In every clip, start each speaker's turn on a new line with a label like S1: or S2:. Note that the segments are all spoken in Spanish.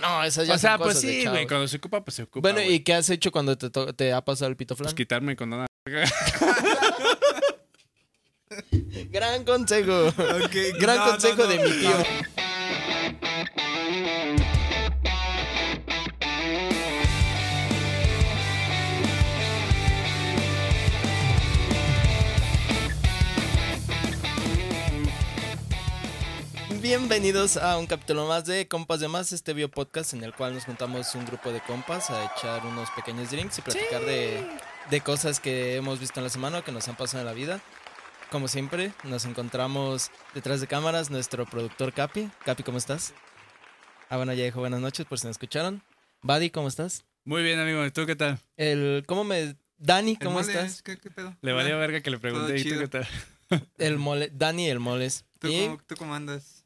S1: No, esas ya
S2: O sea,
S1: son
S2: pues
S1: cosas de
S2: sí,
S1: chavos.
S2: güey, cuando se ocupa, pues se ocupa.
S1: Bueno,
S2: güey.
S1: ¿y qué has hecho cuando te, to- te ha pasado el pito
S2: Pues
S1: flan?
S2: quitarme con nada.
S1: Gran consejo. Gran consejo de mi tío. Bienvenidos a un capítulo más de Compas de Más, este bio podcast en el cual nos juntamos un grupo de compas a echar unos pequeños drinks y platicar de, de cosas que hemos visto en la semana o que nos han pasado en la vida. Como siempre, nos encontramos detrás de cámaras nuestro productor Capi. Capi, ¿cómo estás? Ah, bueno, ya dijo buenas noches por si no escucharon. Buddy, ¿cómo estás?
S2: Muy bien, amigo. ¿Y tú qué tal?
S1: El, ¿cómo me...? Dani,
S3: El
S1: ¿cómo
S3: mole,
S1: estás?
S3: ¿Qué, qué pedo?
S2: Le valió verga que le
S3: Todo
S2: pregunté. ¿Y tú
S3: chido.
S2: qué tal?
S1: El mole, Dani el moles.
S3: ¿Tú,
S1: y
S3: cómo, tú cómo andas?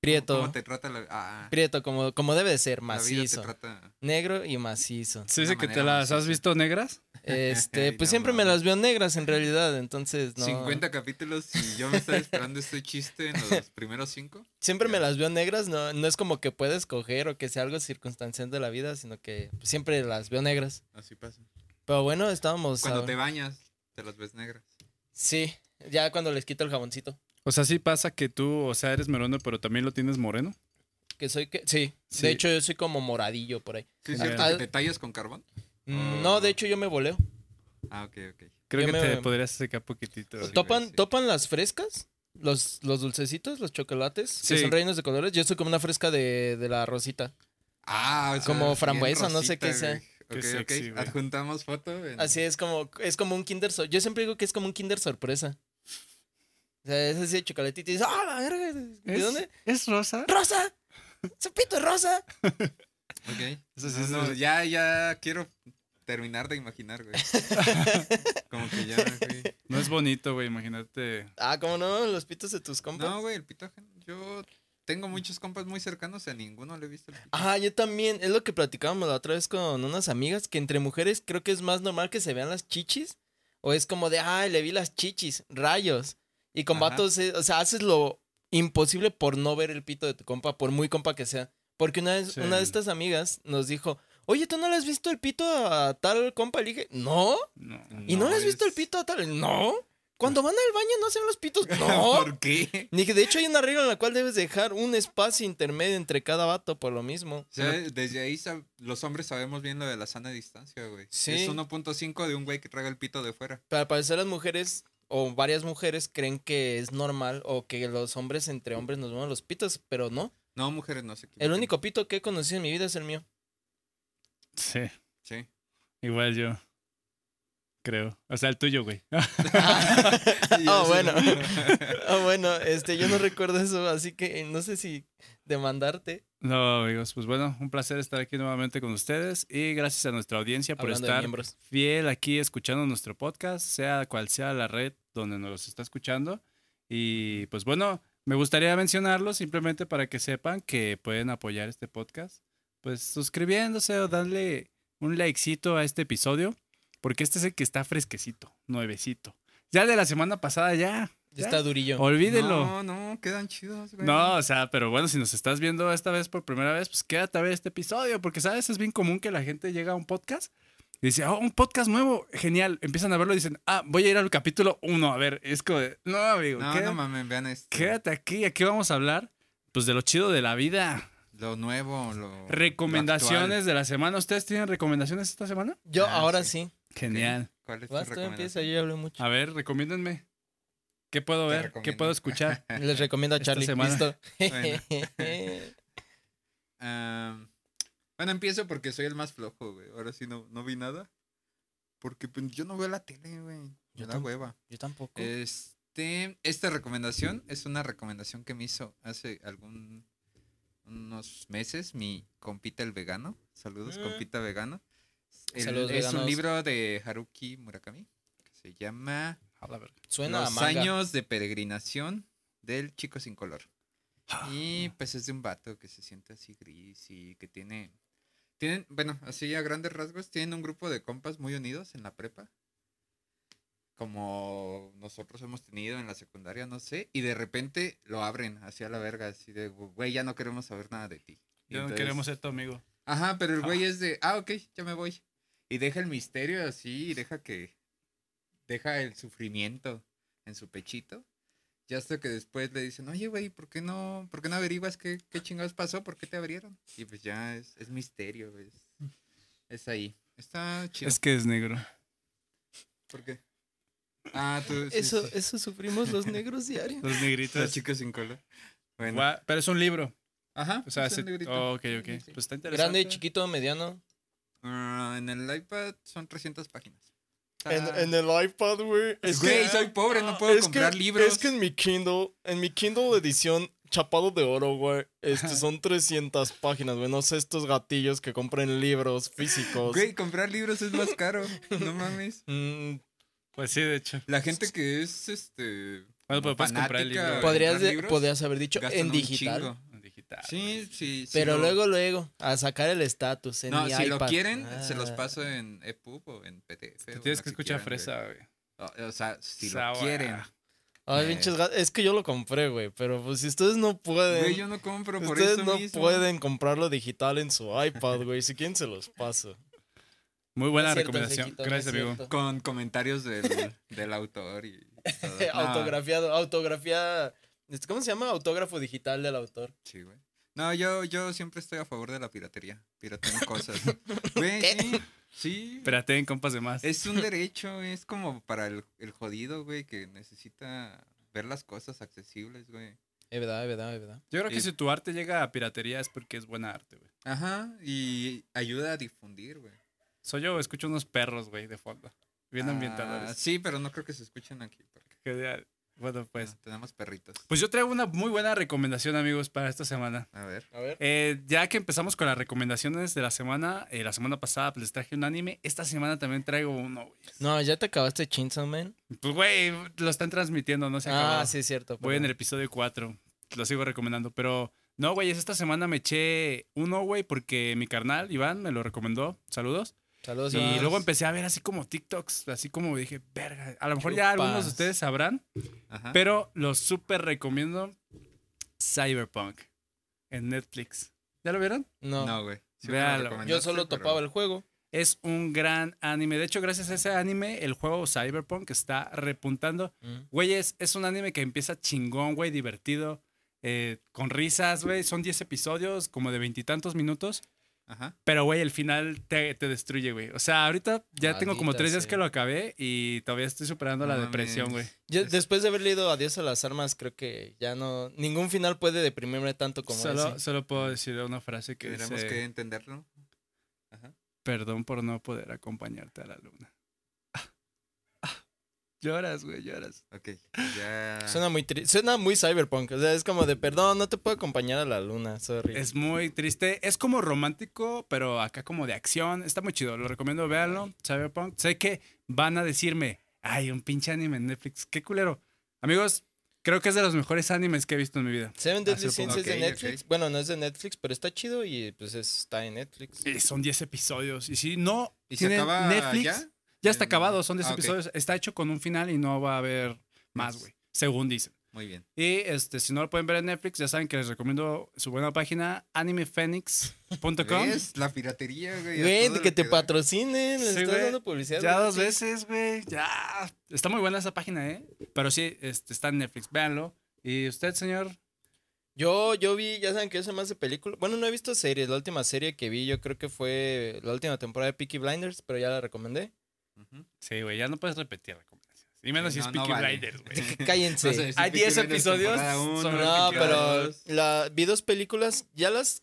S1: Prieto.
S3: ¿Cómo te trata la, ah,
S1: Prieto, como, como debe de ser,
S3: la vida? Te
S1: macizo.
S3: trata...
S1: Negro y macizo.
S2: ¿Se dice
S3: Una
S2: que te
S3: manera
S2: las has visto negras?
S1: Este,
S3: No
S1: pues siempre me
S3: mames.
S1: las veo negras en realidad, entonces no.
S3: 50 capítulos y yo me estaba esperando este chiste en los primeros 5.
S1: Siempre me las veo negras, no, no es como que pueda escoger o que sea algo circunstancial de la vida, sino que pues, siempre las veo negras.
S3: Así pasa.
S1: Pero bueno, estábamos.
S3: Cuando
S1: a-
S3: te bañas, te las ves negras.
S1: Sí, ya cuando les quito el jaboncito.
S2: O sea, sí pasa que tú, o sea, eres merono, pero también lo tienes moreno.
S1: Que soy que. Sí.
S2: Sí.
S1: De hecho, yo soy como moradillo por ahí.
S3: ¿Sí
S2: Ah,
S3: es cierto
S1: ah.
S3: que te tallas con carbón?
S1: Mm, No, de hecho, yo me voleo.
S3: Ah, ok, ok.
S2: Creo
S1: Yo
S2: que
S1: me-
S2: te podrías secar poquitito.
S3: Sí,
S1: ¿Topan,
S3: sí.
S1: ¿Topan las frescas? Los, los dulcecitos, los chocolates, que
S2: Sí.
S1: son reinos de colores. Yo soy como una fresca de, de la rosita.
S3: Ah, o sea,
S1: Como
S3: bien
S1: frambuesa, no sé qué
S3: rosita,
S1: sea.
S2: Qué
S3: güey. Ok, ok.
S2: sexy, güey.
S3: Adjuntamos foto. En...
S1: Así es como, es como un kinder sorpresa. Yo siempre digo que es como un kinder sorpresa. O sea, es así de chocolatito y dices, ¡ah, la verga! ¿De
S2: ¿Es,
S1: dónde?
S2: ¿Es rosa?
S1: ¡Rosa! ¡Su pito es rosa!
S3: Ok.
S2: Eso sí
S3: No,
S2: es-
S3: no, ya, ya quiero terminar de imaginar, güey. Como que ya, güey.
S2: No es bonito, güey, imagínate.
S1: Ah, ¿cómo no? Los pitos de tus compas.
S3: No, güey, el pito ajeno. Yo tengo muchos compas muy cercanos y a ninguno le he visto el pito.
S1: Ah, yo también. Es lo que platicábamos la otra vez con unas amigas, que entre mujeres creo que es más normal que se vean las chichis. O es como de, ay, le vi las chichis, rayos. Y con
S3: Ajá.
S1: vatos, eh, o sea, haces lo imposible por no ver el pito de tu compa, por muy compa que sea. Porque una, vez,
S2: Sí.
S1: una de estas amigas nos dijo, oye, ¿tú no le has visto el pito a tal compa? Le dije, no.
S2: No.
S1: ¿Y no, le has
S3: es-
S1: visto el pito a tal? No. Cuando van al baño no se ven los pitos. No.
S3: ¿Por qué?
S1: Ni que de hecho hay una regla en la cual debes dejar un espacio intermedio entre cada vato por lo mismo.
S3: O sea, Eh, desde ahí sab- los hombres sabemos bien lo de la sana distancia, güey.
S1: Sí.
S3: Es 1.5 de un güey que traiga el pito de fuera.
S1: Pero al parecer las mujeres o varias mujeres creen que es normal o que los hombres entre hombres nos vemos los pitos, pero no.
S3: No, mujeres no se
S1: El
S3: equivoquen.
S1: único pito que he conocido en mi vida es el mío.
S2: Sí,
S3: Sí.
S2: igual yo. Creo. O sea, el tuyo, güey.
S3: Y
S1: Ah,
S3: eso-
S1: bueno. Ah, bueno, este, yo no recuerdo eso, así que eh, no sé si demandarte.
S2: No, amigos, pues bueno, un placer estar aquí nuevamente con ustedes y gracias a nuestra audiencia por
S1: Hablando de
S2: estar
S1: miembros.
S2: fiel aquí escuchando nuestro podcast, sea cual sea la red donde nos está escuchando. Y pues bueno, me gustaría mencionarlo simplemente para que sepan que pueden apoyar este podcast, pues suscribiéndose o darle un likecito a este episodio, porque este es el que está fresquecito, nuevecito. Ya de la semana pasada ya.
S1: Ya
S2: ya.
S1: está durillo.
S2: Olvídenlo.
S3: No, no, quedan chidos, güey.
S2: No, o sea, pero bueno, si nos estás viendo esta vez por primera vez, pues quédate a ver este episodio, porque sabes, es bien común que la gente llega a un podcast y dice, oh, un podcast nuevo, genial. Empiezan a verlo y dicen, ah, voy a ir al capítulo 1, a ver, es como, de, no, amigo,
S3: No,
S2: quédate,
S3: no mames, vean este, esto.
S2: quédate aquí, aquí vamos a hablar, pues, de lo chido de la vida.
S3: Lo nuevo, lo.
S2: Recomendaciones
S3: lo actual.
S2: de la semana, ¿ustedes tienen recomendaciones esta semana?
S1: Yo
S3: Ah,
S1: ahora
S3: sí.
S1: sí.
S2: Genial.
S3: ¿Cuál es tu
S1: Vas, tú empieza,
S3: recomendación?
S1: yo ya hablé mucho.
S2: A ver, recomiéndenme. ¿Qué puedo
S3: Te
S2: ver? ¿Qué
S3: recomiendo.
S2: puedo escuchar?
S1: Les recomiendo a
S2: Esta
S1: Charlie.
S2: semana.
S1: Listo.
S3: Ah. Bueno. Ah, bueno, empiezo porque soy el más flojo, güey. Ahora sí no, no vi nada. Porque pues, yo no veo la tele, güey.
S1: Yo
S3: Yo la
S1: tampoco.
S3: hueva.
S1: Yo tampoco.
S3: Eh, Este, esta recomendación es una recomendación que me hizo hace algún unos meses mi compita el vegano. Saludos,
S1: Mm.
S3: compita vegano. El-
S1: Saludos,
S3: es
S1: veganos.
S3: un libro de Haruki Murakami que se llama
S2: A la verga.
S1: Suena a
S3: los
S1: manga.
S3: años de peregrinación del chico sin color.
S2: Ah,
S3: Y pues es de un vato que se siente así gris y que tiene. Tienen, bueno, así a grandes rasgos, tienen un grupo de compas muy unidos en la prepa. Como nosotros hemos tenido en la secundaria, no sé. Y de repente lo abren así a la verga, así de, güey, ya no queremos saber nada de ti.
S2: Ya no
S3: Entonces-
S2: queremos ser tu amigo.
S3: Ajá, pero el güey es de, ah, ok, ya me voy. Y deja el misterio así, y deja que. Deja el sufrimiento en su pechito. Y hasta que después le dicen, oye, güey, ¿por qué no, por qué no averiguas qué, qué chingados pasó? ¿Por qué te abrieron? Y pues ya es, es misterio, es, es ahí. Está chido.
S2: Es que es negro.
S3: ¿Por qué? Ah, tú. sí,
S1: Eso,
S3: sí.
S1: eso sufrimos los negros diarios.
S2: Los
S3: Los
S2: negritos.
S3: chicos sin cola. Bueno.
S2: Gua- Pero es un libro.
S3: Ajá.
S2: O sea,
S3: es un
S2: se-
S3: negrito.
S2: oh, ok,
S3: Sí,
S2: ok.
S3: sí, sí.
S2: Pues está interesante.
S1: Grande, chiquito, mediano.
S3: Ah, en el iPad son 300 páginas. Está-
S1: En, en el iPad, güey. Es
S3: Güey,
S1: que,
S3: soy pobre, no puedo
S1: es que-
S3: comprar libros.
S1: Es que en mi Kindle, en mi Kindle edición chapado de oro, güey, este, son 300 páginas, güey. No sé estos gatillos que compren libros físicos.
S3: Güey, comprar libros es más caro. no mames.
S1: Mm,
S2: Pues sí, de hecho.
S3: La gente que es este.
S2: Bueno,
S3: como
S2: pero puedes comprar el
S3: fanática
S2: libro.
S3: de
S1: podrías,
S3: comprar
S1: de-
S3: libros,
S1: podrías haber dicho
S3: gastan
S1: en
S3: un
S1: digital.
S3: chingo.
S2: Digital.
S3: Sí, sí, sí.
S1: Pero
S3: lo-
S1: luego, luego, a sacar el estatus en
S3: No,
S1: mi
S3: si
S1: iPad.
S3: lo quieren, se los
S1: Ah.
S3: paso en EPUB o en PDF.
S2: Te
S3: o
S2: tienes
S3: lo
S2: que escuchar
S3: quieran, güey.
S2: fresa, güey.
S3: O, o sea, si
S2: Sawa.
S3: lo quieren.
S1: Ay,
S3: Eh.
S1: pinches gatos, Es que yo lo compré, güey. Pero pues si ustedes no pueden.
S3: Güey, yo no compro por
S1: ustedes
S3: eso
S1: no
S3: mismo.
S1: pueden comprarlo digital en su iPad, güey. Si quieren, se los paso.
S2: Muy buena
S1: No es cierto,
S2: recomendación.
S1: Sergito, no
S2: Gracias,
S1: es
S2: amigo.
S1: cierto.
S3: Con comentarios del, del autor y todo. No,
S1: Eh, Ah. Autografiado, autografía. este, ¿Cómo se llama? Autógrafo digital del autor.
S3: Sí, güey. No, yo, yo siempre estoy a favor de la piratería. Piratean cosas. Güey, sí. sí.
S2: Espérate, compas de más.
S3: Es un derecho, es como para el, el jodido, güey, que necesita ver las cosas accesibles, güey.
S1: Es verdad, es verdad, es verdad.
S2: Yo creo que
S3: Sí.
S2: si tu arte llega a piratería es porque es buena arte, güey.
S3: Ajá, y ayuda a difundir, güey.
S2: Soy yo, escucho unos perros, güey, de fondo. Bien
S3: Ah,
S2: ambientadores.
S3: Sí, pero no creo que se escuchen aquí, porque
S2: Genial. Bueno, pues.
S1: Ah.
S3: no, tenemos perritos.
S2: Pues yo traigo una muy buena recomendación, amigos, para esta semana.
S3: A ver.
S1: A ver.
S2: Eh, ya que empezamos con las recomendaciones de la semana, eh, la semana pasada pues, les traje un anime, esta semana también traigo uno, güey.
S1: No, ya te acabaste Chainsaw Man.
S2: Pues, güey, lo están transmitiendo, no se ha
S1: Ah,
S2: acabado.
S1: sí, es cierto.
S2: Voy en el
S1: perdón.
S2: episodio 4. Lo sigo recomendando. Pero no, güey, es esta semana me eché uno, güey, porque mi carnal, Iván, me lo recomendó. Saludos.
S1: Saludos.
S2: y
S1: Iván.
S2: luego empecé a ver así como TikToks, así como dije, verga. A lo mejor ya algunos de
S1: Chupas.
S2: ustedes sabrán,
S3: Ajá.
S2: pero lo súper recomiendo Cyberpunk en Netflix. ¿Ya lo vieron?
S1: No,
S3: no, güey. sí me lo
S2: Véalo.
S1: yo
S3: recomendaste,
S1: solo
S3: pero-
S1: topaba el juego.
S2: Es un gran anime. De hecho, gracias a ese anime, el juego Cyberpunk está repuntando.
S1: Mm.
S2: Güey, es, es un anime que empieza chingón, güey, divertido, eh, con risas, güey. Son 10 episodios, como de veintitantos minutos.
S3: Ajá.
S2: Pero, güey, el final te, te destruye, güey. O sea, ahorita ya tengo como
S1: Maldita
S2: tres días
S1: sea.
S2: que lo acabé y todavía estoy superando la
S3: No
S2: depresión, güey.
S3: mames.
S1: Yo,
S3: Es-
S1: después de haber leído Adiós a las armas, creo que ya no. Ningún final puede deprimirme tanto como
S2: Solo,
S1: ese.
S2: solo puedo decir una frase que
S3: Tenemos
S2: dice,
S3: que entenderlo. Ajá.
S2: perdón por no poder acompañarte a la luna. Ah, ah, lloras, güey, lloras.
S3: Ok. pues
S2: Ah.
S3: Ya.
S1: Suena muy tri- suena muy cyberpunk. O sea, es como de perdón, no te puedo acompañar a la luna, sorry.
S2: Es muy triste. Es como romántico, pero acá como de acción. Está muy chido. Lo recomiendo, véanlo. Cyberpunk. Sé que van a decirme, ay, un pinche anime en Netflix. Qué culero. Amigos, creo que es de los mejores animes que he visto en mi vida.
S1: Seven Deadly
S2: Hace poco.
S1: Sins es de
S3: Ok,
S1: Netflix.
S3: ok.
S1: Bueno, no es de Netflix, pero está chido y pues es- está en Netflix.
S2: Eh, son 10 episodios. Y si no,
S3: ¿Y se
S2: tienen
S3: acaba
S2: Netflix.
S3: ya?
S2: Ya? está
S3: En-
S2: acabado. Son 10
S3: Ah, ok.
S2: episodios. Está hecho con un final y no va a haber más,
S3: Yes.
S2: güey. Según dicen.
S3: Muy bien.
S2: Y este, si no lo pueden ver en Netflix, ya saben que les recomiendo su buena página, animephoenix.com.
S3: ¿Ves? La piratería, güey. a
S1: Güey,
S3: todo
S1: que
S3: lo
S1: te
S3: da.
S1: patrocinen, le
S2: Sí,
S1: estás
S2: güey.
S1: dando publicidad.
S2: Ya
S1: güey.
S2: dos veces, güey. Ya. Está muy buena esa página, ¿eh? Pero sí, este, está en Netflix. Véanlo. ¿Y usted, señor?
S1: Yo, yo vi, ya saben que yo soy más de películas. Bueno, no he visto series. La última serie que vi, yo creo que fue la última temporada de Peaky Blinders, pero ya la recomendé.
S3: Ujú.
S2: Sí, güey, ya no puedes repetir recomendaciones. Y menos
S3: Sí,
S2: si
S3: no,
S2: es
S3: no
S2: Peaky
S3: vale.
S2: Blinders, güey.
S1: Cállense.
S3: No sé, sí,
S2: Hay
S3: Peaky
S2: 10
S3: Blinders
S2: episodios
S3: temporada uno,
S2: sobre
S1: No,
S2: Peaky
S1: pero
S3: Blinders.
S1: la, vi dos películas, ya las...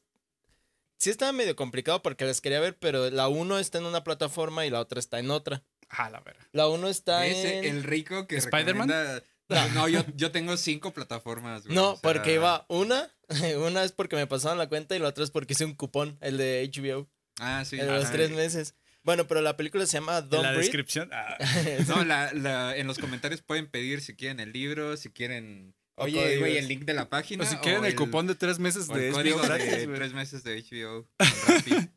S1: Sí estaba medio complicado porque las quería ver, pero la uno está en una plataforma y la otra está en otra.
S2: Ah, la verga.
S1: La uno está
S3: ¿Ves? eh,
S1: en...
S3: El rico que
S2: ¿Spider-Man?
S3: recomienda- No, no, yo, yo tengo cinco plataformas, güey.
S1: No,
S3: o sea,
S1: porque iba una, una es porque me pasaron la cuenta y la otra es porque hice un cupón, el de HBO,
S3: Ah, sí.
S1: el de los
S3: ajá.
S1: tres meses. Bueno, pero la película se llama
S2: En
S1: Don't
S2: la
S1: Breathe.
S2: descripción. ah.
S3: No, la, la- en los comentarios pueden pedir si quieren el libro, si quieren.
S1: O
S3: Oye,
S1: códigos.
S3: güey, el link de la página.
S2: O si quieren el, cupón de tres meses
S3: o el
S2: de
S3: código
S2: HBO
S3: de
S2: gratis, güey.
S3: tres meses de HBO. con Rappi.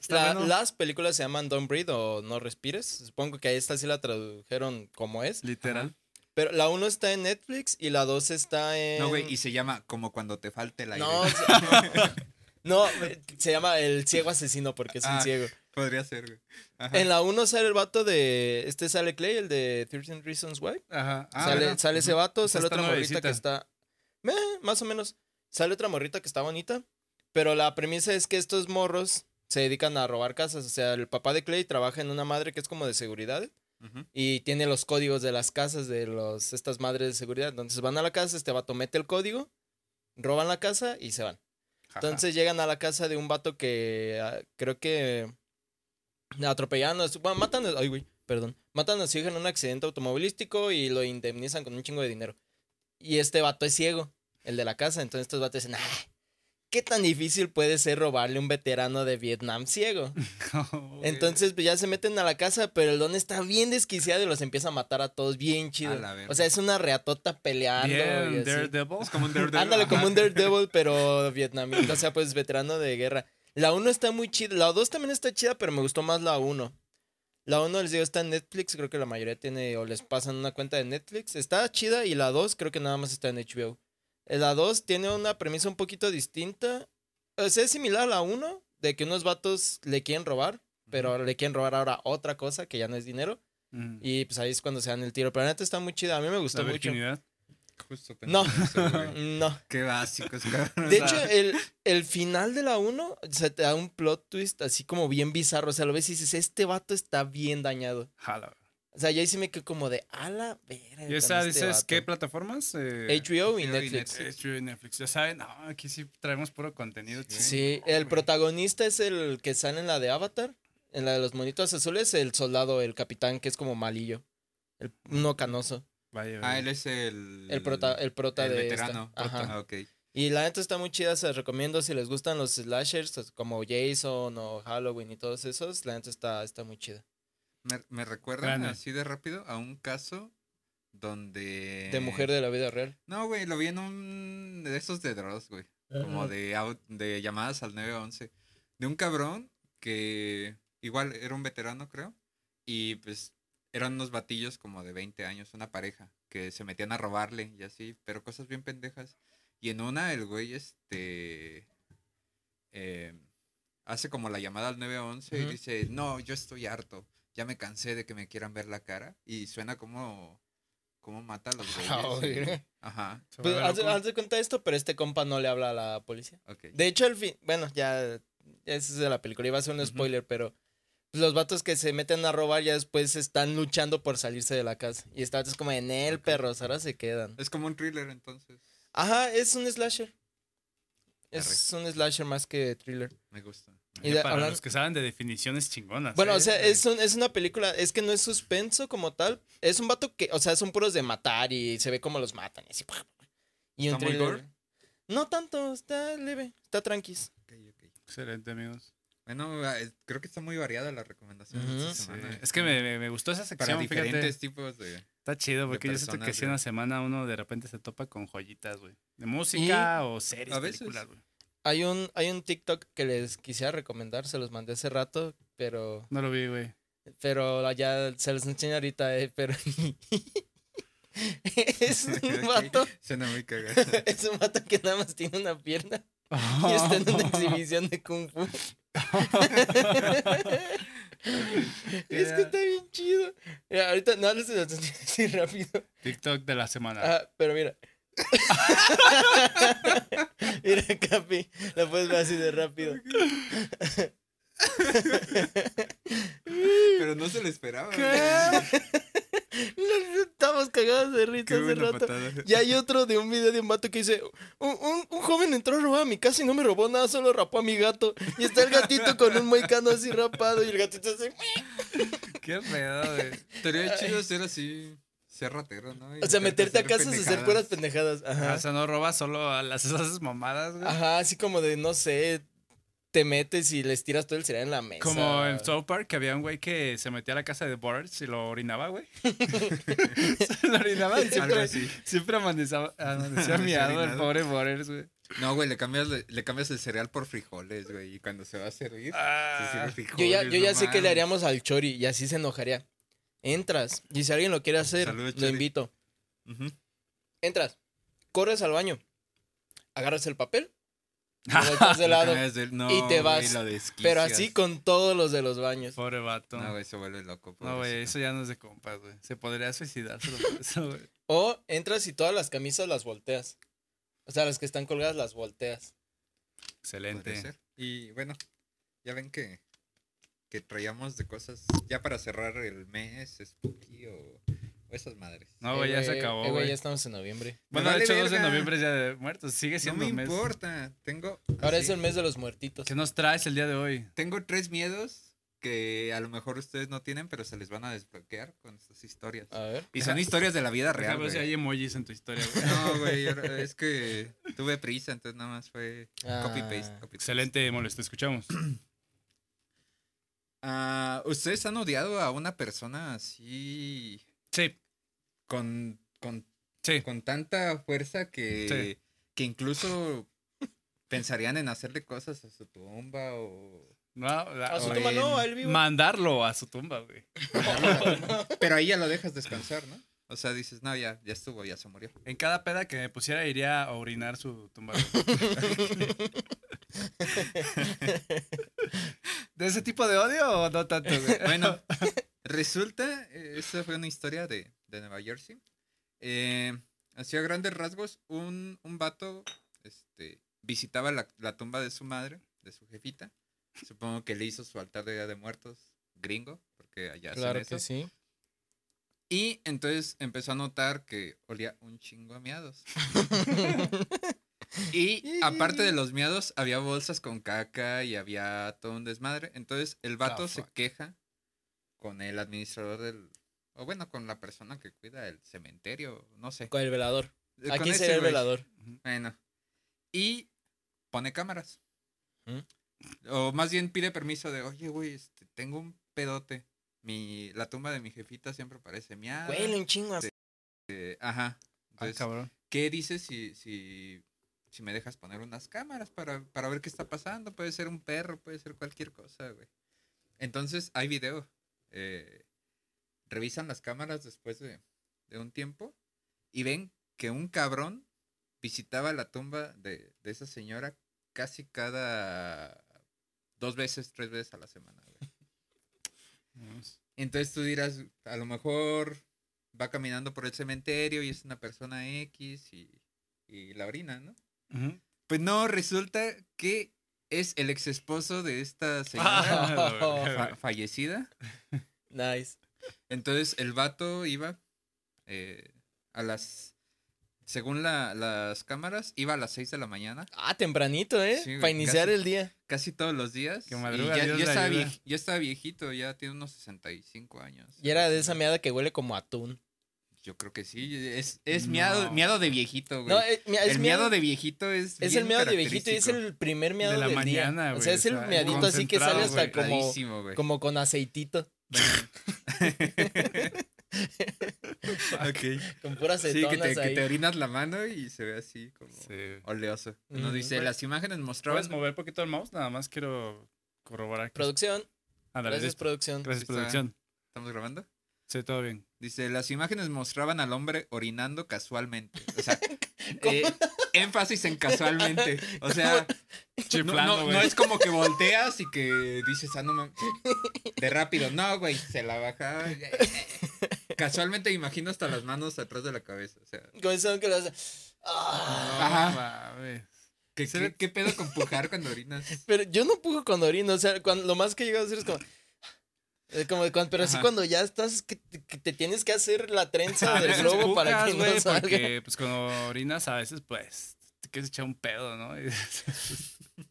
S2: Está
S1: La-
S2: bueno.
S1: Las películas se llaman Don't Breathe o No Respires. Supongo que ahí esta sí la tradujeron como es.
S2: Literal.
S1: Pero la uno está en Netflix y la dos está en...
S3: No, güey, y se llama Como cuando te falte el aire.
S1: No, se- No, se llama El Ciego Asesino porque es un
S3: Ah.
S1: ciego.
S3: Podría ser, güey. Ajá.
S1: En la 1 sale el vato de. Este sale Clay, el de 13 Reasons Why.
S2: Ajá. Ah,
S1: sale
S2: bueno.
S1: sale ese vato,
S2: Esa
S1: sale
S2: está
S1: otra morrita
S2: nuevecita.
S1: que está. meh, más o menos. Sale otra morrita que está bonita. Pero la premisa es que estos morros se dedican a robar casas. O sea, el papá de Clay trabaja en una madre que es como de seguridad.
S3: Ujú.
S1: Y tiene los códigos de las casas de los, estas madres de seguridad. Entonces van a la casa, este vato mete el código, roban la casa y se van.
S2: Ajá.
S1: Entonces llegan a la casa de un vato que ah, creo que atropellando, bueno, matan, a- ay güey, perdón, matan a su hija en un accidente automovilístico y lo indemnizan con un chingo de dinero. Y este vato es ciego, el de la casa, entonces estos vatos dicen, "Ah, ¿qué tan difícil puede ser robarle a un veterano de Vietnam ciego? Entonces pues, ya se meten a la casa, pero el don está bien desquiciado y los empieza a matar a todos bien chido.
S3: A la verga.
S1: O sea, es una reatota peleando. y
S2: Bien,
S1: así.
S2: Daredevil.
S3: Es como un Daredevil.
S1: Ándale,
S3: ajá.
S1: como un Daredevil, pero vietnamita, o sea, pues veterano de guerra. La 1 está muy chida, la 2 también está chida, pero me gustó más la 1. La 1, les digo, está en Netflix, creo que la mayoría tiene o les pasan una cuenta de Netflix. Está chida y la 2 creo que nada más está en HBO. Eh, La 2 tiene una premisa un poquito distinta. O sea, es similar a la 1, de que unos vatos le quieren robar, pero le quieren robar ahora otra cosa que ya no es dinero.
S2: Mm.
S1: Y pues ahí es cuando se dan el tiro. Pero la neta está muy chida, a mí me gustó
S2: La
S1: mucho.
S2: virginidad.
S3: Justo
S1: No,
S3: pensé eso, güey.
S1: no.
S3: Qué básicos, cabrón.
S1: De
S2: O sea-
S1: hecho, el, el final de la 1 se te da un plot twist así como bien bizarro. O sea, lo ves y dices, este vato está bien dañado.
S2: Jala.
S1: O sea, yo ahí sí me quedé como de a la verga.
S2: ¿Y esa
S1: con este
S2: dices
S1: vato".
S2: qué plataformas? Eh,
S1: HBO y
S3: HBO y
S1: Netflix.
S3: Netflix.
S2: HBO y Netflix. Ya saben, no, aquí sí traemos puro contenido.
S3: Sí.
S2: chido.
S1: Sí, el protagonista es el que sale en la de Avatar, en la de los monitos azules, el soldado, el capitán, que es como malillo. El, uno canoso.
S2: Vaya,
S3: Ah,
S2: vaya.
S3: él es el.
S1: El prota, el prota
S3: el
S1: de. esta.
S3: veterano.
S1: Ajá.
S3: Ah, ok.
S1: Y la neta está muy chida, se las recomiendo si les gustan los slashers pues, como Jason o Halloween y todos esos. La neta está, está muy chida.
S3: Me, me recuerda
S2: Grande.
S3: así de rápido a un caso donde.
S2: Eh.
S1: De mujer de la vida real.
S3: No, güey, lo vi en un. De esos de Dross, güey. Como de, au- de llamadas al 911. De un cabrón que igual era un veterano, creo. Y pues eran unos batillos como de 20 años, una pareja, que se metían a robarle y así, pero cosas bien pendejas. Y en una el güey, este... eh, hace como la llamada al 911
S1: Ujú.
S3: y dice, no, yo estoy harto. Ya me cansé de que me quieran ver la cara. Y suena como... Como mata a los
S1: Ah,
S3: güeyes. y-
S1: oye.
S3: Ajá,
S2: Se
S1: Pues,
S2: vuelve
S1: haz, de-
S2: loco.
S1: haz de cuenta esto, pero este compa no le habla a la policía.
S3: ok.
S1: De hecho, al fin, bueno, ya, ya ese es de la película, iba a ser un
S3: Ujú.
S1: spoiler, pero pues, los vatos que se meten a robar ya después están luchando por salirse de la casa. Y está es como en el
S3: Ok.
S1: perros, ahora se quedan.
S3: Es como un thriller entonces.
S1: Ajá, es un slasher. Es un slasher más que thriller.
S3: Me gusta.
S1: Y
S2: Ya
S1: de-
S2: para
S1: hablan-
S2: los que saben de definiciones
S3: ¿Ah,
S2: chingonas.
S1: Bueno,
S2: ¿eh?
S1: o sea,
S3: sí.
S1: es, un- es una película, es que no es suspenso como tal. Es un vato que, o sea, son puros de matar y se ve cómo los matan. Y así. Y un
S3: ¿Está muy
S1: thriller.
S3: gore?
S1: No tanto, está leve, está tranquis.
S3: Ok, ok.
S2: Excelente, amigos.
S3: Bueno, ah, es- creo que está muy variada la recomendación de
S1: Ujú.
S3: esta
S2: Sí.
S3: semana.
S2: Es que me, me- me gustó esa
S3: Para
S2: sección, fíjate. ¿eh?
S3: diferentes tipos de...
S2: Está chido, porque yo siento
S3: personas,
S2: que si
S3: güey.
S2: en la semana uno de repente se topa con joyitas, güey. De música o series,
S3: a veces.
S2: películas, güey.
S1: Hay un, hay un TikTok que les quisiera recomendar, se los mandé hace rato, pero,
S2: No lo vi, güey.
S1: pero ya se los enseño ahorita, eh, pero es un vato,
S3: Suena muy cagado.
S1: es un vato que nada más tiene una pierna y este está en una exhibición de kung fu. es que está bien chido. Mira, ahorita no les los enseño así rápido.
S2: TikTok de la semana.
S1: Ah, pero mira. mira, Capi, la puedes ver así de rápido.
S3: Pero no se lo esperaba. güey.
S1: Estamos cagados de risa
S3: Qué
S1: hace
S3: buena
S1: rato.
S3: patada.
S1: Y hay otro de un video de un vato que dice, un, un- un joven entró a robar a mi casa y no me robó nada, solo rapó a mi gato. Y está el gatito con un moicano así rapado y el gatito así...
S2: Qué pedo, güey.
S3: Estaría chido ser así, ser ratero, ¿no? Y
S1: O sea,
S3: intentar
S1: meterte a casas y hacer puras
S3: pendejadas.
S1: pendejadas. Ajá.
S2: O sea, no robas solo a las esas mamadas, güey.
S1: Ajá, así como de, no sé, te metes y les tiras todo el cereal en la mesa.
S2: Como en South Park, que había un güey que se metía a la casa de Burns y lo orinaba, güey. se lo orinaba y
S3: Algo
S2: siempre,
S3: así.
S2: siempre amanecía, amanecía
S3: Amanecía
S2: miado el
S3: orinado.
S2: pobre Burns, güey.
S3: No, güey, le cambias, le cambias el cereal por frijoles, güey. Y cuando se va a servir, se
S2: Ah,
S3: sirve
S1: Yo
S3: frijoles.
S1: ya, yo ya
S3: no
S1: sé que le
S3: mames.
S1: haríamos al Chori y así se enojaría. Entras y si alguien lo quiere hacer,
S3: Saludos,
S1: lo
S3: Chori.
S1: invito.
S3: Ujú.
S1: Entras, corres al baño, agarras el papel, Lo echas de
S3: Lo
S1: lado.
S3: cambias de- no,
S1: y te vas.
S3: güey, lo
S1: Pero
S3: desquicias.
S1: así con todos los de los baños.
S2: Pobre vato.
S3: No, güey, se vuelve loco.
S2: No, güey,
S3: pobrecito.
S2: eso ya no es de compas, güey. Se podría suicidar solo por eso, güey.
S1: O entras y todas las camisas las volteas. O sea, las que están colgadas las volteas.
S3: Podría
S2: Excelente.
S3: ser. Y bueno, ya ven que, que traíamos de cosas ya para cerrar el mes, Spooky o, o esas madres.
S2: No,
S1: Eh,
S2: güey, ya se
S1: eh,
S2: acabó,
S1: güey,
S2: güey.
S1: ya estamos en noviembre.
S2: Bueno,
S3: Me
S2: de hecho,
S3: vale
S2: 2 de
S3: verga.
S2: noviembre es Día de Muertos. Sigue
S3: No
S2: siendo
S3: me
S2: un mes.
S3: importa, tengo...
S1: Ahora
S3: así,
S1: es el mes de los muertitos.
S2: ¿Qué nos traes el día de hoy?
S3: Tengo tres miedos que a lo mejor ustedes no tienen, pero se les van a desbloquear con estas historias.
S1: A ver.
S3: Y son historias de la vida real,
S2: Déjame ver si
S3: güey.
S2: hay emojis en tu historia, güey.
S3: No, güey, ahora- es que tuve prisa, entonces nada más fue copy-paste.
S1: Ah,
S3: copy-paste.
S2: Excelente, molesto. Escuchamos.
S3: Ah, ¿Ustedes han odiado a una persona así
S2: Sí,
S3: con, con
S2: sí.
S3: con tanta fuerza que,
S2: Sí.
S3: que incluso pensarían en hacerle cosas a su tumba o...
S2: No, la-
S1: A su
S2: o-
S1: tumba Ah, no, a él vivo.
S2: Mandarlo a su tumba, güey.
S3: Pero ahí ya lo dejas descansar, ¿no? O sea, dices, no, ya, ya estuvo, ya se murió.
S2: En cada peda que me pusiera iría a orinar su tumba. ¿De ese tipo de odio o no tanto? güey?
S3: Bueno, resulta, eh, esta fue una historia de, de Nueva Jersey. Eh, así a grandes rasgos, un, un vato este, visitaba la, la tumba de su madre, de su jefita. Supongo que le hizo su altar de Día de Muertos gringo, porque allá hacen
S1: Claro
S3: eso.
S1: que sí.
S3: Y entonces empezó a notar que olía un chingo a miados. y aparte de los miados, había bolsas con caca y había todo un desmadre. Entonces el vato
S2: Ah,
S3: se
S2: fuck.
S3: queja con el administrador del. O bueno, con la persona que cuida el cementerio, no sé.
S1: Con el velador.
S3: Eh, con
S1: Aquí
S3: ese
S1: sería el
S3: güey.
S1: velador.
S3: Bueno. Y pone cámaras.
S1: ¿Mm?
S3: O más bien pide permiso de, oye, güey, este, tengo un pedote. Mi, la tumba de mi jefita siempre parece miada.
S1: Huele un chingo a-
S3: Ah. Sí. Eh, ajá.
S2: Ah,
S3: Entonces,
S2: cabrón.
S3: ¿qué dices si, si, si me dejas poner unas cámaras para, para ver qué está pasando? Puede ser un perro, puede ser cualquier cosa, güey. Entonces, hay video. Eh, revisan las cámaras después de, de un tiempo y ven que un cabrón visitaba la tumba de, de esa señora casi cada dos veces, tres veces a la semana, güey. Entonces tú dirás, a lo mejor va caminando por el cementerio y es una persona X y, y la orina, ¿no?
S2: Ujú.
S3: Pues no, resulta que es el ex esposo de esta señora
S2: Ah, la
S3: fa-
S2: verga,
S3: fallecida.
S1: Nice.
S3: Entonces el vato iba eh, a las, según la- las cámaras, iba a las 6 de la mañana,
S1: Ah, tempranito, ¿eh?
S3: Sí, güey,
S1: Para iniciar
S3: casi.
S1: el día.
S3: casi todos los días.
S2: Que madruga,
S3: y ya,
S2: Dios
S3: ya
S2: le
S3: estaba
S2: ayuda.
S3: vie- ya estaba viejito, ya tiene unos 65 años.
S1: Y era de esa meada que huele como a atún.
S3: Yo creo que sí, es, es
S2: No.
S3: miado, miado de viejito, güey.
S1: No, es, mira, es
S3: el
S1: miado-
S3: miado de viejito es.
S1: Es el miedo de viejito y es el primer miedo
S2: De la
S1: del
S2: mañana,
S1: día.
S2: güey,
S1: O sea, es
S2: o
S1: el
S2: sea,
S1: miadito así que sale
S2: concentrado,
S1: hasta
S2: güey,
S1: como, como con aceitito,
S3: ok.
S1: con puras
S3: Sí, que
S1: aceitonas
S3: te, que
S1: ahí.
S3: te orinas la mano y se ve así como
S2: Sí.
S3: oleoso.
S1: Ujú.
S3: Nos dice, las imágenes mostraban.
S2: ¿Puedes mover poquito el mouse? Nada más quiero corroborar. que-
S1: Producción,
S2: Ándale,
S1: gracias
S2: listo.
S1: producción.
S2: Gracias,
S3: Está-
S2: producción.
S3: ¿Estamos grabando?
S2: Sí, todo bien.
S3: Dice, las imágenes mostraban al hombre orinando casualmente. O sea, eh, énfasis en casualmente. O sea, no,
S2: Chiflando,
S3: no-
S2: güey.
S3: no es como que volteas y que dices, ah, no mames. De rápido. No, güey, se la bajaba. Casualmente imagino hasta las manos atrás de la cabeza. O sea,
S1: Con eso que lo hace. Ah.
S3: Ajá.
S2: No mames.
S3: ¿Qué,
S2: Se
S3: qué-
S2: ve-
S3: qué pedo con pujar cuando orinas?
S1: Pero yo no pujo cuando orino, o sea, cuando, lo más que he llegado a hacer es como... eh, como de cuando- pero sí
S3: Ajá.
S1: cuando ya estás, que, te- que te tienes que hacer la trenza
S2: A
S1: del
S2: veces
S1: globo para
S2: pujas,
S1: que
S2: güey,
S1: no salga.
S2: Porque pues cuando orinas a veces pues te quieres echar un pedo, ¿no? Y-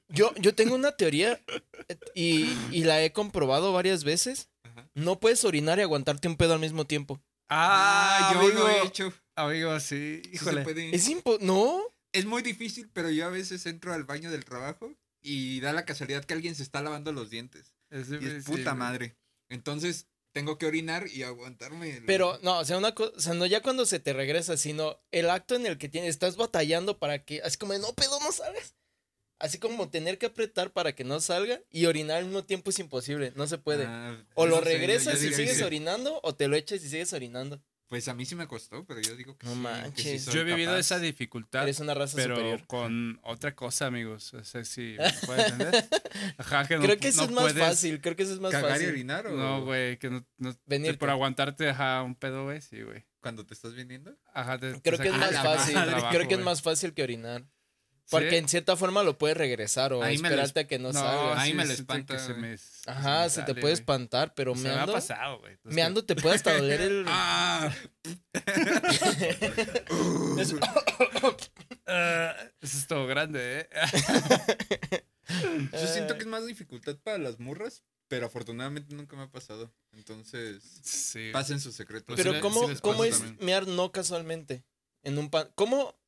S1: Yo, yo tengo una teoría eh, y, y la he comprobado varias veces.
S3: Ajá.
S1: No puedes orinar y aguantarte un pedo al mismo tiempo.
S2: Ah, yo
S3: lo he
S2: amigo,
S3: hecho. Sí
S2: amigo, sí,
S3: se
S2: híjole.
S3: puede. Es,
S1: Es impo... No,
S3: muy difícil, pero yo a veces entro al baño del trabajo y da la casualidad que alguien se está lavando los dientes.
S2: Es,
S3: Y es
S2: difícil,
S3: puta
S2: güey.
S3: madre. Entonces tengo que orinar y aguantarme. el-
S1: Pero no, o sea, una cosa, o sea, no ya cuando se te regresa, sino el acto en el que tienes, estás batallando para que, así como, de, no, pedo, no sabes. Así como tener que apretar para que no salga y orinar al mismo tiempo es imposible, no se puede.
S3: Ah,
S1: o lo
S3: no sé, yo- yo
S1: regresas y
S3: diría que
S1: sigues
S3: sí.
S1: orinando o te lo echas y sigues orinando.
S3: Pues a mí sí me costó, pero yo digo que
S1: No
S3: sí, que sí
S1: manches.
S3: soy
S2: Yo he vivido
S3: capaz.
S2: esa dificultad,
S1: Eres una raza
S2: pero
S1: superior.
S2: con otra cosa, amigos. No sé si me pueden entender. Ajá, que no,
S1: creo que eso
S2: no
S1: es más
S2: puedes-
S1: fácil, creo que eso es más
S3: ¿Cagar y
S1: fácil.
S3: orinar o
S2: No, güey, que no, no-
S1: Venirte.
S2: por aguantarte, ajá, un pedo, güey, sí, güey.
S3: cuando te estás vendiendo?
S1: Eh.
S2: Ajá, te- te
S1: Creo que es
S2: saca
S1: más
S2: ah, la
S1: fácil,
S2: madre abajo,
S1: creo que es
S2: güey.
S1: más fácil que orinar.
S2: ¿Sí?
S1: Porque en cierta forma lo puedes regresar o
S3: Ahí me lo
S1: esperarte a que no, salga.
S3: ahí
S2: sí,
S3: me lo
S2: siento que
S3: espanta,
S2: se
S3: güey.
S2: me- se
S1: Ajá,
S2: me
S1: se te
S2: sale,
S1: puede
S2: güey.
S1: espantar, pero
S2: Se me ha
S1: meando,
S2: pasado, güey. Entonces,
S1: meando te puede hasta doler el...
S2: Ah,
S1: Es-
S2: ah, eso es todo grande, ¿eh?
S3: Yo siento
S1: Ay.
S3: que es más dificultad para las murras, pero afortunadamente nunca me ha pasado. Entonces,
S2: Sí.
S3: pasen sus secretos.
S2: Pues
S1: Pero
S2: sí le-
S1: ¿cómo,
S2: sí les
S1: cómo
S2: pasa
S1: es
S2: también.
S1: mear no casualmente? En un pan... ¿Cómo?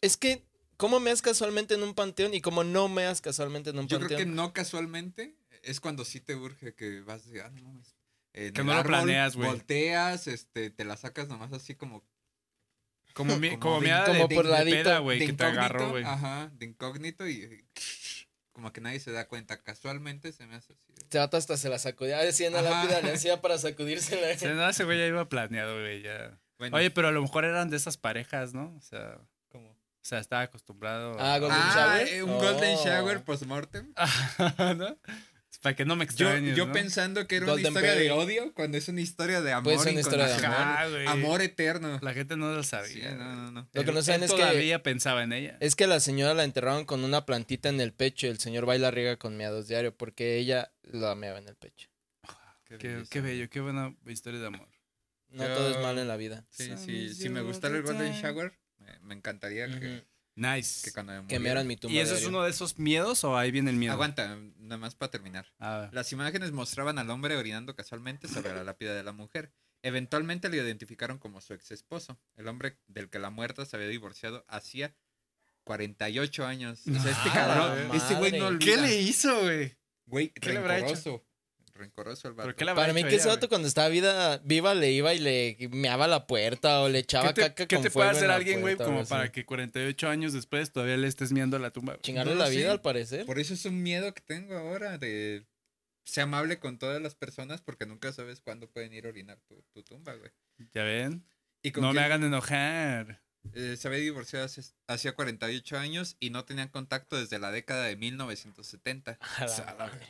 S1: Es que... ¿Cómo meas casualmente en un panteón y cómo no meas casualmente en un
S3: Yo creo
S1: panteón?
S3: que no casualmente es cuando sí te urge que vas de, ah, no mames. En
S2: Que
S3: el
S2: no lo
S3: árbol,
S2: planeas, güey.
S3: Volteas, este, te la sacas nomás así como.
S2: Como, mi,
S3: como
S2: como,
S3: de-
S2: meada
S1: como
S2: de,
S1: por
S2: de
S1: ladito,
S2: peda, güey,
S3: de
S2: que te
S3: incógnito,
S2: agarró, güey.
S3: Ajá, de incógnito y. eh, Como que nadie se da cuenta. Casualmente se me hace así.
S1: Te ata hasta se la sacudía. ah, Decía en la
S3: Ajá.
S1: lápida, le hacía para sacudírsela.
S2: O sea, no, ese güey ya iba planeado, güey, ya.
S3: Bueno,
S2: Oye, pero a lo mejor eran de esas parejas, ¿no? O sea,
S3: como.
S2: o sea estaba acostumbrado.
S1: Ah,
S2: a...
S1: Golden
S3: Ah,
S1: Shower.
S3: eh, un Golden
S1: Oh.
S3: Shower post-mortem.
S2: ¿no? Para que no me
S3: Yo,
S2: extrañes,
S3: yo
S2: ¿no?
S3: pensando que era
S1: Golden
S3: una historia
S1: Berry.
S3: de odio cuando es una historia de amor.
S1: Pues una historia de
S2: Ajá,
S3: incondicional.
S2: Ah, güey.
S3: Amor eterno.
S2: La gente no lo sabía.
S3: Sí, no, no, no.
S1: Lo que no saben es que-
S2: todavía pensaba en ella.
S1: Es que a la señora la enterraron con una plantita en el pecho. y El señor baila riega con meados diario porque ella la meaba en el pecho.
S3: Qué,
S2: Qué,
S3: belleza.
S2: qué bello, qué buena historia de amor.
S1: No
S3: Yo-
S1: todo es malo en la vida.
S3: Sí, sí, si me gustara el Golden Shower, me, me encantaría que,
S1: Ujú.
S2: Nice.
S3: que cuando me
S1: Que
S3: muriera-
S1: mearan mi tumba.
S2: ¿Y eso es
S1: diario.
S2: uno de esos miedos o ahí viene el miedo?
S3: Aguanta, nada más para terminar.
S2: A ver.
S3: Las imágenes mostraban al hombre orinando casualmente sobre la lápida de la mujer. Eventualmente lo identificaron como su ex esposo, el hombre del que la muerta se había divorciado hacía 48 años. O sea, este
S1: Ah,
S3: cabrón,
S1: la
S3: este güey no
S1: madre.
S3: olvida.
S2: hizo, güey?
S3: Güey,
S2: qué le habrá hecho?
S3: rencoroso. Rencoroso el vato.
S2: ¿Pero qué le habrá
S1: Para mí
S2: hecho
S1: que ese
S2: ella,
S1: vato
S2: güey?
S1: cuando estaba vida, viva le iba y le meaba la puerta o le echaba
S2: ¿Qué te,
S1: caca
S2: qué
S1: con
S2: te puede
S1: fuego en
S2: hacer
S1: la
S2: alguien, güey,
S1: puerta o
S2: como
S1: algo así?
S2: para que 48 años después todavía le estés miando la tumba? güey?
S1: Chingarle
S3: No lo
S1: la vida
S3: sé.
S1: al parecer.
S3: Por eso es un miedo que tengo ahora de ser amable con todas las personas porque nunca sabes cuándo pueden ir a orinar tu, tu tumba, güey.
S2: ¿Ya ven?
S3: Y con
S2: No me
S3: que,
S2: hagan enojar.
S3: eh, se había divorciado hace- hacía 48 años y no tenían contacto desde la década de 1970.
S1: A la
S2: Sala,
S1: madre.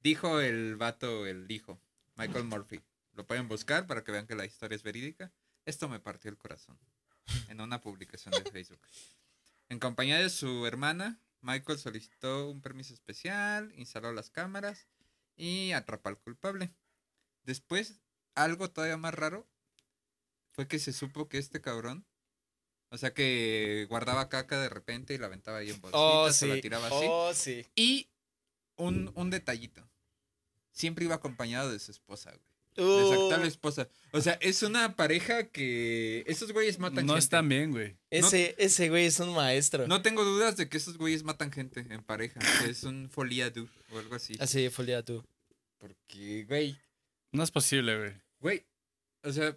S3: Dijo el vato, el hijo, Michael Murphy. Lo pueden buscar para que vean que la historia es verídica. Esto me partió el corazón. En una publicación de Facebook. En compañía de su hermana, Michael solicitó un permiso especial, instaló las cámaras y atrapó al culpable. Después, algo todavía más raro fue que se supo que este cabrón, o sea que guardaba caca de repente y la aventaba ahí en bolsitas
S1: Oh,
S3: o la
S1: sí.
S3: tiraba así.
S1: Oh, sí.
S3: Y un, un detallito. Siempre iba acompañado de su esposa, güey. De su
S1: Uh,
S3: actual esposa. O sea, es una pareja que. Esos güeyes matan gente.
S2: No están bien, güey.
S1: Uh, ese, ese güey es un maestro.
S3: No tengo dudas de que esos güeyes matan gente en pareja. que es un folia du o algo así.
S1: Así, folia tú.
S3: Porque, güey.
S2: No es posible, güey.
S3: Güey. O sea,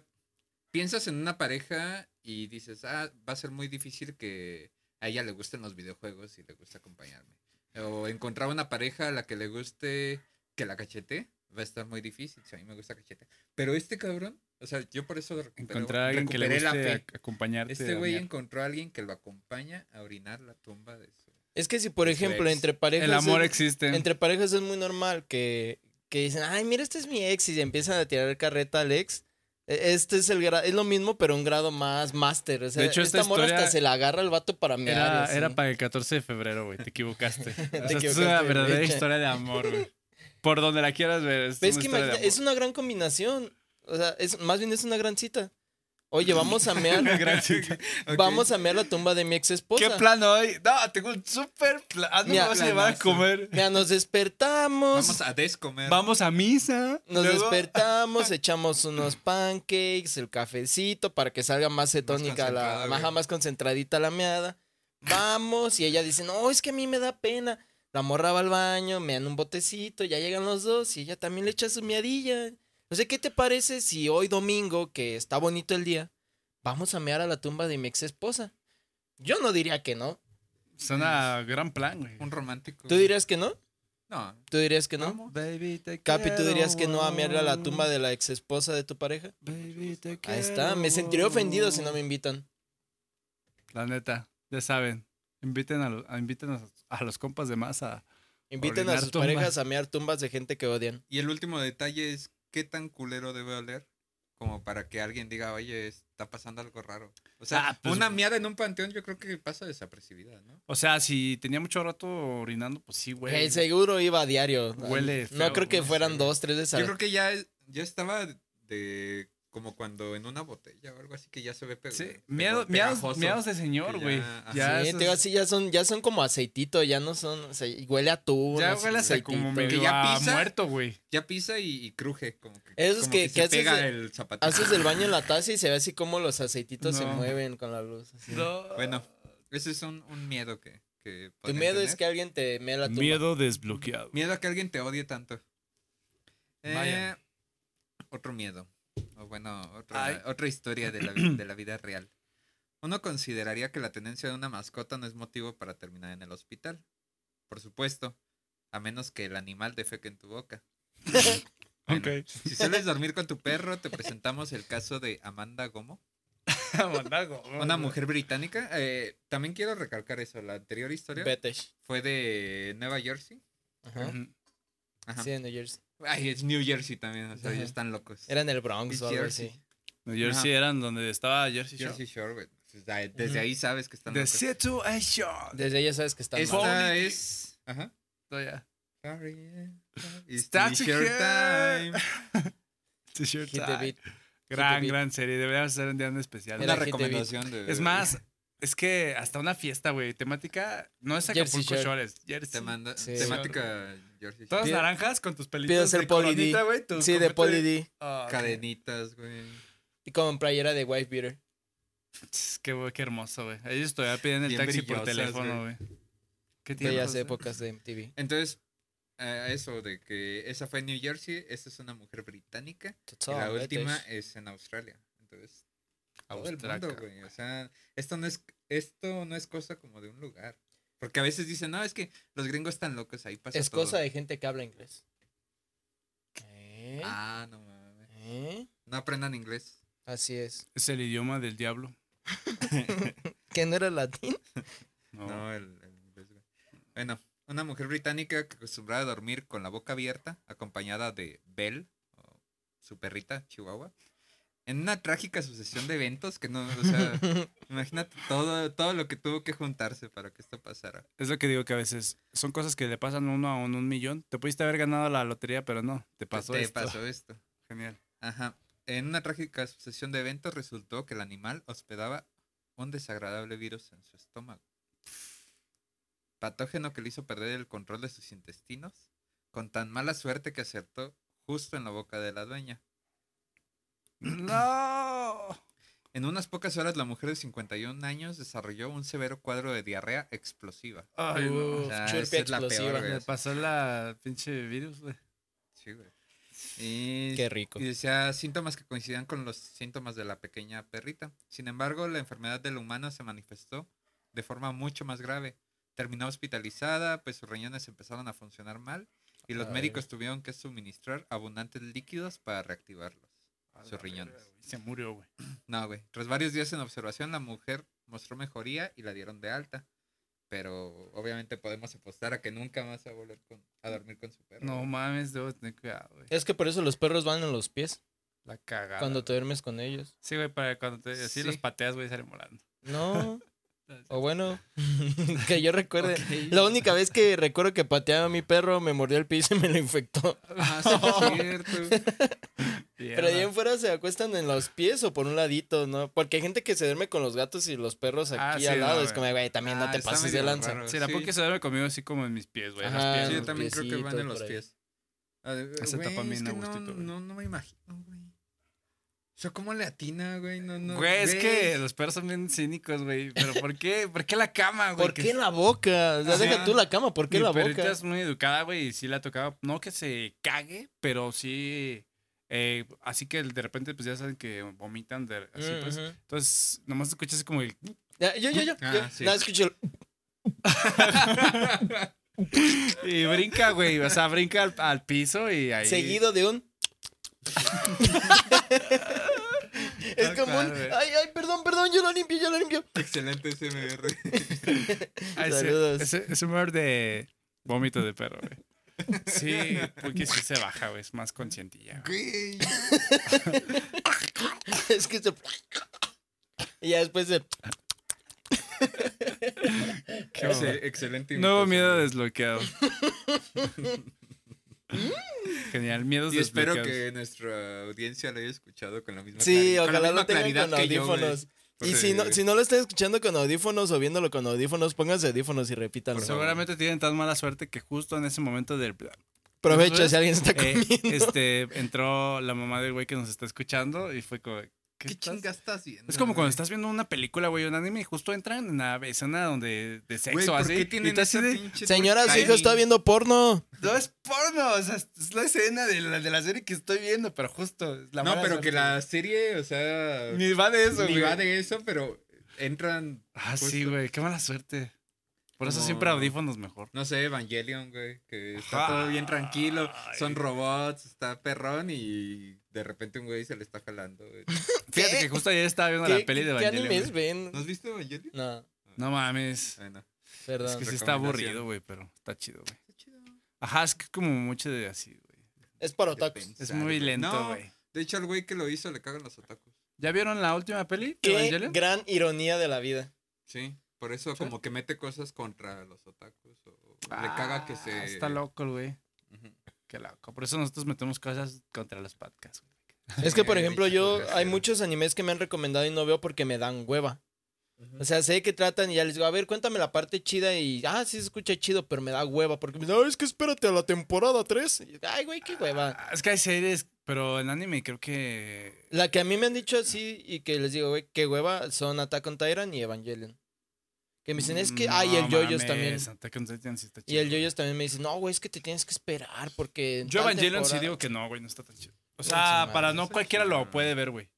S3: piensas en una pareja y dices, ah, va a ser muy difícil que a ella le gusten los videojuegos y le gusta acompañarme. O encontrar una pareja a la que le guste que la cachete. Va a estar muy difícil. Si a mí me gusta cachete. Pero este cabrón, o sea, yo por eso recuperé-
S2: Encontrar a alguien que le
S3: recuperé la
S2: guste
S3: fe.
S2: ac- acompañarte.
S3: Este
S2: a
S3: güey
S2: mear.
S3: encontró a alguien que lo acompaña a orinar la tumba de su.
S1: Es que si, por
S3: Su
S1: ejemplo,
S3: ex.
S1: entre parejas.
S2: El amor
S1: es-
S2: existe.
S1: Entre parejas es muy normal que, que dicen, ay, mira, este es mi ex, y empiezan a tirar carreta al ex. E- Este es el gra- es lo mismo, pero un grado más máster. O sea,
S2: De hecho,
S1: esta,
S2: esta
S1: morra
S2: historia
S1: hasta se la agarra el vato para mear.
S2: Era,
S1: así.
S2: era para el 14 de febrero, güey. Te equivocaste. O sea, esta es
S1: equivocaste
S2: una
S1: de
S2: verdadera
S1: fecha.
S2: historia de amor, güey. Por donde la quieras ver. Es
S1: Pero es
S2: una
S1: que
S2: historia de
S1: imagina-
S2: amor.
S1: es una gran combinación. O sea, es, más bien es una gran cita. Oye, vamos a mear.
S2: Gran cita.
S3: Ok.
S1: Vamos a mear la tumba de mi ex esposa.
S2: ¿Qué plan hoy? No, tengo un súper plan. Ah, no
S1: Mira,
S2: me vas a llevar a
S3: planazo.
S2: comer.
S1: Mira, nos despertamos.
S3: Vamos a descomer.
S2: Vamos a misa.
S1: Nos
S2: luego-
S1: despertamos, echamos unos pancakes, el cafecito para que salga más cetónica la
S3: concentrada, güey.
S1: maja, más concentradita la meada. Vamos, y ella dice, no, es que a mí me da pena. La morra va al baño, me dan un botecito, ya llegan los dos y ella también le echa su miadilla. No sé, ¿qué te parece si hoy domingo, que está bonito el día, vamos a mear a la tumba de mi ex esposa? Yo no diría que no.
S2: Suena gran plan, güey.
S3: Un romántico.
S1: ¿Tú dirías que no?
S3: No,
S1: ¿Tú dirías que no?
S3: ¿Cómo?
S2: Baby, te
S1: Capi, ¿tú
S2: quiero,
S1: dirías que no a mirar a la
S2: wow.
S1: tumba de la ex esposa de tu pareja?
S2: Baby, te quiero.
S1: Ahí está, me sentiré ofendido si no me invitan.
S2: La neta, ya saben. Inviten a los, a- inviten a, a los compas de más a...
S1: Inviten a
S2: Orinar
S1: sus
S2: tumbas.
S1: parejas a mear tumbas de gente que odian.
S3: Y el último detalle es qué tan culero debe oler como para que alguien diga, oye, está pasando algo raro. O sea,
S2: Ah, pues-
S3: una
S1: mm.
S3: miada en un panteón yo creo que pasa desapercibida, ¿no?
S2: O sea, si tenía mucho rato orinando, pues sí, güey.
S1: Hey, seguro iba a diario.
S2: Huele
S1: no
S2: feo,
S1: creo que
S2: güey,
S1: fueran
S2: sí.
S1: dos, tres veces.
S3: Yo
S1: al-
S3: creo que ya, ya estaba de como cuando en una botella o algo así que ya se ve pe-
S2: Sí,
S3: pe-
S2: miedo- miedos,
S3: pegajoso.
S2: miedos de señor,
S3: que
S2: güey.
S3: ya-
S2: Ya,
S3: ajá.
S1: Sí,
S2: esos-
S1: te digo así, ya son, ya son como aceitito, ya no son, o sea, y huele a tú.
S2: ya huele a como medio
S3: Que ya
S2: a
S3: pisa.
S2: muerto, güey.
S3: Ya pisa y, y cruje, como que,
S1: Esos
S3: como
S1: que-
S3: se
S1: que haces
S3: pega
S1: de-
S3: el zapatito.
S1: Haces el baño en la taza y se ve así como los aceititos se
S2: No.
S1: mueven con la luz. así.
S3: Bueno, ese es un, un miedo que... que
S1: Tu
S3: podrían
S1: miedo es
S3: tener.
S1: que alguien te mea la tumba.
S2: Miedo desbloqueado.
S3: Miedo a que alguien te odie tanto. Eh,
S2: Vaya.
S3: Otro miedo. O bueno, otra,
S2: Ay.
S3: otra historia de la, vi- de la vida real. Uno consideraría que la tenencia de una mascota no es motivo para terminar en el hospital. Por supuesto, a menos que el animal defeque en tu boca. Bueno,
S2: Ok.
S3: Si sueles dormir con tu perro, te presentamos el caso de Amanda Gomo.
S2: Mandago,
S3: Una mujer británica. Eh, también quiero recalcar eso. La anterior historia
S1: Vete.
S3: fue de Nueva Jersey.
S1: Ajá.
S2: Ujú.
S3: Ajá.
S1: Sí, en New Jersey.
S3: Ay, es New Jersey también. O sea,
S1: Ajá.
S3: ellos están locos.
S1: Era en el Bronx o algo
S3: Jersey.
S1: así.
S2: New Jersey eran donde estaba Jersey Shore.
S3: Jersey Shore, güey. Pues, da- Desde
S1: Ujú.
S3: ahí sabes que están
S2: The
S3: locos.
S2: situation.
S1: Desde ahí ya sabes que está
S3: Esta
S1: mal.
S2: Bonnie.
S3: es... Ajá.
S2: Todavía.
S3: Sorry, eh, It's
S2: Start
S3: New
S2: to
S3: Shore
S2: hear.
S3: time.
S2: T-shirt
S1: Hit the
S2: time.
S1: beat. Hit
S2: Gran,
S1: the beat.
S2: gran serie. Debería ser un día en especial.
S1: Era
S3: Una
S1: Hit the
S3: recomendación de...
S2: Es más, es que hasta una fiesta, güey. Temática no es
S1: Jersey
S2: Acapulco
S1: Shore.
S2: Shores. Jersey.
S3: Te manda-
S1: Sí.
S3: Temática Jersey
S2: Todas
S3: Shore.
S1: Pido-
S2: naranjas con tus pelitos
S1: Pido ser
S2: de
S1: Poli D.
S2: coronita, güey. tus
S1: Sí, de
S2: copetes
S1: Poli D.
S2: Ah,
S3: Cadenitas, güey.
S1: Y con playera de White Beater.
S2: tss, Qué, bu- qué hermoso, güey. Ellos todavía piden el
S3: Bien
S2: taxi por
S3: brillosas,
S2: teléfono, güey. Qué
S1: Bellas
S2: tiernos, eh.
S1: épocas de MTV.
S3: Entonces, eh, eso de que esa fue en New Jersey, esta es una mujer británica. Y la
S1: Vete.
S3: última es en Australia. Entonces, todo el
S2: Austraca,
S3: mundo, güey. O sea, esto no es, esto no es cosa como de un lugar. Porque a veces dicen, no, es que los gringos están locos, ahí pasa
S1: Es
S3: todo".
S1: cosa de gente que habla inglés. ¿Eh?
S3: Ah, no mames.
S1: ¿Eh?
S3: No aprendan inglés.
S1: Así es.
S2: Es el idioma del diablo.
S1: ¿Que no era latín?
S2: No.
S3: No, el, el inglés, güey. Bueno, una mujer británica que acostumbraba a dormir con la boca abierta, acompañada de Belle, o su perrita, Chihuahua. En una trágica sucesión de eventos que no, o sea, imagínate todo, todo lo que tuvo que juntarse para que esto pasara.
S2: Es lo que digo que a veces son cosas que le pasan uno a un, un millón. Te pudiste haber ganado la lotería, pero no. Te pasó
S3: Te
S2: esto.
S3: pasó esto.
S2: Genial.
S3: Ajá. En una trágica sucesión de eventos resultó que el animal hospedaba un desagradable virus en su estómago. Patógeno que le hizo perder el control de sus intestinos, con tan mala suerte que acertó justo en la boca de la dueña.
S2: ¡No!
S3: En unas pocas horas la mujer de 51 años desarrolló un severo cuadro de diarrea explosiva.
S2: Ay,
S1: Uf,
S2: no.
S3: O sea,
S1: churpia
S3: esa es la peor,
S1: explosiva.
S3: güey.
S2: Le pasó la pinche virus, güey.
S3: Sí, güey. Y
S1: Qué rico.
S3: Y decía síntomas que coincidían con los síntomas de la pequeña perrita. Sin embargo, la enfermedad del humano se manifestó de forma mucho más grave. Terminó hospitalizada, pues sus riñones empezaron a funcionar mal y los
S1: Ay.
S3: médicos tuvieron que suministrar abundantes líquidos para reactivarlos. Sus riñones.
S2: Se murió, güey.
S3: No, güey. Tras varios días en observación, la mujer mostró mejoría y la dieron de alta. Pero obviamente podemos apostar a que nunca más va a volver con- a dormir con su perro.
S2: No
S3: güey.
S2: mames, debo tener cuidado, güey.
S1: Es que por eso los perros van en los pies
S2: La cagada.
S3: Ah,
S1: cuando te
S2: güey.
S1: duermes con ellos.
S2: Sí, güey, para cuando te... Así
S3: Sí.
S2: los pateas, güey, salen volando.
S1: No. O bueno, que yo recuerde.
S3: Ok.
S1: La única vez que recuerdo que pateaba a mi perro, me mordió el piso y me lo infectó.
S3: Ah, sí, es cierto.
S1: Pero de ahí en fuera se acuestan en los pies o por un ladito, ¿no? Porque hay gente que se duerme con los gatos y los perros aquí
S2: Ah, sí,
S1: al lado.
S2: no,
S1: es como, güey, también no
S3: Ah,
S1: te
S3: está
S1: pases de
S3: medio
S1: lanza.
S3: raro,
S2: Sí, la
S3: sí.
S2: que se duerme conmigo así como en mis pies, güey. en las
S1: Ajá.
S2: piernas,
S3: Sí, yo
S1: los
S2: güey.
S3: también creo que van
S1: piecitos
S3: en los
S1: por ahí.
S3: pies. A ver,
S2: Esa
S3: güey,
S2: etapa
S3: es
S2: bien
S3: que
S2: a
S3: no,
S2: gustito, güey.
S3: no, no me imagino, güey. O sea, ¿cómo le atina, güey? No, no.
S2: Güey, es que los perros son bien cínicos, güey. Pero ¿por qué? ¿Por qué la cama, güey?
S1: ¿Por
S2: Que
S1: qué la boca? O sea,
S3: Ajá.
S1: deja tú la cama, ¿por qué
S2: mi
S1: la
S2: perrita
S1: boca?
S2: es muy educada, güey, y sí la tocaba. No que se cague, pero sí. eh, así que de repente, pues ya saben que vomitan. de- así
S1: Mm,
S2: pues. Ah,
S1: ujú.
S2: Entonces, nomás escuchas como el.
S1: Ya, Yo, yo, yo.
S3: Ah,
S1: yo
S3: sí.
S1: Nada, escucho el-
S2: Y brinca, güey. O sea, brinca al, al piso y ahí.
S1: Seguido de un. es
S2: Tal
S1: como
S2: cual,
S1: un.
S2: güey.
S1: Ay, ay, perdón, perdón, yo lo limpio, yo lo limpio.
S3: Excelente SMR.
S2: Ah, ese-
S1: Saludos.
S2: Ese, ese humor de vómito de perro, güey. Sí, porque sí se baja, güey. Es más conscientilla, güey.
S3: Güey.
S1: es que se. Y ya después se.
S2: Qué
S3: Ese-
S2: horror.
S3: Excelente.
S2: Nuevo
S3: imitación,
S2: miedo
S3: güey.
S2: desbloqueado. Genial, miedos
S3: Y espero
S2: desbloqueados.
S3: que nuestra audiencia lo haya escuchado con la misma
S1: Sí,
S3: claridad- con la
S1: ojalá
S3: misma
S1: lo tengan
S3: claridad
S1: con
S3: que yo, güey.
S1: audífonos. Y
S3: Porque-
S1: si no, si no lo están escuchando con audífonos o viéndolo con audífonos, pónganse audífonos y repítanlo.
S3: Por favor.
S2: Seguramente tienen tan mala suerte que justo en ese momento del...
S1: Provecho si alguien está
S2: Eh,
S1: comiendo.
S2: este, entró la mamá del güey que nos está escuchando y fue como... ¿Qué,
S3: ¿Qué
S2: estás-
S3: chingas estás viendo?
S2: Es como cuando
S3: güey?
S2: estás viendo una película, güey, un anime y justo entran en la escena donde de
S3: Güey,
S2: sexo
S3: ¿por
S2: así.
S3: qué
S2: y
S3: tienen
S2: tú así
S3: esa
S2: de,
S3: pinche
S1: Señora, su hijo
S3: timing?
S1: está viendo porno.
S2: No es porno, o sea, es la escena de la, de la serie que estoy viendo, pero justo. es la
S3: No,
S2: mala
S3: pero que
S2: suerte.
S3: la serie, o sea,
S2: Ni va de eso,
S3: ni
S2: güey.
S3: va de eso, pero entran,
S2: Ah,
S3: Justo.
S2: sí, güey, qué mala suerte. Por eso
S3: No.
S2: siempre audífonos mejor.
S3: no sé, Evangelion, güey, que está
S2: Ajá.
S3: todo bien tranquilo,
S2: Ay.
S3: son robots, está perrón y de repente un güey se le está jalando, güey.
S2: Fíjate
S1: ¿Qué?
S2: que justo ayer estaba viendo la
S1: ¿Qué,
S2: peli de
S1: qué
S2: Evangelion.
S1: animes
S2: güey.
S1: ven?
S3: ¿No has visto Evangelion?
S1: No,
S2: No mames.
S3: Ah, no.
S2: Es
S1: perdón.
S2: que
S1: Es,
S2: sí está
S3: Recomendación.
S2: aburrido, güey, pero está chido, güey.
S3: Está chido.
S2: Ajá, es que es como mucho de así, güey.
S1: para otakus.
S3: Depende.
S2: Es
S3: Sale,
S2: muy
S3: güey.
S2: lento,
S3: No.
S2: güey.
S3: De hecho, al güey que lo hizo le cagan los otakus.
S2: ¿Ya vieron la última peli de
S1: Qué
S2: Evangelion?
S1: gran ironía de la vida.
S3: Sí, por eso
S2: ¿Sí?
S3: como que mete cosas contra los otakus o le caga que
S2: Ah,
S3: se...
S2: Está loco, el güey.
S3: Ujú.
S2: Qué loco. Por eso nosotros metemos cosas contra los podcasts, güey.
S1: Es que, por
S3: Eh,
S1: ejemplo,
S3: dicho
S1: yo
S3: grosero.
S1: hay muchos animes que me han recomendado y no veo porque me dan hueva. O sea, sé que tratan y ya les digo, a ver, cuéntame la parte chida y, ah, sí se escucha chido, pero me da hueva porque me dicen, "Ah, es que espérate a la temporada 3. Ay, güey, qué hueva.
S2: Ah, Es que hay series, pero en anime creo que.
S1: La que a mí me han dicho así y que les digo, güey, qué hueva son Attack on Titan y Evangelion. Que me dicen, es que, ay, el Yoyos también. Y el Yoyos también me dice, no, güey, es que te tienes que esperar porque... en
S2: Yo
S1: tal
S2: Evangelion sí
S1: temporada-".
S2: digo que no, güey, no está tan chido. O
S1: Está
S2: sea,
S1: chido,
S2: para
S1: madre,
S2: no
S3: está
S2: cualquiera lo
S3: chido.
S2: puede ver, güey.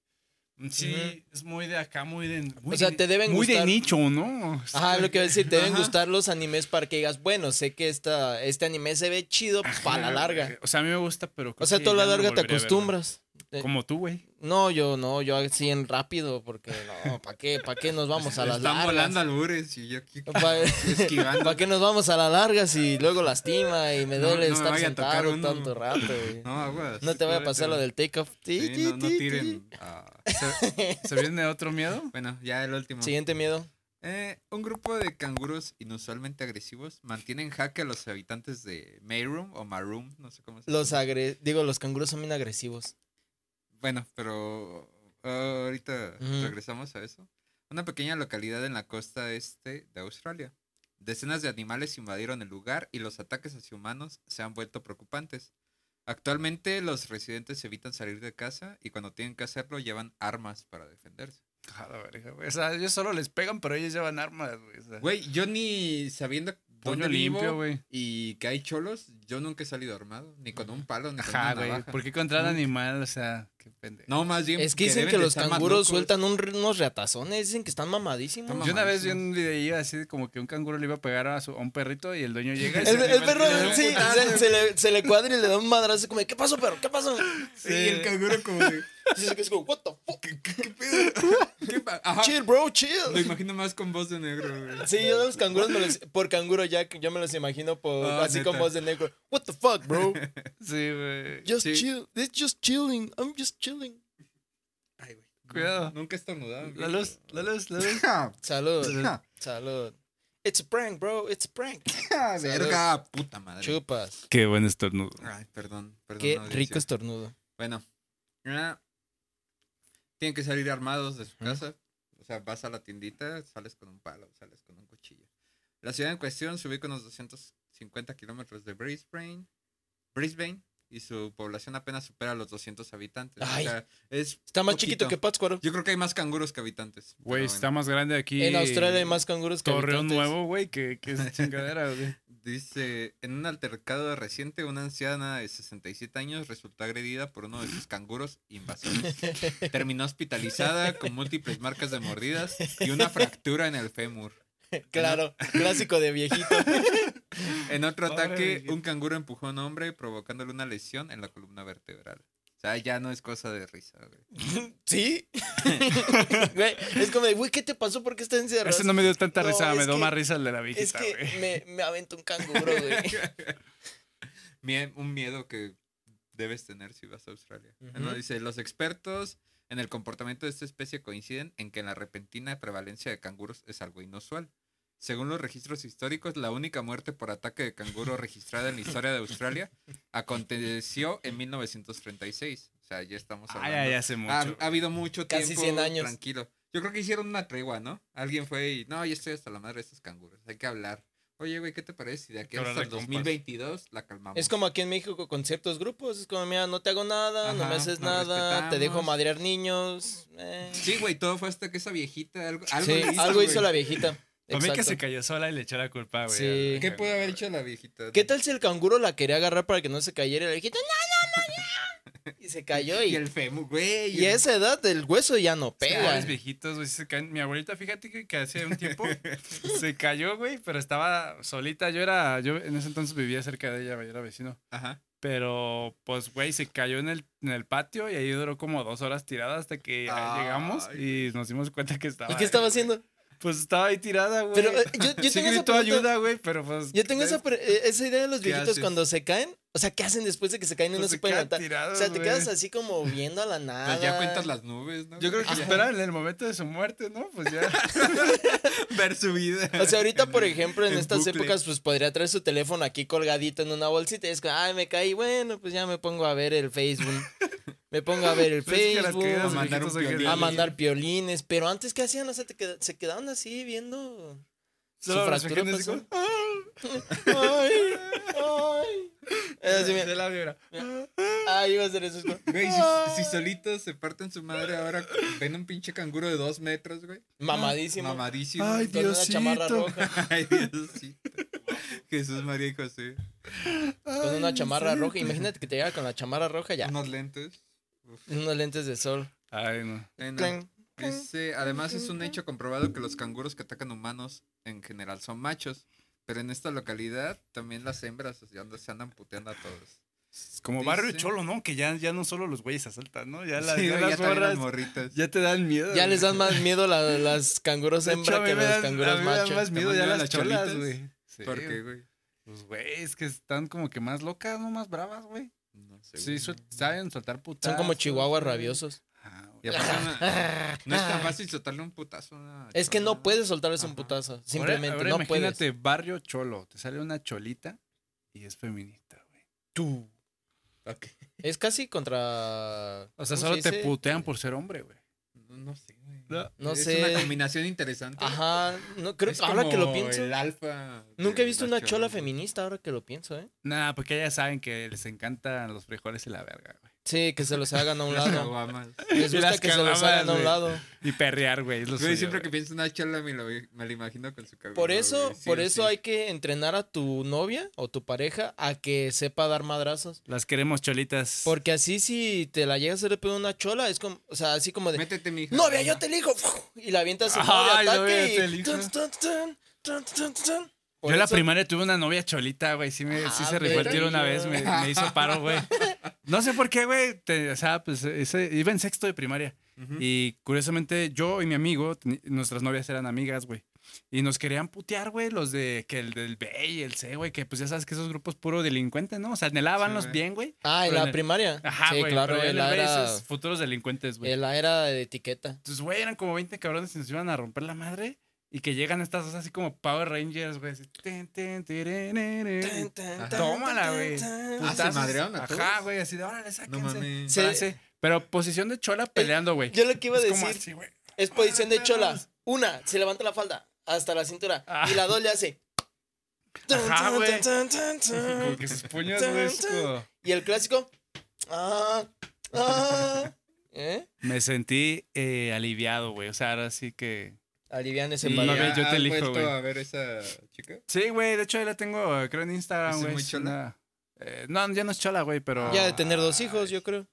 S2: Sí,
S1: Ujú.
S2: es muy de acá, muy de. muy
S1: O sea,
S2: de-
S1: te deben
S2: Muy de
S1: gustar.
S2: nicho, ¿no?
S1: Ajá, lo que voy a decir, te deben
S3: Ajá.
S1: gustar los animes para que digas, bueno, sé que esta, este anime se ve chido para la larga.
S2: O sea, a mí me gusta, pero.
S1: O
S2: creo
S1: sea,
S2: que
S1: tú a la
S2: ya no
S1: larga te
S2: volvería a verlo.
S1: acostumbras. Eh,
S2: Como tú, güey.
S1: No, yo no, yo así en rápido, porque no, ¿para qué? ¿Para qué nos vamos a
S3: Le
S1: las
S3: Están volando
S1: largas?
S3: albures y yo aquí
S1: ¿Para
S3: esquivando.
S1: qué nos vamos a las largas y luego lastima y me
S3: No,
S1: duele
S3: no me
S1: estar
S3: vaya a tocar
S1: sentado
S3: uno.
S1: tanto rato? güey?
S3: No, aguas.
S1: No te vaya a pasar lo del take-off. Ti,
S3: pues, Sí, no,
S1: ti,
S3: no
S1: ti, ti.
S3: tiren. Ah,
S2: ¿Se, se viene otro miedo?
S3: bueno, ya el último.
S1: Siguiente miedo.
S3: Eh, un grupo de canguros inusualmente agresivos mantienen jaque a los habitantes de Mayroom o Maroom, no sé cómo se
S1: Los
S3: llama.
S1: agre digo, los canguros son bien agresivos.
S3: Bueno, pero ah, ahorita
S1: Ujú.
S3: regresamos a eso. Una pequeña localidad en la costa este de Australia. Decenas de animales invadieron el lugar y los ataques hacia humanos se han vuelto preocupantes. Actualmente los residentes evitan salir de casa y cuando tienen que hacerlo llevan armas para defenderse.
S2: A la verga, güey. O sea, ellos solo les pegan, pero ellos llevan armas, güey. O sea,
S3: Güey, yo ni sabiendo
S2: puño
S3: dónde
S2: limpio,
S3: vivo
S2: güey.
S3: y que hay cholos, yo nunca he salido armado, ni con un palo, ni con
S2: Ajá, güey.
S3: una Pues navaja.
S2: ¿Por qué contra el animal? O sea, qué pendejo.
S3: No, más bien
S1: Es que dicen
S3: deben
S1: que
S3: de
S1: los
S3: estar más
S1: canguros
S3: locos.
S1: sueltan un- unos reatazones, dicen que están mamadísimos.
S3: Toma.
S2: Yo una vez vi
S3: mamadísimo.
S2: un video así de como que un canguro le iba a pegar a, su- a un perrito y el dueño llega.
S1: El,
S2: y se
S1: el
S2: le mete-
S1: perro
S2: le da un
S1: sí,
S2: putazo.
S1: se, se le, se le cuadra y le da un madrazo como, de, ¿qué pasó, perro? ¿Qué pasó?
S3: Sí, el canguro como de,
S1: Y es que es como, what the fuck?
S3: ¿qué, qué- qué pedo? ¿Qué pa- Ajá.
S1: Chill, bro,
S3: Lo
S1: chill.
S3: imagino más con voz de negro, güey.
S1: Sí, yo de los canguros me los, por canguro Jack, yo me los imagino por
S3: Ah,
S1: así
S3: neta.
S1: con voz de negro. What the fuck, bro?
S2: Sí, güey.
S1: Just
S3: Sí.
S1: chill. It's just chilling. I'm just chilling.
S3: Ay, güey.
S2: Cuidado.
S3: Nunca he estornudado.
S2: La luz, la luz, la luz.
S1: Salud.
S3: Ja,
S1: Salud. It's a prank, bro. It's a prank.
S3: ja, Verga, puta madre.
S1: Chupas.
S2: Qué buen estornudo.
S1: Ah,
S3: Ay, perdón, perdón.
S1: Qué
S3: audiencia.
S1: rico estornudo.
S3: Bueno. ah, tienen que salir armados de su casa. O sea, vas a la tiendita, sales con un palo, sales con un cuchillo. La ciudad en cuestión se ubica a unos 250 kilómetros de Brisbane, Brisbane y su población apenas supera los 200 habitantes.
S1: Ay.
S3: O sea, es
S1: Está más
S3: Poquito.
S1: chiquito que Pátzcuaro.
S3: Yo creo que hay más canguros que habitantes. pero
S2: Güey,
S3: bueno.
S2: está más grande aquí.
S1: En Australia hay más canguros que
S2: Torreón
S1: habitantes.
S2: Nuevo, güey, que, que es chingadera, güey.
S3: Dice, en un altercado reciente, una anciana de 67 años resultó agredida por uno de sus canguros invasores. Terminó hospitalizada con múltiples marcas de mordidas y una fractura en el fémur.
S1: claro, clásico de viejito.
S3: En otro
S2: Pobre
S3: ataque,
S2: viejito.
S3: un canguro empujó a un hombre provocándole una lesión en la columna vertebral. O sea, ya no es cosa de risa, güey.
S1: ¿Sí? Güey, es como de, güey, ¿qué te pasó? ¿Por qué estás encerrado?
S2: Ese no me dio tanta
S1: No,
S2: risa,
S1: es
S2: me dio
S1: que-
S2: más risa el de la
S1: es
S2: viejita, güey.
S1: que me, me aventó un canguro, güey.
S3: Mie- Un miedo que debes tener si vas a Australia.
S1: Ujú.
S3: Bueno, dice, los expertos en el comportamiento de esta especie coinciden en que la repentina prevalencia de canguros es algo inusual. Según los registros históricos, la única muerte por ataque de canguro registrada en la historia de Australia aconteció en 1936. O sea, ya estamos
S2: Ah,
S3: hablando.
S2: ya, ya hace
S3: Ha,
S2: mucho.
S3: ha habido mucho
S1: Casi
S3: tiempo.
S1: 100 años.
S3: Tranquilo. Yo creo que hicieron una tregua, ¿no? Alguien fue y, no, yo estoy hasta la madre de estos canguros. Hay que hablar. Oye, güey, ¿qué te parece si de aquí
S2: Hablar
S3: hasta
S2: de
S3: el
S2: compas.
S3: 2022 la calmamos?
S1: Es como aquí en México con ciertos grupos. Es como, mira, no te hago nada, no me
S3: Ajá,
S1: haces
S3: nos
S1: nada, te dejo
S3: respetamos.
S1: madrear niños. eh.
S3: Sí, güey, todo fue hasta que esa viejita algo, algo,
S1: Sí,
S3: le hizo,
S1: algo hizo
S3: güey.
S1: la viejita.
S2: Para mí que
S1: Exacto.
S2: se cayó sola y le echó la culpa, güey.
S1: Sí.
S2: al-
S3: ¿Qué pudo haber hecho la viejita?
S1: ¿Qué tal si el canguro la quería agarrar para que no se cayera? Y la viejita, no, no, no, no. Y se cayó
S3: Y
S1: y,
S3: el femur, güey.
S1: y a esa edad el hueso ya no
S2: Es que
S1: pega.
S2: pobres viejitos, güey, sí se caen. Mi abuelita, fíjate que, que hace un tiempo se cayó, güey, pero estaba solita. Yo era, yo en ese entonces vivía cerca de ella, güey, era vecino.
S3: Ajá.
S2: Pero, pues, güey, se cayó en el, en el patio y ahí duró como dos horas tirada hasta que ya
S3: Ay,
S2: llegamos y nos dimos cuenta que estaba.
S1: ¿Y qué estaba
S2: ahí,
S1: haciendo?
S2: güey. Pues estaba ahí tirada, güey.
S1: Pero eh, yo, yo
S2: sí
S1: tengo esa
S2: gritó
S1: pregunta-
S2: ayuda, güey, pero pues.
S1: Yo tengo esa, pre- eh, esa idea de los
S3: ¿Qué
S1: viejitos
S3: haces?
S1: cuando se caen. O sea, ¿qué hacen después de que se caen y
S2: pues,
S1: no se pueden levantar? O sea, te quedas así como viendo a la nada.
S3: Pues ya cuentas las nubes, ¿no?
S2: Yo creo que
S3: Ah,
S2: esperaban el momento de su muerte, ¿no? Pues ya.
S3: ver su vida.
S1: O sea, ahorita, por ejemplo, en,
S3: En
S1: estas
S3: bucle.
S1: épocas, pues podría traer su teléfono aquí colgadito en una bolsita y es como, ay, me caí, bueno, pues ya me pongo a ver el Facebook. Me pongo a ver el
S2: Pues es que las caídas
S1: Facebook,
S2: de
S3: a mandar
S2: viejitos
S3: un
S2: en
S3: piolín.
S1: a
S2: general-
S1: mandar piolines. Pero antes, ¿qué hacían? O sea, te queda- se quedaban así viendo. Su
S2: Solo los
S1: fractura pues,
S2: viejitos así
S1: pasó.
S2: como,
S1: Ay, ay. Era así,
S2: de
S1: mira,
S2: la vibra.
S1: ay, iba a hacer eso. es como,
S3: Güey, si, si solitos se parten su madre ahora, ven un pinche canguro de dos metros, güey.
S1: Mamadísimo.
S3: Mamadísimo.
S2: Ay,
S1: con una chamarra
S2: Diosito.
S1: roja.
S3: Ay, Diosito. Jesús, María y José.
S1: Con una
S2: Ay,
S1: chamarra
S2: sí.
S1: roja. Imagínate que te llega con la chamarra roja ya.
S3: Unos lentes. Uf.
S1: Unos lentes de sol.
S2: Ay, no.
S3: Ay, no.
S1: Clan.
S3: Dice, además es un hecho comprobado que los canguros que atacan humanos en general son machos. Pero en esta localidad también las hembras o sea, andan- se andan puteando a todos.
S2: Como
S3: Dice-
S2: barrio cholo, ¿no? Que ya, ya no solo los güeyes asaltan, ¿no? Ya, las-
S3: Sí,
S2: ya
S3: güey,
S2: las
S3: también
S2: gorras
S3: morritas.
S2: ya te dan miedo.
S1: Ya
S2: güey.
S1: les dan más miedo la- las canguros
S2: De hecho, a
S1: hembra
S2: mí
S1: que
S2: me
S1: los
S2: dan- a
S1: canguros
S2: mí me dan
S1: machos.
S2: más miedo
S3: ¿Te
S2: ya
S3: mandan
S2: las
S3: las
S2: cholas,
S3: cholitas?
S2: güey. Sí,
S3: ¿Por qué,
S2: güey.
S3: güey?
S2: Pues, güey, es que están como que más locas, no más bravas, güey.
S3: No sé,
S2: Sí,
S3: güey.
S2: suel- saben soltar putas.
S1: Son como chihuahuas rabiosos.
S3: Y aparte no- no es tan fácil soltarle un putazo. a una
S1: Es que no
S3: chola.
S1: puedes soltarles un
S3: Ajá.
S1: putazo. Simplemente
S2: ahora,
S1: no
S2: ahora imagínate
S1: puedes.
S2: barrio cholo. Te sale una cholita y es feminista, güey. Tú.
S3: Ok.
S1: Es casi contra.
S2: O sea,
S1: ¿cómo
S2: solo
S1: se
S2: te
S1: dice?
S2: putean por ser hombre, güey.
S3: No, no sé, güey.
S2: No.
S1: No
S3: es
S1: sé.
S3: una combinación interesante.
S1: Ajá. No, creo,
S3: Es
S1: ahora que lo
S3: como
S1: pienso.
S3: El alfa. de
S1: Nunca he visto
S3: la
S1: una chola
S3: güey.
S1: feminista, ahora que lo pienso, ¿eh?
S2: Nah, porque ya saben que les encantan los frijoles y la verga, güey.
S1: Sí, que se los hagan a un
S3: Las
S1: lado.
S3: caguamas.
S1: Les
S2: Y
S1: gusta
S2: las
S1: que se los
S2: caguamas,
S1: hagan a un
S2: güey.
S1: lado.
S2: Y perrear, güey. Es lo
S3: Güey,
S2: suyo,
S3: siempre que
S2: güey.
S3: pienso en una chola me, lo, me la imagino con su cabello.
S1: Por eso, por eso hay que entrenar a tu novia o tu pareja a que sepa dar madrazos.
S2: Las queremos cholitas.
S1: Porque así si te la llegas a hacer de pedo una chola, es como, o sea, así como de,
S3: Métete, mija.
S1: novia, yo te elijo, y la avientas un modo
S2: Ay,
S1: de
S2: novia,
S1: ataque
S2: yo te
S1: y
S2: elijo.
S1: tun, tun, tun, tun, tun, tun.
S2: Yo
S1: Por
S2: en la
S1: eso-
S2: primaria tuve una novia cholita, güey. Sí, me, sí
S1: Ah,
S2: se rifó el
S1: verga.
S2: tiro una vez. Me, me hizo paro, güey. No sé por qué, güey. te- O sea, pues ese- iba en sexto de primaria.
S3: Ujú.
S2: Y curiosamente, yo y mi amigo, teni- nuestras novias eran amigas, güey. Y nos querían putear, güey, los de que el del B y el C, güey, que pues ya sabes que esos grupos puro delincuentes, ¿no? O sea,
S3: Sí,
S2: anhelábanlos
S3: güey.
S2: bien, güey.
S1: Ah, en
S2: Pero en
S1: la
S2: el-
S1: primaria.
S2: Ajá,
S1: sí,
S2: güey.
S1: claro,
S2: pero en
S1: él
S2: el B
S1: era,
S2: esos futuros delincuentes, güey.
S1: él era de etiqueta.
S2: Entonces, güey, eran como 20 cabrones y nos iban a romper la madre. Y que llegan estas dos así como Power Rangers, güey. así, tin, tin, tiririririn.
S1: Tan, tan,
S3: Ajá.
S1: tan,
S2: Tómala,
S1: tan,
S2: güey.
S1: tan.
S3: Ah, ¿se
S2: Putazos.
S3: madrearon a
S2: Ajá,
S3: todos?
S2: güey, así de órale, sáquense.
S3: No mames. Eh,
S1: Sí.
S2: Frase, Pero posición de chola peleando, güey.
S1: Yo lo que iba a
S2: Es como
S1: decir
S2: así, Ah, güey.
S1: es posición de
S2: Órale,
S1: chola.
S2: perros.
S1: Una, se levanta la falda hasta la cintura
S2: Ah.
S1: y la dos le hace. Tan,
S2: Ajá,
S1: tan,
S2: güey.
S1: tan, tan, tan, tan.
S2: Como que sus puños,
S1: Tan,
S2: güey, es como-
S1: Y el clásico. Ah, ah, ¿eh?
S2: Me sentí eh, aliviado, güey. O sea, ahora sí que.
S1: Alivian ese
S2: Sí,
S1: valor.
S2: no novia, había- yo te
S3: ¿Has
S2: elijo,
S3: vuelto
S2: güey.
S3: a ver esa chica?
S2: Sí, güey. De hecho, ahí la tengo, eh, creo, en Instagram,
S3: ¿Es
S2: güey.
S3: muy
S2: es
S3: chola?
S2: una- eh, no, ya no es chola, güey, pero.
S1: Ya de tener dos hijos, yo creo.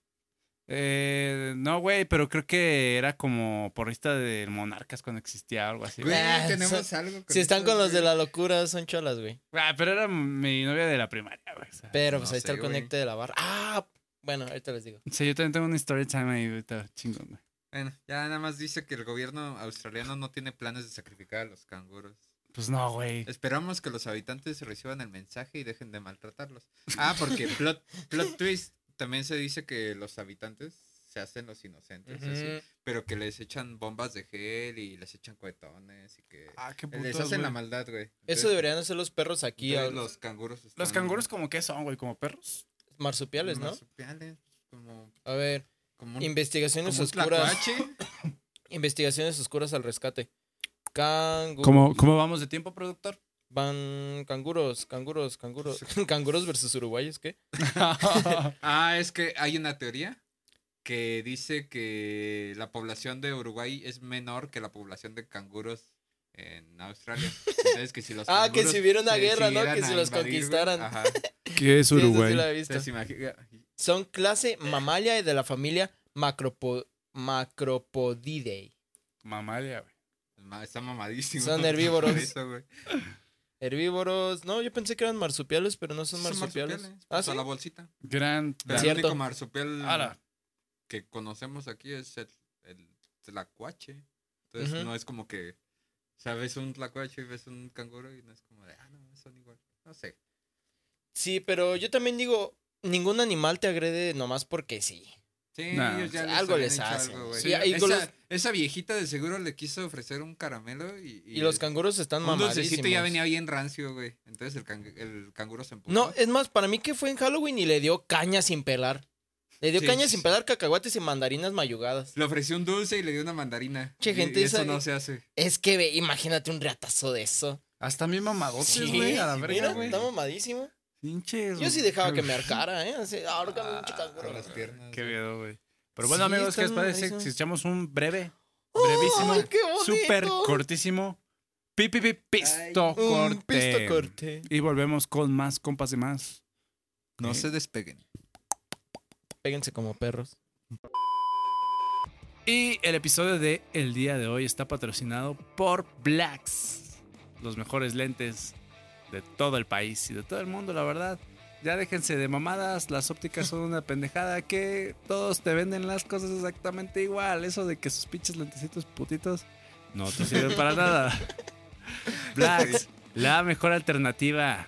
S2: Eh, no, güey, pero creo que era como porrista del Monarcas cuando existía algo así. güey.
S3: Güey,
S1: Ah,
S3: tenemos
S1: son-
S3: algo.
S1: Si están
S3: estos,
S1: con los de
S3: güey.
S1: la locura, son cholas, güey.
S2: Ah, pero era mi novia de la primaria, güey. o sea.
S1: Pero
S3: No
S1: pues ahí está
S3: sé,
S1: el
S3: güey.
S1: conecte de la barra. Ah, bueno, ahorita les digo.
S2: Sí, yo también tengo una story time ahí, güey, está chingón, güey.
S3: Bueno, ya nada más dice que el gobierno australiano no tiene planes de sacrificar a los canguros.
S2: Pues no, güey.
S3: Esperamos que los habitantes reciban el mensaje y dejen de maltratarlos. Ah, porque plot, plot twist. También se dice que los habitantes se hacen los inocentes, así,
S1: Ujú.
S3: pero que les echan bombas de gel y les echan cohetones y que eh,
S2: Ah, qué
S3: les
S2: putos,
S3: hacen
S2: güey.
S3: la maldad, güey.
S1: Eso
S3: Entonces-
S1: deberían ser los perros aquí,
S3: entonces
S1: a-
S3: los canguros.
S2: Los canguros como qué son, güey, como perros.
S1: marsupiales, ¿no?
S3: marsupiales, como,
S1: A ver,
S3: como un, como
S1: investigaciones
S3: un
S1: oscuras.
S3: tlacuache.
S1: Investigaciones oscuras al rescate. Canguros.
S2: ¿Cómo, ¿Cómo vamos de tiempo, productor?
S1: Van canguros, canguros, canguros. canguros versus uruguayos, ¿qué?
S3: Ah, es que hay una teoría que dice que la población de Uruguay es menor que la población de canguros en Australia. Entonces, que si los
S1: Ah, que
S3: canguros
S1: si hubiera una
S3: se
S1: guerra, ¿no?
S3: decidieran
S1: Que
S3: a
S1: si los
S3: invadir, güey,
S1: conquistaran.
S3: Ajá.
S2: ¿Qué es
S1: Sí, eso sí lo he visto.
S3: Entonces, imagina-
S1: Son clase mamalia y de la familia macropo- Macropodidae.
S2: Mamalia, güey.
S3: ma- Está mamadísimo.
S1: Son herbívoros.
S3: Eso, güey.
S1: Herbívoros. No, yo pensé que eran marsupiales, pero no son
S3: Son
S1: marsupiales.
S3: Ah,
S1: Ah, sí.
S3: la bolsita.
S2: Gran.
S3: Pero el
S1: Cierto.
S3: único marsupial
S2: Ala.
S3: que conocemos aquí es el, el tlacuache. Entonces,
S1: Ujú.
S3: no es como que, o sea, ves un tlacuache y ves un canguro y no es como de, ah, no, son igual. No sé.
S1: Sí, pero yo también digo, ningún animal te agrede nomás porque sí.
S3: Sí,
S2: Nah.
S3: ellos ya
S1: Algo
S3: habían
S1: les
S3: hecho
S1: hacen.
S3: güey.
S1: Sí, ahí con
S3: esa,
S1: los-
S3: esa viejita de seguro le quiso ofrecer un caramelo y...
S1: Y los canguros están
S3: Un dulcecito
S1: mamadísimos.
S3: ya venía bien rancio, güey. Entonces el, cang- el canguro se empujó.
S1: No, eh. es más, para mí que fue en Halloween y le dio caña sin pelar. Le dio
S3: Sí,
S1: caña
S3: sí,
S1: sin
S3: sí.
S1: pelar, cacahuates y mandarinas mayugadas.
S3: Le ofreció un dulce y le dio una mandarina.
S1: Che,
S3: Y-
S1: gente,
S3: y eso
S1: esa-
S3: no se hace.
S1: Es que ve, imagínate un reatazo de eso.
S2: Hasta mi mamadotes,
S1: Sí,
S2: güey, a la
S3: sí,
S2: verga,
S1: Mira,
S2: güey.
S1: está mamadísimo.
S2: Pinches,
S1: Yo sí
S2: güey.
S1: dejaba que me arcara, ¿eh? Así, ahorcame
S2: Ah,
S1: un
S3: Con
S1: chicanguro.
S3: las piernas.
S2: Qué
S3: güey.
S2: miedo, güey. Pero bueno,
S1: Sí,
S2: amigos,
S1: está
S2: ¿qué les parece
S1: mamadísimo.
S2: si echamos un breve, brevísimo,
S1: ¡Ay, qué bonito!
S2: súper cortísimo, pi, pi, pi, pisto corte?
S1: Un pisto corte.
S2: Y volvemos con más compas de más.
S3: No se despeguen.
S1: Péguense como perros.
S2: Y el episodio de el día de hoy está patrocinado por Blacks, los mejores lentes de todo el país y de todo el mundo, la verdad. Ya déjense de mamadas, las ópticas son una pendejada que todos te venden las cosas exactamente igual. Eso de que sus pinches lentecitos putitos no te sirven para nada. Blacks, la mejor alternativa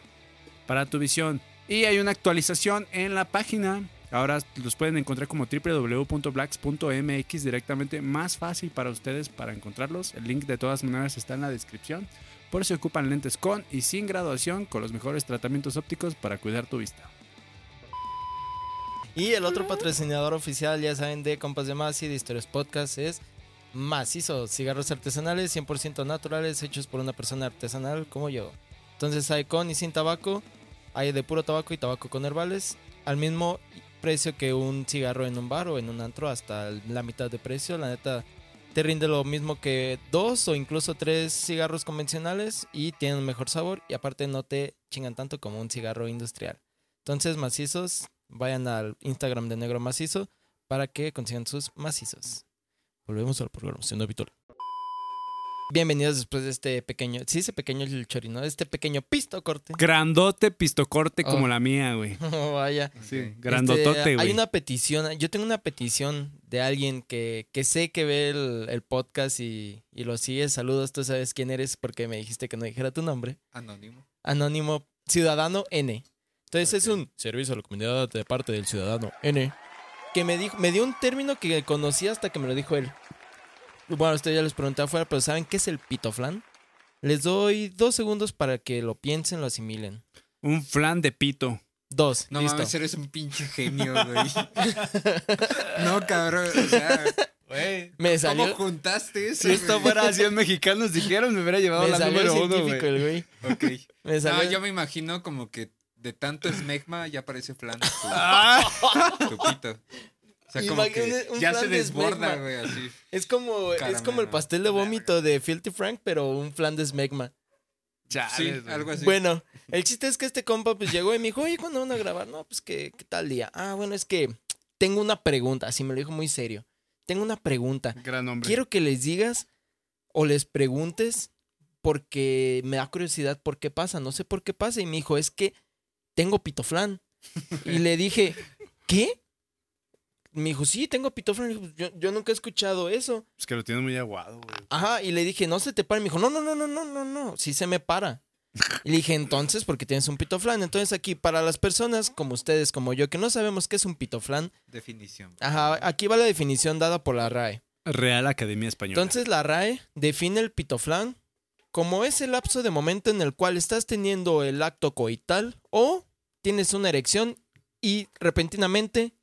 S2: para tu visión. Y hay una actualización en la página. Ahora los pueden encontrar como www.blacks.mx directamente. Más fácil para ustedes para encontrarlos. El link de todas maneras está en la descripción. Por si ocupan lentes con y sin graduación con los mejores tratamientos ópticos para cuidar tu vista.
S1: Y el otro patrocinador oficial, ya saben, de Compas de Más y de Historias Podcast es Macizo, cigarros artesanales 100% naturales hechos por una persona artesanal como yo. Entonces hay con y sin tabaco, hay de puro tabaco y tabaco con herbales, al mismo precio que un cigarro en un bar o en un antro, hasta la mitad de precio. La neta te rinde lo mismo que dos o incluso tres cigarros convencionales y tienen un mejor sabor y aparte no te chingan tanto como un cigarro industrial. Entonces, macizos, vayan al Instagram de Negro Macizo para que consigan sus macizos. Volvemos al programación habitual. Bienvenidos después de este pequeño, sí, ese pequeño el chorino, este pequeño pisto corte.
S2: Grandote pistocorte
S1: como
S2: como la mía, güey.
S1: Oh, vaya.
S3: Sí.
S2: Grandotote,
S1: Este,
S2: güey.
S1: hay una petición, yo tengo una petición de alguien que, que sé que ve el, el podcast y, y lo sigue. Saludos, tú sabes quién eres porque me dijiste que no dijera tu nombre.
S3: Anónimo.
S1: Anónimo Ciudadano N. Entonces es
S3: Ok.
S1: un servicio a la comunidad de parte del ciudadano N. Que me dijo, me dio un término que conocía hasta que me lo dijo él. Bueno, ustedes ya les pregunté afuera, pero ¿saben qué es el pitoflan? Les doy dos segundos para que lo piensen, lo asimilen.
S2: Un flan de pito.
S1: Dos,
S3: No
S1: listo.
S3: mames, eres un pinche genio, güey. no, cabrón. O sea,
S1: me
S3: ¿cómo
S1: salió,
S3: juntaste eso?
S2: Si esto
S3: güey?
S2: fuera 100 mexicanos, dijeron, me hubiera llevado
S1: me
S2: la
S1: salió
S2: número uno,
S1: científico
S2: güey.
S1: el güey.
S3: Ok.
S1: Me
S3: No,
S1: salió-
S3: yo me imagino como que de tanto esmegma ya parece flan. tu-
S2: Ah,
S3: Tu pito. O sea, como que
S1: Imagínate un
S3: ya
S1: flan
S3: se
S1: de
S3: desborda,
S1: esmegma.
S3: güey, así.
S1: es, como, es como el
S3: Caramelo.
S1: pastel de vómito de Filthy Frank, pero un flan de smegma.
S3: Sí,
S2: Chales, güey.
S3: algo así.
S1: Bueno, el chiste es que este compa pues llegó y me dijo, oye, ¿cuándo van a grabar? No, pues que, ¿qué tal día? Ah, bueno, es que tengo una pregunta, así me lo dijo muy serio. Tengo una pregunta.
S2: Gran hombre.
S1: Quiero que les digas o les preguntes porque me da curiosidad por qué pasa. No sé por qué pasa. Y me dijo, es que tengo pitoflán. Y le dije, ¿qué? Me dijo, sí, tengo pitoflán. Le dije, Yo, yo nunca he escuchado eso.
S2: Es que lo tiene muy aguado, güey.
S1: Ajá, y le dije, no se te para. Y me dijo, no, no, no, no, no, no, no, sí se me para. Y le dije, entonces, porque tienes un pitoflán. Entonces, aquí, para las personas como ustedes, como yo, que no sabemos qué es un pitoflán,
S3: Definición.
S1: ajá, aquí va la definición dada por la RAE.
S2: Real Academia Española.
S1: Entonces, la RAE define el pitoflán como ese lapso de momento en el cual estás teniendo el acto coital o tienes una erección y repentinamente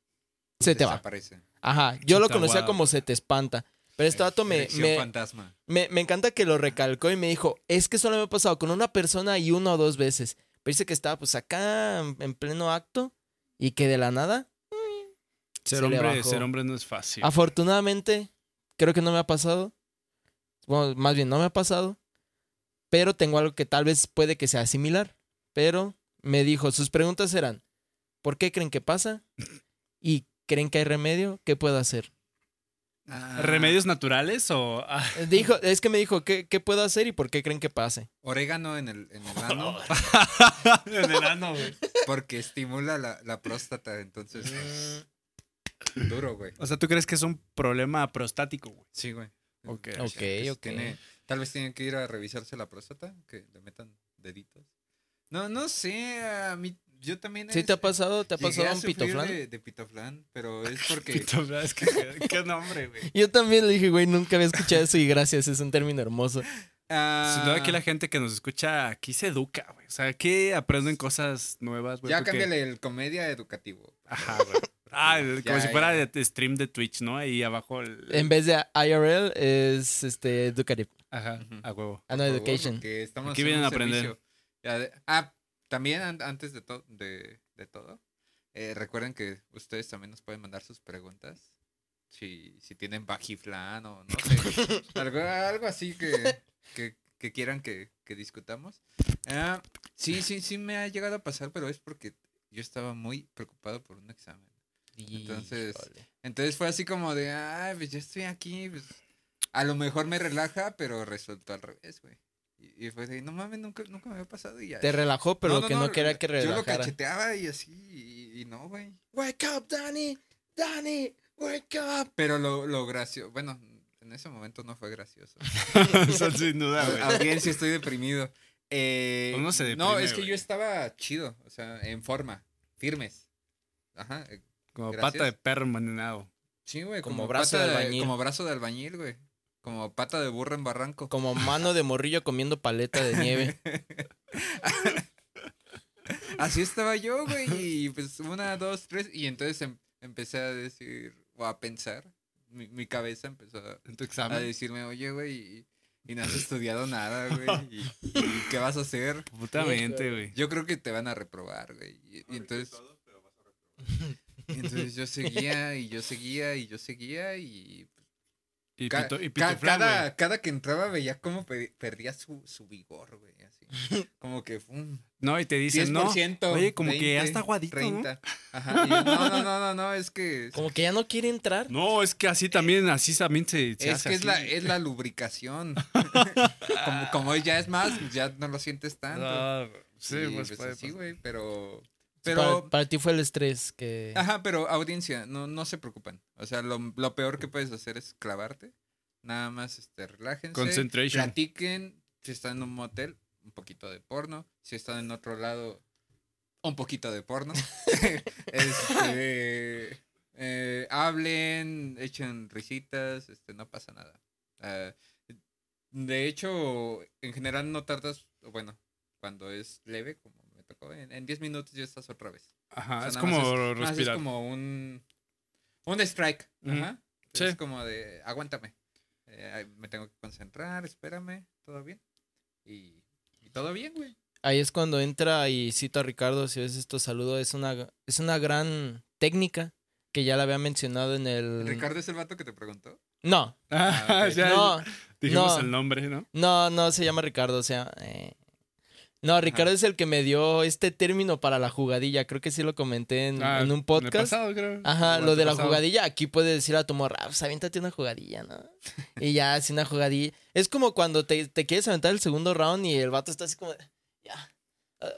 S1: se te va.
S3: Desaparece.
S1: Ajá, yo lo
S2: Chuta,
S1: conocía
S2: guau.
S1: como se te espanta. Pero este dato me,
S3: Erección
S1: me-
S3: fantasma.
S1: me, me encanta que lo recalcó y me dijo, es que solo me ha pasado con una persona y una o dos veces. Pero dice que estaba pues acá en en pleno acto y que de la nada. mm,
S2: ser,
S1: se le
S2: hombre,
S1: bajó.
S2: ser hombre no es fácil.
S3: Ah.
S1: Afortunadamente, creo que no me ha pasado. Bueno, más bien no me ha pasado. Pero tengo algo que tal vez puede que sea similar. Pero me dijo, sus preguntas eran, ¿por qué creen que pasa? ¿Y creen que hay remedio? ¿Qué puedo hacer?
S3: Ah,
S2: ¿Remedios naturales o.? ah,
S1: Dijo, es que me dijo, ¿qué, qué puedo hacer y por qué creen que pase?
S3: Orégano en el, en el ano
S2: en el ano, güey.
S3: porque estimula la, la próstata. Entonces,
S1: Mm.
S3: Mm, es duro, güey.
S2: O sea, ¿tú crees que es un problema prostático, güey?
S3: Sí, güey.
S2: Ok.
S3: O sea,
S1: Ok,
S3: que se
S1: ok.
S3: tiene- tal vez tienen que ir a revisarse la próstata, que le metan deditos. No, no sé, a mí, yo también...
S1: ¿Sí
S3: es-
S1: te ha pasado? ¿Te ha
S3: llegué
S1: pasado
S3: a
S1: un
S3: sufrir
S1: pitoflán?
S3: De, de pitoflán, pero es porque...
S2: Pito, ¿verdad? Es que, qué- qué nombre, güey.
S1: Yo también le dije, güey, nunca había escuchado eso y gracias, es un término hermoso.
S3: ah,
S2: Sin duda aquí la gente que nos escucha, aquí se educa, güey. O sea, aquí aprenden cosas nuevas, güey.
S3: Ya
S2: porque-
S3: cámbiale el comedia educativo.
S2: Ajá, güey. Ah, el- como
S3: Ya,
S2: si fuera
S3: ya. Em,
S2: de stream de Twitch, ¿no? Ahí abajo. el-
S1: En vez de IRL es este educative.
S2: Ajá,
S3: Ujú.
S2: a huevo.
S1: Ah, no,
S3: por favor,
S1: education.
S3: porque estamos
S2: Aquí
S3: en
S2: vienen
S3: un
S2: a aprender.
S3: servicio. Ya de- Ah, también an- antes de, to- de, de todo, eh, recuerden que ustedes también nos pueden mandar sus preguntas. Si, si tienen bajiflán o no sé. algo, algo así que, que, que quieran que, que discutamos. Ah, sí, sí, sí me ha llegado a pasar, pero es porque yo estaba muy preocupado por un examen. Entonces,
S1: Híjole.
S3: Entonces fue así como de, ay, pues ya estoy aquí, pues, a lo mejor me relaja, pero resultó al revés, güey. Y, y fue de, no mames, nunca, nunca me había pasado y ya.
S1: Te relajó, pero
S3: No,
S1: lo
S3: no,
S1: que no, quería que
S3: Yo lo
S1: relajara.
S3: cacheteaba y así, y, y no, güey.
S1: Wake up, Danny. Danny, wake up.
S3: Pero lo, lo gracioso, bueno, en ese momento no fue gracioso.
S2: O sea, Sin duda, Ah, güey.
S3: Audiencia, estoy deprimido. Eh,
S2: Uno se
S3: Ah, no,
S2: deprime,
S3: es que
S2: güey.
S3: yo estaba chido, o sea, en forma, firmes. Ajá, eh,
S2: Como
S3: Gracias.
S2: pata de perro envenenado.
S3: sí, güey.
S1: Como brazo
S3: pata
S1: de albañil.
S3: Como brazo de albañil, güey. Como pata de burro en barranco.
S1: Como mano de morrillo comiendo paleta de nieve.
S3: Así estaba yo, güey. Y pues una, dos, tres. Y entonces em- empecé a decir, o a pensar. Mi, mi cabeza empezó a,
S2: En tu
S3: a
S1: Ah,
S2: examen.
S3: decirme, oye, güey, y, y no has estudiado nada, güey. Y, y qué vas a hacer?
S2: Putamente, güey.
S3: Yo creo que te van a reprobar, güey. Y, y entonces... Y Entonces yo seguía y yo seguía y yo seguía y...
S2: Y
S3: ca-
S2: pito, y
S3: ca-
S2: pitoflán, güey.
S3: cada, cada que entraba veía cómo pe- perdía su, su vigor, güey. Así. Como que... pum,
S2: No, y te dicen, no.
S3: 10%,
S2: Oye, como que ya
S3: 20,
S2: está aguadito, ¿no?
S3: 30. Ajá, y yo, no, no, no, no, no, es que.
S1: Como que ya no quiere entrar.
S2: No, es que así también, así también se, se
S3: Es
S2: hace
S3: que es la,
S2: así.
S3: es la lubricación. como, como ya es más, pues ya no lo sientes tanto.
S2: Ah, sí,
S3: Y,
S2: pues,
S3: pues,
S2: puede
S3: así,
S2: pasar.
S3: güey, pero.
S1: Para,
S3: Pero.
S1: para ti fue el estrés que.
S3: Ajá, pero audiencia, no, no se preocupen. O sea, lo, lo peor que puedes hacer es clavarte. Nada más este, relájense.
S2: Concentration.
S3: Platiquen. Si están en un motel, un poquito de porno. Si están en otro lado, un poquito de porno. Este, eh, hablen, echen risitas, este, no pasa nada. Ah, de hecho, en general no tardas, o bueno, cuando es leve, como me tocó, en en 10 minutos ya estás otra vez.
S2: Ajá,
S3: O sea,
S2: es
S3: nada más
S2: como
S3: nada más
S2: respirar.
S3: Es como un, un strike.
S2: Ujú.
S3: Ajá.
S2: Sí.
S3: Es como de, aguántame. Eh, ay, me tengo que concentrar, espérame, todo bien. Y, y todo bien, güey.
S1: Ahí es cuando entra y cito a Ricardo, si ves esto, saludo. Es una, es una gran técnica que ya la había mencionado en el.
S3: Ricardo es el vato que te preguntó.
S1: No,
S2: Ah,
S3: Ah, ok.
S2: ya
S1: no,
S2: dijimos
S1: no.
S2: el nombre, ¿no?
S1: No, no se llama Ricardo, o sea. eh, No, Ricardo es el que me dio este término para la jugadilla. Creo que sí lo comenté Mm, en,
S2: Ah,
S1: en un
S2: el
S1: podcast.
S2: pasado, creo.
S1: Ajá,
S2: O
S1: lo de la
S2: antepasado.
S1: jugadilla. Aquí puedes decir a tu morra, "Ah, pues aviéntate una jugadilla, ¿no? Y ya, así una jugadilla. Es como cuando te, te quieres aventar el segundo round y el vato está así como, ya.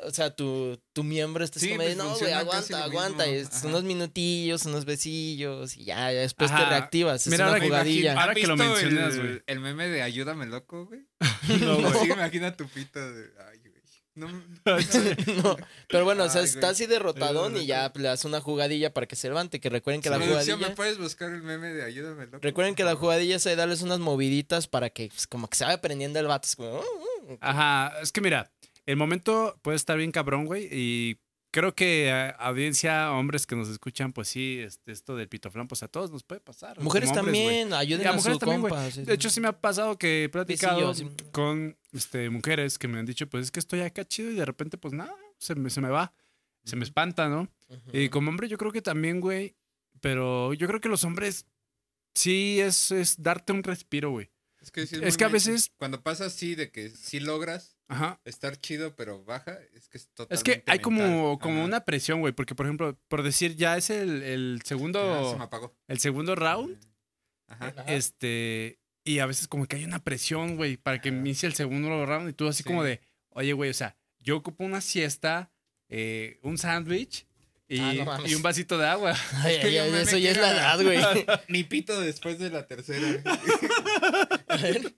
S1: O sea, tu, tu miembro está así
S3: Sí,
S1: como, de,
S3: pues,
S1: no, güey,
S3: funciona casi
S1: aguanta,
S3: lo
S1: aguanta.
S3: mismo.
S1: y es
S3: Ajá.
S1: unos minutillos, unos besillos y ya, ya después te
S2: Ajá.
S1: reactivas. Es
S2: Mira,
S1: una
S2: ahora que
S1: jugadilla.
S2: imagino- Ahora que lo
S3: visto
S2: mencionas,
S3: el-
S2: güey.
S3: El meme de ayúdame loco, güey.
S2: No, güey. Ah,
S3: Sí, imagina tu pito de. Ay, güey. No,
S1: No, pero bueno, o sea,
S3: Ay,
S1: está
S3: güey.
S1: así derrotadón
S3: Ayúdame,
S1: y ya le das una jugadilla para que se levante. Que recuerden que la
S3: producción,
S1: jugadilla.
S3: ¿me puedes buscar el meme de ayúdame loco?
S1: Recuerden que la jugadilla es de darles unas moviditas para que, pues, como que se vaya aprendiendo el vato. Es como, "Oh, oh".
S2: Ajá, es que mira, el momento puede estar bien cabrón, güey, y creo que eh, audiencia, hombres que nos escuchan, pues sí, este, esto del pitoflán, pues a todos nos puede pasar. güey,
S1: Mujeres
S2: como hombres, güey.
S1: también, ayuden
S2: Y a
S1: a,
S2: mujeres
S1: su
S2: también, güey.
S1: compa. sí,
S2: De hecho, sí me ha pasado que he platicado
S1: Besillos, sí.
S2: con este, mujeres que me han dicho, pues es que estoy acá chido y de repente, pues nada, se me, se me va, se me espanta, ¿no?
S1: Ujú.
S2: Y como hombre, yo creo que también, güey. Pero yo creo que los hombres sí es, es darte un respiro, güey.
S3: Es que, sí
S2: Es
S3: muy
S2: que a
S3: men-
S2: veces-
S3: Cuando pasa así, de que sí logras
S2: Ajá.
S3: estar chido, pero baja, es que es totalmente.
S2: Es que hay como,
S3: mental.
S2: como
S3: Ajá.
S2: una presión, güey. Porque, por ejemplo, por decir, ya es el, el
S3: Ah, se me
S2: segundo.
S3: apagó.
S2: El segundo round.
S3: Ajá.
S1: Ajá.
S2: Este. Y a veces como que hay una presión, güey, para que
S3: Ajá.
S2: inicie el segundo round. Y tú así
S3: Sí.
S2: como de, oye, güey, o sea, yo ocupo una siesta, eh, un sándwich y,
S1: Ah, no mames.
S2: y un vasito de agua.
S1: Ay,
S3: es que
S1: ay,
S3: yo
S1: ay,
S3: me
S1: eso
S3: metí
S1: ya es
S3: a-
S1: la edad, güey.
S3: Mi pito después de la tercera.
S1: A ver,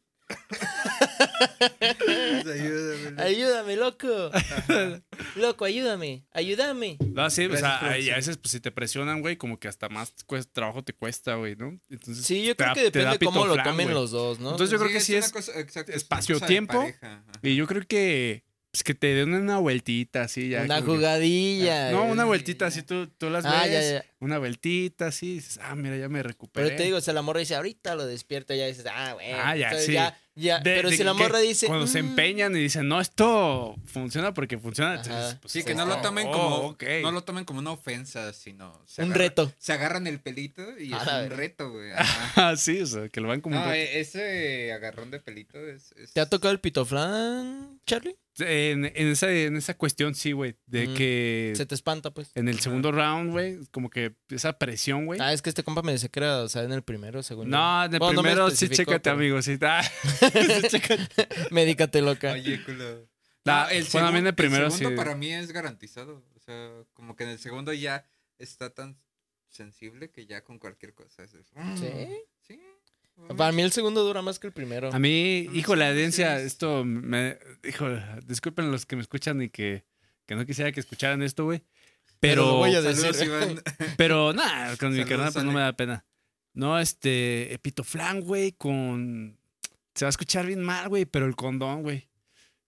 S3: ayúdame. loco.
S1: ayúdame, loco. Loco, ayúdame. Ayúdame.
S2: No, sí, o
S3: Gracias,
S2: sea,
S3: producción.
S2: y a veces, pues, si te presionan, güey, como que hasta más cuesta- trabajo te cuesta, güey, ¿no? Entonces,
S1: Sí, yo
S2: te
S1: creo
S2: da-
S1: que
S2: te da
S1: depende cómo lo
S2: pitoflán,
S1: tomen
S2: güey.
S1: los dos, ¿no?
S2: Entonces pues, yo creo que sí
S3: una
S2: es
S3: cosa- exacto, es una
S2: espacio-tiempo.
S3: cosa de pareja, ajá.
S2: Y yo creo que, pues, que te den una vueltita así ya.
S1: una
S2: como que-
S1: jugadilla. eh.
S2: No, una
S1: güey.
S2: vueltita así, tú, tú las
S1: Ah, ya,
S2: ves,
S1: ya.
S2: una vueltita así, y dices, ah, mira, ya me recuperé.
S1: Pero te digo, si la morra dice, ahorita lo despierto, ya dices, ah, güey.
S2: Ah, ya,
S1: Entonces
S2: sí.
S1: ya.
S2: De-
S1: Pero
S2: de
S1: si la
S2: que
S1: morra dice.
S2: Cuando se
S1: "Mm,
S2: empeñan y dicen, no, esto funciona porque funciona.
S1: Ajá.
S2: entonces, pues,
S3: Sí, que
S2: es
S3: no lo tomen
S2: oh,
S3: como
S2: ok.
S3: no lo tomen como una ofensa, sino se
S1: Un
S3: agarra-
S1: reto.
S3: Se agarran el pelito y
S1: A
S3: es
S1: la
S3: un
S1: ver-
S3: reto, güey. ajá.
S2: Ah, sí, o sea, que lo van como... un
S3: No,
S2: reto.
S1: eh.
S3: e- ese agarrón de pelito es, es-
S1: ¿Te ha tocado el pitoflán, Charlie?
S2: en, en esa, en esa cuestión, sí, güey, de
S1: Mm.
S2: que...
S1: Se te espanta, pues.
S2: En el
S3: Ajá.
S2: segundo round, güey, como que esa presión, güey.
S1: Ah, es que este compa me decía que era, o sea, en el primero, segundo.
S2: No, de
S1: Bueno, no me
S2: primero sí,
S1: especificó,
S2: chécate,
S1: pero-
S2: amigo. Sí, ah,
S1: Medícate loca.
S3: Oye, culo.
S2: La- ah, bueno, a mí en el primero
S3: segundo
S2: sí.
S3: para mí es garantizado. O sea, como que en el segundo ya está tan sensible que ya con cualquier cosa. Es, "Mm,
S1: ¿Sí?
S3: Sí.
S1: Para mí el segundo dura más que el primero.
S2: a mí,
S3: No,
S2: hijo, la
S3: sí,
S2: audiencia,
S3: sí es.
S2: esto me. Hijo, disculpen los que me escuchan y que, que no quisiera que escucharan esto, güey.
S1: Pero lo
S2: Pero,
S1: voy a
S2: pero,
S1: decir.
S3: Saludos, Iván.
S2: nada, con mi
S3: Saludos,
S2: carnal, pues no
S3: Ale.
S2: me da pena. No, este, Epitoflan, güey, con. Se va a escuchar bien mal, güey, pero el condón, güey.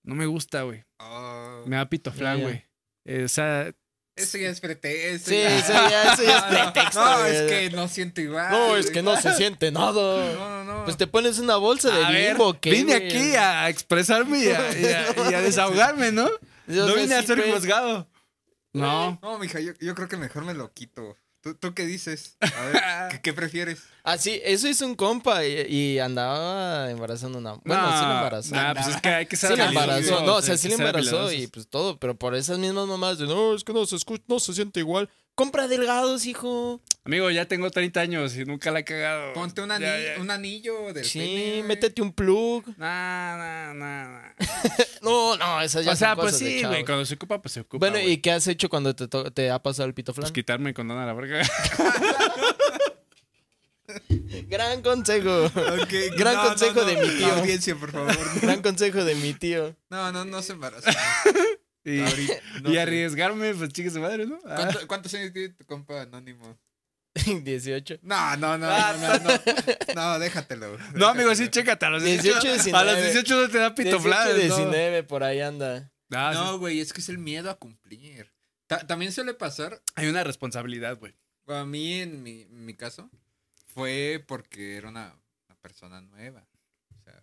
S2: No me gusta, güey.
S3: Oh,
S2: Me da
S1: Ya,
S2: pitoflan,
S1: ya.
S2: güey. Eh, o sea,
S3: Eso ya es pretexto.
S1: Sí,
S3: ya-
S1: eso ya, eso ya es
S3: No, no,
S1: pretexto.
S3: No,
S1: güey.
S3: es que no siento igual.
S1: No, es
S3: güey.
S1: que no se siente nada.
S3: No, no, no.
S1: Pues te pones una bolsa de
S2: A ver,
S1: bimbo, ¿qué?
S2: Vine
S1: güey?
S2: aquí a expresarme y a, y a- y a desahogarme, ¿no?
S1: Yo
S2: no
S1: sé,
S2: vine a
S1: sí, Eh,
S2: ser
S1: pues.
S2: juzgado. No.
S3: No, mija, yo, yo creo que mejor me lo quito. ¿Tú, tú qué dices? A ver, ¿qué, qué prefieres?
S1: Así, Ah, eso hizo un compa y, y andaba embarazando una. Bueno,
S2: no,
S1: sí lo embarazó.
S2: nah, pues es que hay que ser
S1: Sí la
S2: habilidosos,
S1: embarazó,
S2: güey.
S1: no, o
S2: Hay
S1: sea,
S2: que
S1: sí la
S2: ser
S1: embarazó
S2: habilidosos.
S1: y pues todo, pero por esas mismas mamás de no, es que no se escucha, no se siente igual. Compra delgados, hijo.
S2: Amigo, ya tengo 30 años y nunca la he cagado.
S3: Ponte un,
S2: Ya,
S3: ani-
S2: ya.
S3: un anillo del pene,
S1: Sí,
S3: güey.
S1: métete un plug.
S2: Nah, nah, nah,
S1: No, no, esas
S2: nah.
S1: ya
S2: O sea,
S1: son
S2: pues
S1: cosas de
S2: sí,
S1: chavos.
S2: güey. Cuando se ocupa, pues se ocupa.
S1: Bueno,
S2: güey.
S1: ¿y qué has hecho cuando te, to- te ha pasado el pito flan?
S2: Pues quitarme el condón a la verga.
S1: Gran consejo.
S3: Ok,
S1: Gran consejo de mi tío.
S3: Audiencia, por favor.
S1: Gran consejo de mi tío.
S3: No, no, no se embarazó.
S2: Y,
S3: Ahorita, no
S2: y
S3: sé.
S2: arriesgarme, pues chique su madre, ¿no? Ah.
S3: ¿Cuánto- ¿Cuántos años tiene tu compa anónimo?
S1: 18.
S3: No, no, no, no, no, no. No, déjatelo.
S2: Ah, No, amigo, sí,
S3: déjatelo.
S2: chécate. A los 18,
S1: 18,
S2: a
S1: 19.
S2: los 18 no te da pito
S1: 18,
S2: flan.
S1: 19, por ahí anda.
S2: No, Ah, sí,
S3: No, güey, es que es el miedo a cumplir. Ta- también suele pasar,
S2: hay una responsabilidad, güey.
S3: a mí en mi, en mi caso, fue porque era una, una persona nueva. O sea,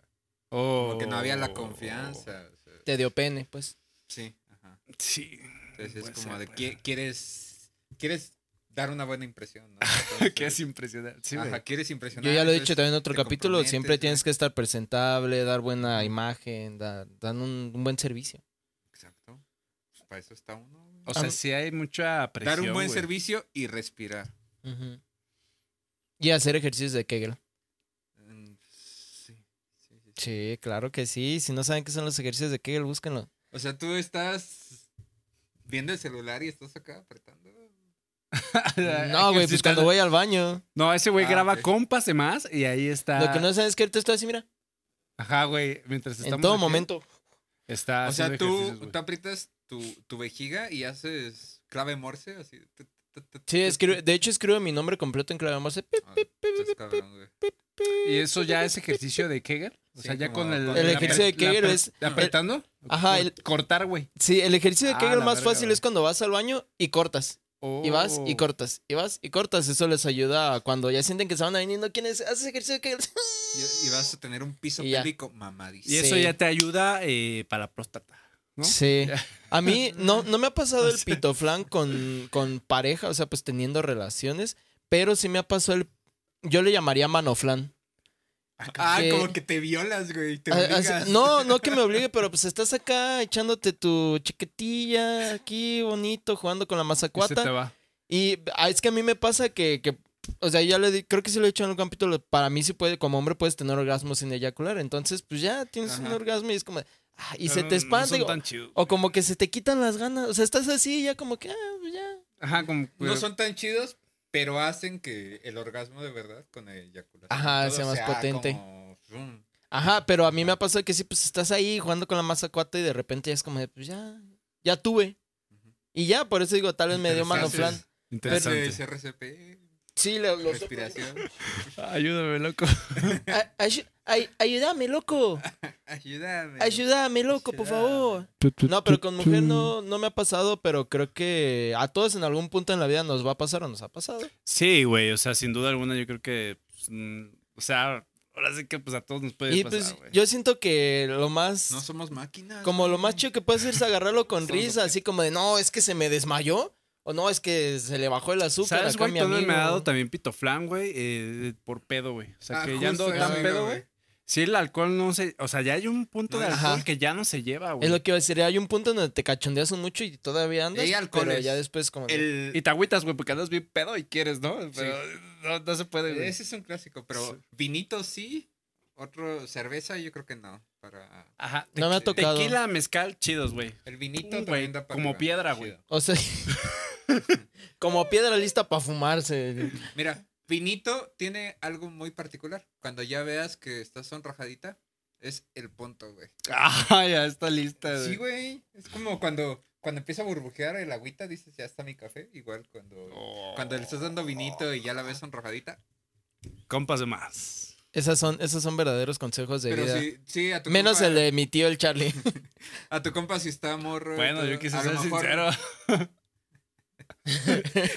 S3: como que no había la
S2: Oh.
S3: confianza. o sea,
S1: Te dio pene, pues.
S3: sí, ajá.
S2: Sí.
S3: Entonces
S2: Puede
S3: es como
S2: ser,
S3: de,
S2: puede
S3: qui-
S2: ser.
S3: quieres, quieres dar una buena impresión, ¿no?
S2: Que es
S3: Entonces,
S2: impresionante. Sí,
S3: ajá,
S2: güey.
S3: quieres impresionar.
S1: Yo ya lo he dicho
S3: entonces
S1: también en otro
S3: te
S1: capítulo, siempre
S3: comprometes,
S1: tienes que estar presentable, dar buena imagen, dar, dar un, un buen servicio.
S3: ajá. Pues, para eso está uno. güey.
S2: O sea, sí hay mucha presión.
S3: Dar un buen
S2: güey.
S3: servicio y respirar.
S1: Ujú. Y hacer ejercicios de Kegel.
S3: Mm, Sí, sí, sí, sí.
S1: Sí, claro que sí. Si no saben qué son los ejercicios de Kegel, búsquenlo.
S3: O sea, tú estás viendo el celular y estás acá apretando.
S2: Ah,
S1: No, güey, pues cuando voy al baño.
S2: No, ese güey
S3: Ah,
S2: graba
S3: ok.
S2: compas de más y ahí está.
S1: Lo que no saben es que ahorita estoy así, mira.
S2: Ajá, güey. Mientras estamos.
S1: En todo
S2: aquí,
S1: momento.
S2: Está
S3: o sea,
S2: haciendo Ah, ejercicios,
S3: tú,
S2: güey.
S3: tú aprietas tu, tu vejiga y haces clave morse, así. tu, tu, tu, tu,
S1: Sí,
S3: tu,
S1: escribo- de hecho escribo mi nombre completo en clave morse. Pip,
S3: Ah,
S1: pip, pip,
S3: estás
S1: pip, pip,
S3: cabrón, güey.
S2: ¿Y eso ya es ejercicio de Kegel? O
S3: Sí,
S2: sea, ya
S3: como
S2: con el.
S3: con
S1: El
S2: la-
S1: ejercicio de
S2: la-
S1: Kegel
S2: apre-
S1: es- eh,
S2: la ¿Apretando?
S1: Ajá,
S2: Cor-
S1: el-
S2: Cortar, güey.
S1: Sí, el ejercicio de
S2: Ah,
S1: Kegel
S2: la
S1: más
S2: verga,
S1: fácil
S2: güey.
S1: es cuando vas al baño y cortas. Y vas y
S2: Oh.
S1: cortas. Y vas y cortas. Eso les ayuda a cuando ya sienten que se van viniendo. ¿Quiénes haces ejercicio de Kegel?
S3: Y, y vas a tener un piso
S1: Y ya.
S3: pélvico
S2: Y
S3: mamadísimo.
S2: eso
S1: Sí.
S2: ya te ayuda eh, para la próstata. ¿no?
S1: Sí. A mí no, no me ha pasado el
S2: Sí.
S1: pitoflan con, con pareja, o sea, pues teniendo relaciones, pero sí me ha pasado el. Yo le llamaría manoflan.
S3: Ah,
S1: que-
S3: como que te violas, güey. Te
S1: Ah, ah, sí,
S3: obligas.
S1: no, no que me obligue, pero pues estás acá echándote tu chiquetilla aquí, bonito, jugando con la
S2: Y se te
S1: mazacuata.
S2: va.
S1: Y ah, es que a mí me pasa que, que, o sea, ya le di- creo que sí lo he hecho en un capítulo. Para mí sí puede, como hombre puedes tener orgasmo sin eyacular. Entonces, pues ya tienes un
S3: Ajá.
S1: orgasmo y es como, ah, y
S2: Pero
S1: se
S2: no-
S1: te
S2: no
S1: espanta.
S2: son
S1: digo,
S2: tan chidos.
S1: o como que se te quitan las ganas. O sea, estás así ya como que, ah, pues ya.
S2: Ajá, como.
S3: No son tan chidos, pero hacen que el orgasmo de verdad con el eyaculación.
S1: Ajá,
S3: todo
S1: sea más potente.
S3: como, rum.
S1: Ajá, pero a mí me ha pasado que sí, pues estás ahí jugando con la mazacuata y de repente ya es como de, pues ya, ya tuve.
S3: Ujú.
S1: Y ya, por eso digo, tal vez me dio
S3: Interesante.
S1: manoflan.
S2: Interesante.
S3: Haces RCP,
S1: Sí, lo- lo-
S3: respiración.
S2: Ah, Ayúdame, loco.
S1: Ay- ay- ay- ayúdame, loco.
S3: Ayúdame.
S1: Ayúdame, loco, por favor. No, pero con mujer no, no me ha pasado, pero creo que a todos en algún punto en la vida nos va a pasar o nos ha pasado.
S2: Sí, güey, o sea, sin duda alguna yo creo que, pues, mm, o sea, ahora sí que pues a todos nos puede
S1: Y pues
S2: pasar, güey.
S1: yo siento que lo más...
S3: No somos máquinas.
S1: Como lo
S3: güey.
S1: más chido que puedes hacer es agarrarlo con
S3: Son los
S1: risa,
S3: que-
S1: así como de, no, es que se me desmayó. O no, es que se le bajó el azúcar.
S2: ¿Sabes,
S1: acá
S2: güey?
S1: mi
S2: Todo me
S1: amigo".
S2: ha dado también pitoflan, güey, eh, por pedo, güey. O sea,
S3: Ah,
S2: que ya ando
S3: justo
S2: tan
S3: eso,
S2: pedo, güey. Sí, el alcohol no se, o sea, ya hay un punto de
S1: Ajá.
S2: alcohol que ya no se lleva,
S1: Es
S2: güey.
S1: lo que iba a decir, hay un punto en donde te cachondeas un mucho y todavía andas,
S3: Hay
S1: pero
S3: alcoholes.
S1: ya después como... de-
S3: El-
S2: Y te agüitas, güey, porque andas bien pedo y quieres, ¿no? Pero no, no se puede, güey.
S3: Ese es un clásico, pero
S2: Sí.
S3: vinito sí. Otro cerveza, yo creo que no. Para
S2: Ajá.
S1: No me ha
S2: tequi-
S1: tocado.
S2: Tequila, mezcal, chidos, güey.
S3: el vinito
S2: Güey,
S3: también da para
S2: como
S3: arriba,
S2: piedra, güey.
S3: chido.
S1: O sea, como piedra lista para fumarse.
S3: Mira, vinito tiene algo muy particular. Cuando ya veas que estás sonrajadita, es el punto, güey.
S2: Ah, ya está lista,
S3: Sí, güey. Es como cuando, cuando empieza a burbujear el agüita, dices, ya está mi café. Igual cuando,
S2: Oh.
S3: cuando le estás dando vinito y ya la ves sonrojadita.
S2: Compas de más.
S1: Esas son, esos son verdaderos consejos de
S3: Pero
S1: vida.
S3: sí, sí, a tu
S1: Menos
S3: compa,
S1: el de mi tío el Charlie.
S3: A tu compa si está morro. y
S2: Bueno,
S3: todo,
S2: yo quise
S3: a lo
S2: ser
S3: mejor
S2: sincero.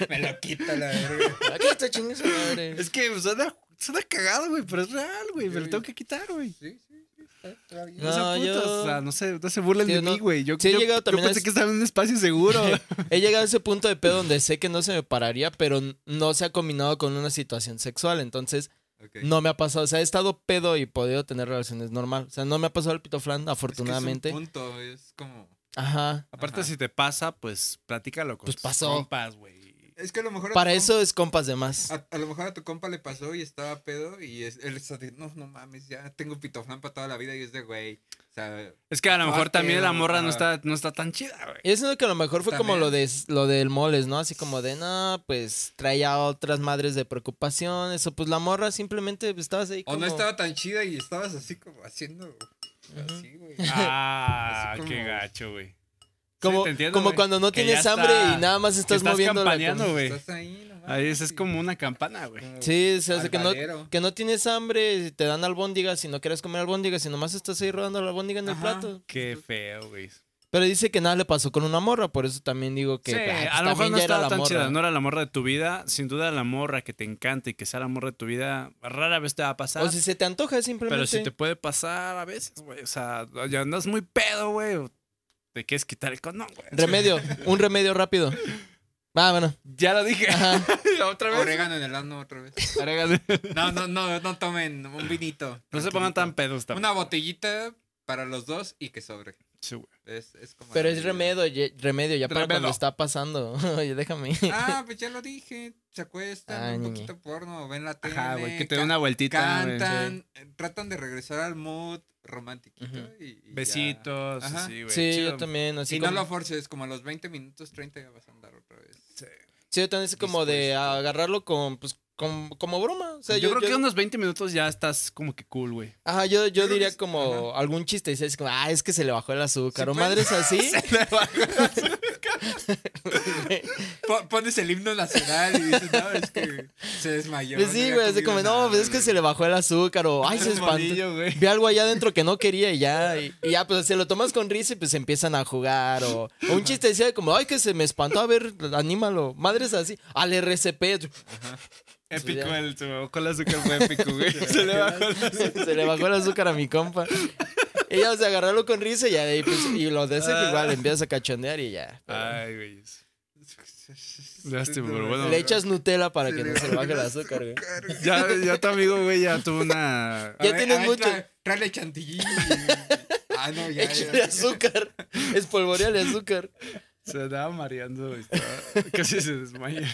S3: Me lo quita la verga.
S1: Aquí está chingando su madre.
S2: Es que suena, suena cagado, güey, pero es real, güey. Me lo
S3: Sí.
S2: tengo que quitar, güey.
S3: Sí, sí, sí. está- está bien.
S1: No,
S2: No, sean putos,
S1: yo-
S2: o sea, no se, no se burlen
S1: Sí,
S2: de
S1: no.
S2: mí, güey. Yo,
S1: Sí he
S2: yo-
S1: llegado
S2: yo
S1: también a
S2: pensé
S1: es-
S2: que estaba en un espacio seguro.
S1: He llegado a ese punto de pedo donde sé que no se me pararía, pero no se ha combinado con una situación sexual. Entonces,
S3: Ok.
S1: no me ha pasado. O sea, he estado pedo y podido tener relaciones normal. O sea, no me ha pasado el pitoflan,
S3: Es que es un
S1: afortunadamente.
S3: punto, es como...
S1: Ajá.
S2: Aparte,
S3: Ajá.
S2: si te pasa, pues platícalo con
S1: Pues
S2: tus
S1: pasó.
S2: compas, güey.
S3: Es que a lo mejor... a tu
S1: Para
S3: compa-
S1: eso es compas de más.
S3: A, a lo mejor a tu compa le pasó y estaba pedo y es- él está diciendo, no, no mames, ya tengo pitoflan para toda la vida y es de güey. O sea,
S2: Es que a lo mejor
S3: Aparte,
S2: también la morra no
S3: ah.
S2: está, no está tan chida, güey.
S1: Y siento que a lo mejor fue como
S3: También.
S1: lo de lo del moles, ¿no? Así como de, no, pues traía otras madres de preocupaciones. O pues la morra simplemente pues, estabas ahí.
S3: o
S1: Como...
S3: no estaba tan chida y estabas así como haciendo
S1: Ujú.
S3: así, güey.
S2: Ah,
S3: Así como-
S2: qué gacho, güey.
S1: Como,
S2: Sí, te entiendo,
S1: como
S2: güey.
S1: cuando no
S2: Que ya
S1: tienes
S2: está-
S1: hambre y nada más
S2: que
S1: estás, moviendo la
S2: campaneando, güey.
S3: Estás ahí, no mames.
S2: Ahí esa es
S3: y-
S2: como una campana, güey.
S3: como
S1: Sí, o sea, o sea, que no,
S3: albalero.
S1: que no tienes hambre, te dan albóndigas y no quieres comer albóndigas y nomás estás ahí rodando la albóndiga en el
S3: Ajá.
S1: plato.
S2: Qué feo, güey.
S1: Pero dice que nada le pasó con una morra, por eso también digo que
S2: Sí,
S1: ah, pues,
S2: a lo mejor
S1: también
S2: no
S1: ya era
S2: estaba
S1: la
S2: tan
S1: morra.
S2: chida, no era la morra de tu vida. Sin duda, la morra que te encanta y que sea la morra de tu vida, rara vez te va a pasar.
S1: O si se te antoja simplemente.
S2: Pero si te puede pasar a veces, güey. O sea, ya andas muy pedo, güey. o Te quieres quitar el condón, güey.
S1: Remedio, un remedio rápido. Ah, bueno.
S2: Ya lo dije.
S1: Ajá.
S2: Otra vez.
S3: Orégano en el ano otra vez.
S2: Orégano.
S3: No, no, no, no tomen un vinito.
S2: No se
S3: tranquilito.
S2: pongan tan pedos tampoco.
S3: Una botellita para los dos y que sobre.
S2: Sí, güey.
S3: Es, es como
S1: Pero
S3: la
S1: es
S3: vida.
S1: remedio, ye- remedio ya para
S2: Remedo.
S1: cuando está pasando. Oye, déjame.
S3: Ah, pues ya lo dije. Se acuestan,
S1: Ah,
S3: un
S1: ñe, ñe.
S3: poquito porno, ven la tele.
S2: Ajá, güey, que te dé
S3: ca-
S2: una vueltita. güey.
S3: Cantan, eh, tratan de regresar al mood romántico.
S1: Ujú.
S3: y, y ya.
S2: Besitos,
S3: Ajá.
S2: así, güey.
S1: Sí,
S2: Chido.
S1: yo también. Así
S3: y
S1: como,
S3: no lo forces, como a los 20 minutos, 30 ya vas a andar otra vez.
S1: sí, yo también es como de
S3: dispuesto.
S1: agarrarlo con, pues, con- como broma. O sea,
S2: yo,
S1: yo,
S2: creo
S1: yo-
S2: que unos 20 minutos ya estás como que cool, güey.
S1: Ajá, yo, yo
S3: creo que
S1: diría
S3: sí,
S1: como algún chiste. Y dices, como, ah, es que se le bajó el azúcar.
S3: Sí,
S1: o
S3: pues.
S1: madres así.
S3: Po- Pones el himno nacional y dices, no, es que se desmayó.
S1: Pues sí, güey, así como, no, pues es que se le bajó el azúcar o, ay, se espantó.
S2: Bolillo, güey.
S1: Vi algo allá adentro que no quería y ya, y, y ya, pues se lo tomas con risa y pues empiezan a jugar o, o un chiste decía como, ay, que se me espantó, a ver, anímalo, madres así, al RCP,
S2: Épico,
S1: ya.
S2: el se me bajó el azúcar, fue épico, güey. se le bajó el azúcar.
S1: se le bajó el azúcar a mi compa. Ella, o sea, agarrarlo con risa y ya de ahí, pues, y lo de ese que igual empiezas a cachondear y ya.
S3: Ah,
S2: Ay, güey. es- Lástima,
S3: Lástima,
S2: pero bueno.
S1: Le echas Nutella para
S3: Se
S1: que
S3: le
S1: no se le
S3: bajó
S1: baje el
S3: el
S1: azúcar, güey.
S2: Ya, ya tu amigo, güey, ya tuvo una.
S1: Ya tienes mucho.
S3: Tráele chantilly. ah, no, ya.
S1: Échale
S3: ya.
S1: azúcar, espolvoreale azúcar.
S2: Se andaba mareando, güey. estaba- Casi se desmaya.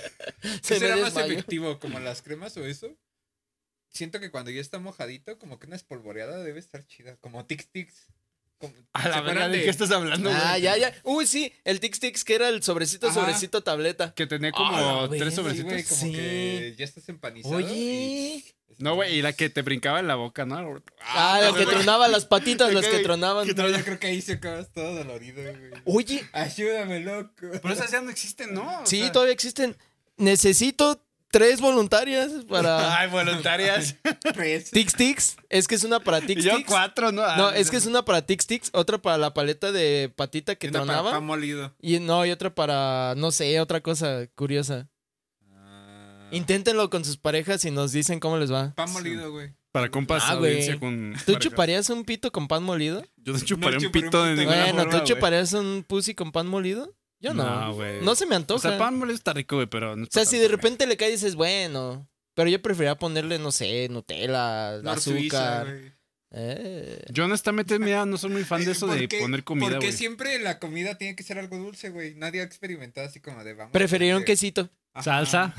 S1: Se me
S3: será más
S1: desmayó.
S3: efectivo, como las cremas o eso? Siento que cuando ya está mojadito, como que una espolvoreada debe estar chida, como tic tics. Como,
S2: A la verga,
S3: ¿se acuerdan
S2: ¿de
S3: de-
S2: qué estás hablando, güey?
S1: Ah, ya, ya. Uy, sí, el Tic Tics que era el sobrecito,
S3: Ajá.
S1: sobrecito, tableta.
S2: Que tenía
S1: Ah,
S2: como
S1: la
S2: tres
S1: verga,
S3: Sí,
S2: sobrecitos.
S3: güey, como
S1: Sí.
S3: que ya estás empanizado.
S1: Oye.
S3: y-
S2: No, güey, y la que te brincaba en la boca, ¿no?
S1: Ah, la que tronaba las patitas, las que
S2: Ok.
S1: tronaban.
S3: No, yo creo que ahí se acabas todo dolorido, güey.
S1: Oye,
S3: Ayúdame, loco.
S2: Pero esas ya no existen, ¿no? O
S1: sí,
S2: sea-
S1: todavía existen. Necesito tres voluntarias para
S2: Ay, voluntarias.
S3: Tres.
S1: Tic Tics. Es que es una para Tic
S2: Y yo
S1: Tics.
S2: cuatro, ¿no?
S1: No, es que es una para Tic Tics, otra para la paleta de patita que
S3: Una para
S1: tronaba.
S3: pan molido.
S1: Y no, y otra para, no sé, otra cosa curiosa.
S3: Ah.
S1: Inténtenlo con sus parejas y nos dicen cómo les va.
S3: Pan molido, güey.
S2: Para compas,
S1: Ah, güey.
S2: audiencia con.
S1: ¿Tú
S2: parejas.
S1: chuparías un pito con pan molido?
S2: Yo no chuparé
S3: No
S2: un
S3: chuparé
S2: pito
S3: un
S2: de
S3: pito.
S2: ninguna
S1: Bueno,
S2: forma,
S1: ¿tú
S2: güey.
S1: chuparías un pussy con pan molido? Yo no.
S2: No,
S1: No,
S2: güey.
S1: se me antoja.
S2: O sea, pan molido está rico, güey, pero. No
S1: O sea, si de repente le cae y dices, bueno, pero yo prefería ponerle, no sé, Nutella,
S3: Nor Suiza,
S1: azúcar.
S3: güey. Eh,
S1: eh.
S2: Yo honestamente, mira, no soy muy fan de eso
S3: ¿Por
S2: de
S3: qué-
S2: poner comida,
S3: Porque
S2: güey.
S3: siempre la comida tiene que ser algo dulce, güey. Nadie ha experimentado así como de vamos.
S1: Preferiría un
S3: porque-
S1: quesito.
S3: Ajá.
S2: Salsa.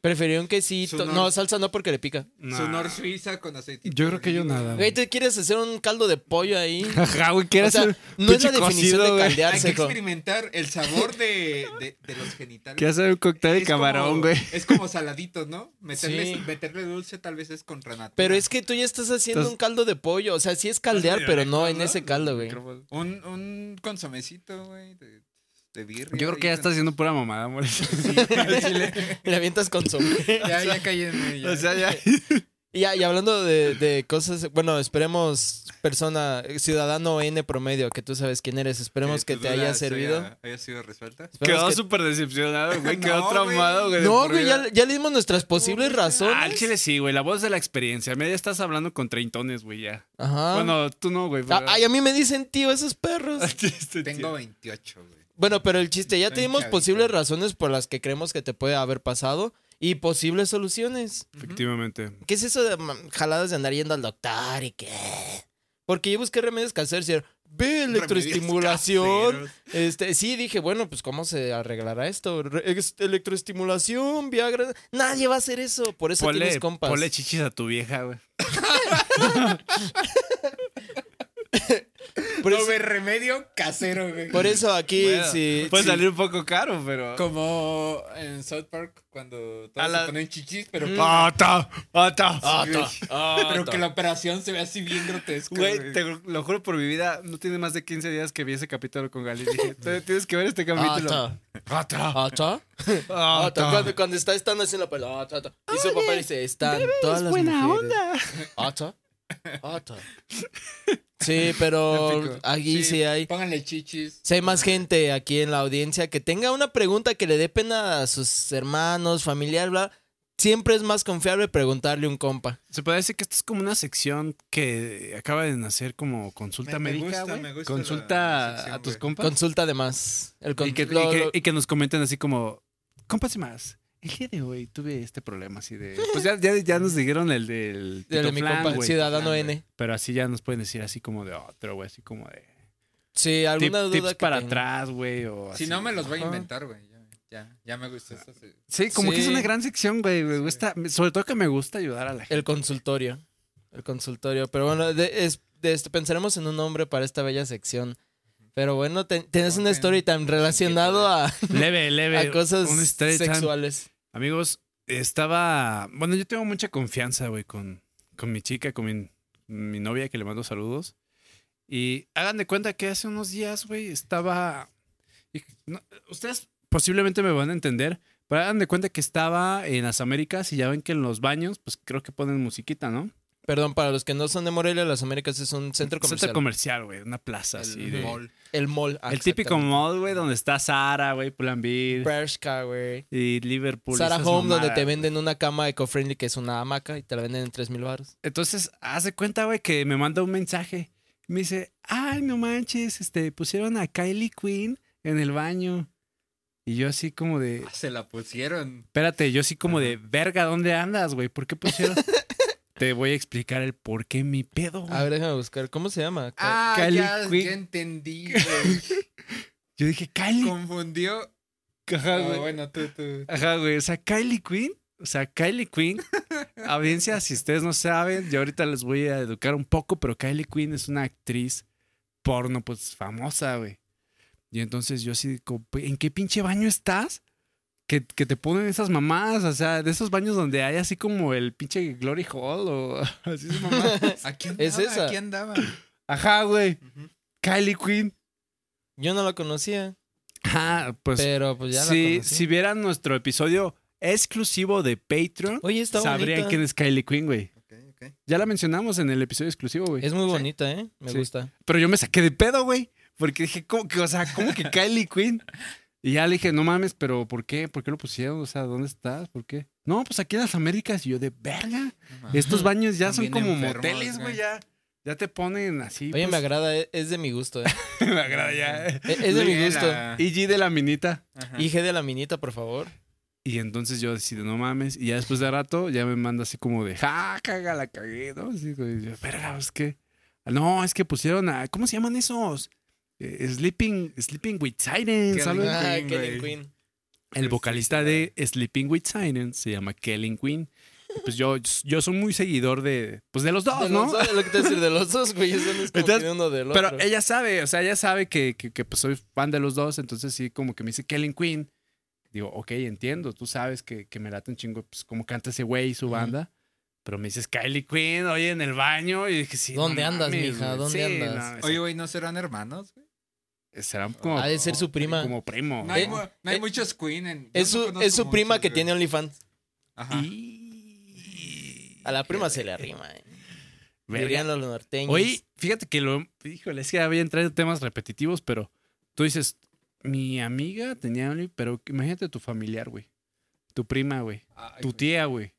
S1: Preferiría un quesito.
S3: Su nor-
S1: No, salsa no porque le pica.
S2: Nah.
S3: Su nor suiza con aceitito.
S2: Yo creo que yo
S3: de oliva.
S2: nada,
S1: Güey, ¿tú quieres hacer un caldo de pollo ahí?
S2: Ajá, güey,
S1: O
S2: ¿quieres
S1: sea,
S2: hacer
S1: no es la
S2: pinche
S1: definición
S2: cocido,
S1: de
S2: güey?
S3: Hay que
S1: caldearse. co-
S3: experimentar el sabor de, de, de los genitales.
S2: ¿Quieres hacer un cóctel de
S3: Es como-
S2: camarón, güey?
S3: Es como saladito, ¿no? Meterle,
S1: Sí.
S3: meterle dulce tal vez es contra natura.
S1: Pero es que tú ya estás haciendo
S2: Entonces-
S1: un caldo de pollo. O sea, sí es caldear, pero no en ese caldo, güey.
S2: Yo
S3: Un, un consomecito, güey, de, de birria.
S2: creo
S3: ahí
S2: que ya
S3: con-
S2: estás haciendo pura mamada, amor.
S1: Le avientas con sombrero.
S3: Ya, ya caí en ello.
S2: O sea, ya.
S1: Y, y hablando de, de cosas, bueno, esperemos, persona, ciudadano N promedio, que tú sabes quién eres, esperemos que,
S3: tu
S1: te
S3: duda
S1: haya servido.
S3: Haya, haya sido resuelta.
S1: Esperemos
S2: Quedó
S1: que-
S2: súper decepcionado, güey.
S3: No,
S2: Quedó traumado, güey. de
S1: No,
S2: por
S1: güey,
S2: vida.
S1: ya, ya le dimos nuestras posibles razones.
S2: Ah, al chile sí, güey. La voz de la experiencia. Mira, ya estás hablando con treintones, güey, ya.
S1: Ajá.
S2: Bueno, tú no, güey.
S1: Ah,
S2: pero-
S1: Ay, a mí me dicen tío esos perros.
S2: Este tío.
S3: Tengo 28, güey.
S1: Bueno, pero el chiste, ya te
S3: Estoy
S1: dimos
S3: chavito.
S1: posibles razones por las que creemos que te puede haber pasado y posibles soluciones.
S2: Efectivamente.
S1: ¿Qué es eso de mm, jaladas de andar yendo al doctor y qué? Porque yo busqué remedios caseros y era, ve electroestimulación.
S3: Remedios
S1: Este, sí, dije, bueno, pues ¿cómo se arreglará esto? Re- ex- electroestimulación, Viagra. Nadie va a hacer eso, por eso
S2: Ponle,
S1: tienes compas.
S2: ponle chichis a tu vieja, güey.
S1: por,
S3: No,
S1: eso,
S3: güey, remedio casero, güey.
S1: por eso aquí,
S2: Bueno,
S1: sí.
S2: Puede
S1: sí.
S2: salir un poco caro, pero.
S3: Como en South Park, cuando todos
S2: A la-
S3: se ponen chichis, pero,
S1: Mm.
S2: ¡Ata! ¡Ata!
S1: Ata,
S3: pero
S1: ata.
S3: que la operación se ve así bien grotesca.
S2: Güey, te lo juro por mi vida, no tiene más de 15 días que vi ese capítulo con Gali. Dije, "Tú tienes que ver este
S1: Ah,
S2: capítulo. Ah,
S1: Ata, ata,
S2: ¡Ata!
S1: ata. Ah, Cuando, cuando está estando haciendo la pelota, ata, ata. y su papá dice, están todas las mujeres. Ah, Ata. Ata. Sí, pero
S2: Épico.
S1: aquí sí, hay.
S3: Pónganle chichis.
S1: Si hay más gente aquí en la audiencia que tenga una pregunta que le dé pena a sus hermanos, familiar, bla, siempre es más confiable preguntarle a un compa.
S2: Se puede decir que esto es como una sección que acaba de nacer como consulta
S3: Me- me
S2: médica,
S3: gusta,
S2: güey.
S3: me gusta
S2: Consulta
S3: la- la sección,
S2: a tus
S3: güey.
S2: compas.
S1: Consulta de más. El con-
S2: y, que, y
S1: lo-
S2: que-
S1: lo-
S2: y que nos comenten así como, compas y más. El día de hoy tuve este problema así de... Pues ya, ya, ya nos dijeron el del...
S1: de
S2: Tito
S1: mi
S2: Flan,
S1: compa,
S2: güey.
S1: Ciudadano
S3: Flan,
S1: N.
S2: Pero así ya nos pueden decir así como de otro, güey, así como de...
S1: Sí,
S2: Tip-
S1: alguna duda
S2: tips
S1: que
S2: para
S1: tengan.
S2: atrás, güey. o
S3: Si
S2: así.
S3: no, me los voy a
S2: Ajá.
S3: inventar, güey. Ya, ya, ya me gustó esto. sí.
S2: Sí, como que es
S1: Sí.
S2: una gran sección, güey. Me gusta, sobre todo que me gusta ayudar a la gente.
S1: El consultorio. El consultorio. Pero bueno, de, es- de esto, pensaremos en un nombre para esta bella sección. Pero bueno, te- tenés una
S3: Ok.
S1: story time relacionado a,
S2: Leve, leve.
S1: a cosas
S2: un story time.
S1: sexuales.
S2: Amigos, estaba. Bueno, yo tengo mucha confianza, güey, con, con mi chica, con mi, mi novia, que le mando saludos. Y hagan de cuenta que hace unos días, güey, estaba. y- no, ustedes posiblemente me van a entender, pero hagan de cuenta que estaba en las Américas y ya ven que en los baños, pues creo que ponen musiquita, ¿no?
S1: Perdón, para los que no son de Morelia, las Américas es un centro comercial.
S2: Centro comercial, güey, una plaza
S1: El
S2: así.
S1: Sí,
S2: de-
S3: Mol.
S1: el mall. ah,
S2: el típico
S1: exactamente.
S2: mall, güey, donde está Sara, güey, Pull&Bear
S1: Bershka, güey.
S2: y Liverpool.
S1: Sarah
S2: esas
S1: Home, donde
S2: mamadas,
S1: te
S2: güey.
S1: venden una cama eco-friendly que es una hamaca y te la venden en 3 mil baros.
S2: Entonces, hace cuenta, güey, que me manda un mensaje. Me dice, ay, no manches, este, pusieron a Kylie Quinn en el baño. Y yo así como de,
S3: Ah, Se la pusieron.
S2: espérate, yo así como de, verga, ¿dónde andas, güey? ¿Por qué pusieron? te voy a explicar el por qué mi pedo, güey.
S1: A ver, déjame buscar. ¿Cómo se llama?
S3: Ah,
S2: Kylie
S3: ya,
S2: Quinn.
S3: ya entendí, güey.
S2: Yo dije, Kylie.
S3: Confundió.
S2: Ajá,
S3: Ah,
S2: güey.
S3: bueno, tú, tú.
S2: Ajá, güey. O sea, Kylie Quinn. O sea, Kylie Quinn. Audiencia, si ustedes no saben, yo ahorita les voy a educar un poco, pero Kylie Quinn es una actriz porno, pues famosa, güey. Y entonces yo así, como, ¿en qué pinche baño estás? Que, que te ponen esas mamadas, o sea, de esos baños donde hay así como el pinche Glory Hall o así esas mamadas.
S3: Aquí andaba,
S1: Es esa.
S3: aquí andaba.
S2: Ajá, güey.
S3: Ujú.
S2: Kylie Quinn.
S1: Yo no la conocía,
S2: Ajá, pues.
S1: pero pues ya la
S2: si,
S1: conocí.
S2: si vieran nuestro episodio exclusivo de Patreon,
S1: Oye, está
S2: sabrían
S1: bonita.
S2: quién es Kylie Quinn, güey.
S3: Ok, ok.
S2: Ya la mencionamos en el episodio exclusivo, güey.
S1: Es muy
S3: Sí.
S1: bonita, ¿eh? Me
S2: Sí.
S1: gusta.
S2: Pero yo me saqué de pedo, güey. Porque dije, ¿cómo que, o sea, cómo que Kylie Quinn? Y ya le dije, no mames, pero ¿por qué? ¿Por qué lo pusieron? O sea, ¿dónde estás? ¿Por qué? No, pues aquí en las Américas. Y yo de verga.
S3: No mames.
S2: Estos baños ya son
S3: Bien
S2: como
S3: enfermos,
S2: moteles, güey.
S3: güey.
S2: Ya, ya te ponen así.
S1: Oye, me
S2: pues,
S1: agrada, e- es de mi gusto, ¿eh?
S2: me agrada ya. eh.
S1: E- Es de mi
S3: Mira
S1: gusto.
S3: la-
S2: IG de la minita.
S3: Ajá.
S1: IG de la minita, por favor.
S2: Y entonces yo decido, no mames. Y ya después de rato, ya me manda así como de, ja, caga, la cagué, ¿no? Así, güey, yo, verga, es que. No, es que pusieron a. ¿Cómo se llaman esos? Eh, sleeping, sleeping with Sirens,
S3: Qué
S2: ¿sabes?
S3: rico.
S1: Ah,
S3: Queen,
S1: Kelly
S3: güey.
S1: Queen.
S2: El
S1: este,
S3: Sí,
S2: vocalista
S3: sí,
S2: de Sleeping with Silence se llama Kellen Quinn. Y Pues yo, yo soy muy seguidor de, pues de los
S3: Ah,
S2: dos,
S1: De
S2: ¿no?
S1: los dos, es lo que te voy a decir, de los dos, güey. Eso no es como
S2: Entonces,
S1: que de uno del otro.
S2: Pero ella sabe, o sea, ella sabe que, que, que, pues soy fan de los dos, entonces sí, como que me dice Kellen Quinn. Digo, ok, entiendo, tú sabes que, que me late un chingo, pues como canta ese güey y su
S1: Ujú.
S2: banda. Pero me dices Kylie Quinn, oye, en el baño. Y dije, sí.
S1: ¿Dónde andas,
S2: mames,
S1: mija?
S2: güey.
S1: ¿Dónde
S2: Sí,
S1: andas?
S2: no,
S3: Oye, güey, ¿no serán hermanos? güey?
S2: serán como,
S1: ha de ser su prima.
S2: como primo.
S3: No hay,
S1: Eh,
S3: mu- no hay
S1: eh,
S3: muchos Queen. En, yo
S1: es
S3: no
S1: su,
S3: conozco
S1: es su prima
S3: muchos,
S1: que
S3: güey.
S1: tiene OnlyFans.
S3: Ajá.
S2: Eh, Y-
S1: A la prima se le arrima, ¿eh?
S2: Verga.
S1: Dirían los norteños.
S2: Oye, fíjate que lo. Híjole, es que ya voy a entrar en temas repetitivos, pero tú dices, mi amiga tenía Only, pero imagínate tu familiar, güey. Tu prima, güey.
S3: Ay,
S2: Tu
S3: güey.
S2: tía, güey.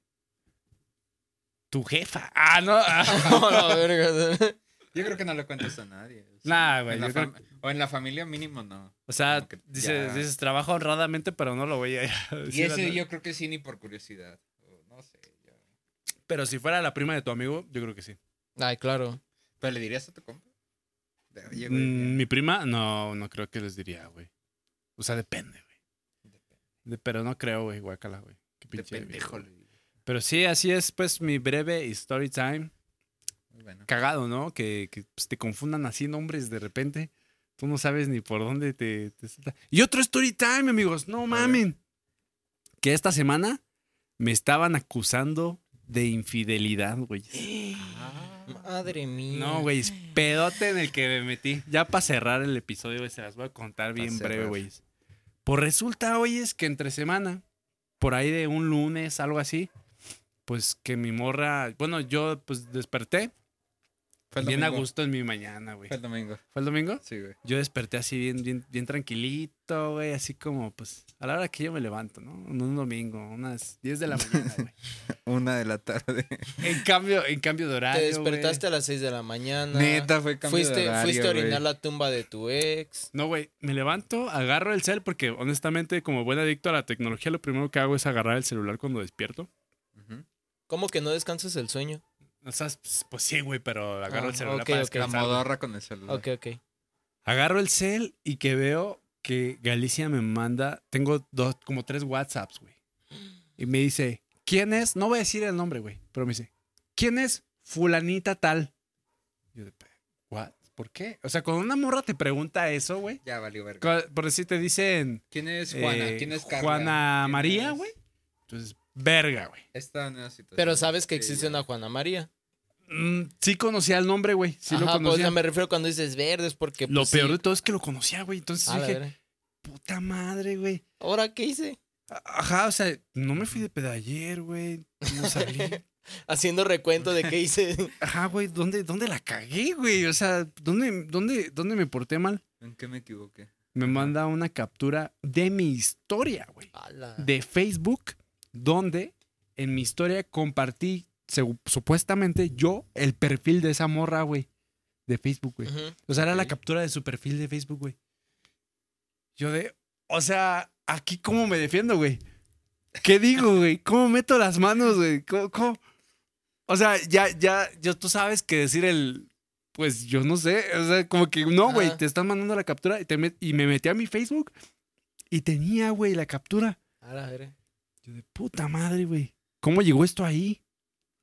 S2: Tu jefa. Ah, no.
S1: No, la verga.
S3: Yo creo que no lo cuentas a nadie. O sea,
S2: Nah,
S3: en
S2: güey,
S3: la
S2: yo creo
S3: fam- O en la familia mínimo no.
S2: O sea,
S3: Como que
S2: dices,
S3: ya.
S2: dices, trabajo honradamente, pero no lo voy a.
S3: Y
S2: decir a
S3: ese
S2: nadie".
S3: yo creo que sí, ni por curiosidad. o No sé. yo-
S2: Pero si fuera la prima de tu amigo, yo creo que sí.
S1: Ay, claro.
S3: ¿Pero le dirías a tu compa? De, Oye, güey,
S2: Mm, Mi prima, no, no creo que les diría, güey. O sea, depende, güey. De- pero no creo, güey, guácala, güey. Qué
S3: de
S2: pinche
S3: pendejo.
S2: viejo,
S3: le diría.
S2: Pero sí, así es pues mi breve story time.
S3: Muy bueno.
S2: Cagado, ¿no? Que, que, pues, te confundan así nombres de repente. Tú no sabes ni por dónde te, te- Y otro story time, amigos. No mamen. Que esta semana me estaban acusando de infidelidad, güey.
S1: Madre mía.
S2: No, güey, es pedote en el que me metí. Ya para cerrar el episodio, güey, se las voy a contar bien
S3: cerrar.
S2: breve, güey. Pues resulta, hoy es que entre semana, por ahí de un lunes, algo así, pues que mi morra, bueno, yo pues desperté
S3: Fue el
S2: bien a
S3: domingo.
S2: gusto en mi mañana, güey.
S3: Fue el domingo.
S2: ¿Fue el domingo?
S3: Sí, güey.
S2: Yo desperté así bien, bien, bien tranquilito, güey, así como pues a la hora que yo me levanto, ¿no? En Un domingo, unas 10 de la mañana, güey.
S3: Una de la tarde.
S2: En cambio, en cambio de horario,
S1: Te
S2: güey.
S1: despertaste a las 6 de la mañana.
S3: Neta, fue cambio de
S1: Fuiste,
S3: horario,
S1: fuiste a orinar
S3: güey.
S1: la tumba de tu ex.
S2: No, güey, me levanto, agarro el cel porque honestamente como buen adicto a la tecnología lo primero que hago es agarrar el celular cuando despierto.
S3: Ujú.
S1: ¿Cómo que no descansas el sueño?
S2: O sea, pues, pues sí, güey, pero agarro
S1: Ah,
S2: el celular
S1: ok,
S2: para
S1: ok.
S2: descansar,
S3: La
S2: güey.
S3: modorra con el celular.
S1: Ok, ok.
S2: Agarro el cel y que veo que Galicia me manda. Tengo dos, como tres WhatsApps, güey. Y me dice, ¿quién es? No voy a decir el nombre, güey, pero me dice, ¿quién es Fulanita tal? Yo de, pe- ¿what? ¿Por qué? O sea, cuando una morra te pregunta eso, güey.
S3: Ya valió verga.
S2: cua- Por decir, te dicen,
S3: ¿Quién es Juana?
S2: eh,
S3: ¿Quién es Carla?
S2: Juana
S3: ¿Quién
S2: María,
S3: es-
S2: güey. Entonces, verga, güey.
S3: Esta nueva situación.
S1: Pero sabes que
S3: Sí,
S1: existe
S3: ya.
S1: una Juana María.
S2: Mm, sí conocía el nombre, güey. Sí lo
S1: Ajá, pues, o
S2: conocía.
S1: sea, me refiero cuando dices verdes porque...
S2: Lo
S1: pues,
S2: peor
S1: sí.
S2: de todo es que lo conocía, güey. Entonces
S1: A la
S2: dije,
S1: verga.
S2: puta madre, güey.
S1: ¿Ahora qué hice?
S2: A- Ajá, o sea, no me fui de peda ayer, güey. No salí.
S1: Haciendo recuento de qué hice.
S2: Ajá, güey, ¿dónde, ¿dónde la cagué, güey? O sea, ¿dónde, dónde, ¿dónde me porté mal?
S3: ¿En qué me equivoqué?
S2: Me manda una captura de mi historia, güey.
S1: Ala.
S2: de Facebook donde en mi historia compartí segu- supuestamente yo el perfil de esa morra, güey, de Facebook, güey.
S1: Ujú.
S2: O sea, era la
S3: Ok.
S2: captura de su perfil de Facebook, güey. Yo de, o sea, aquí cómo me defiendo, güey. ¿Qué digo, güey? ¿Cómo meto las manos, güey? ¿Cómo, cómo? O sea, ya, ya, yo, tú sabes que decir el, pues yo no sé, o sea, como que no, güey,
S1: Ajá.
S2: te están mandando la captura y, te met- y me metí a mi Facebook y tenía, güey, la captura.
S1: A la verga.
S2: Yo de puta madre, güey. ¿Cómo llegó esto ahí?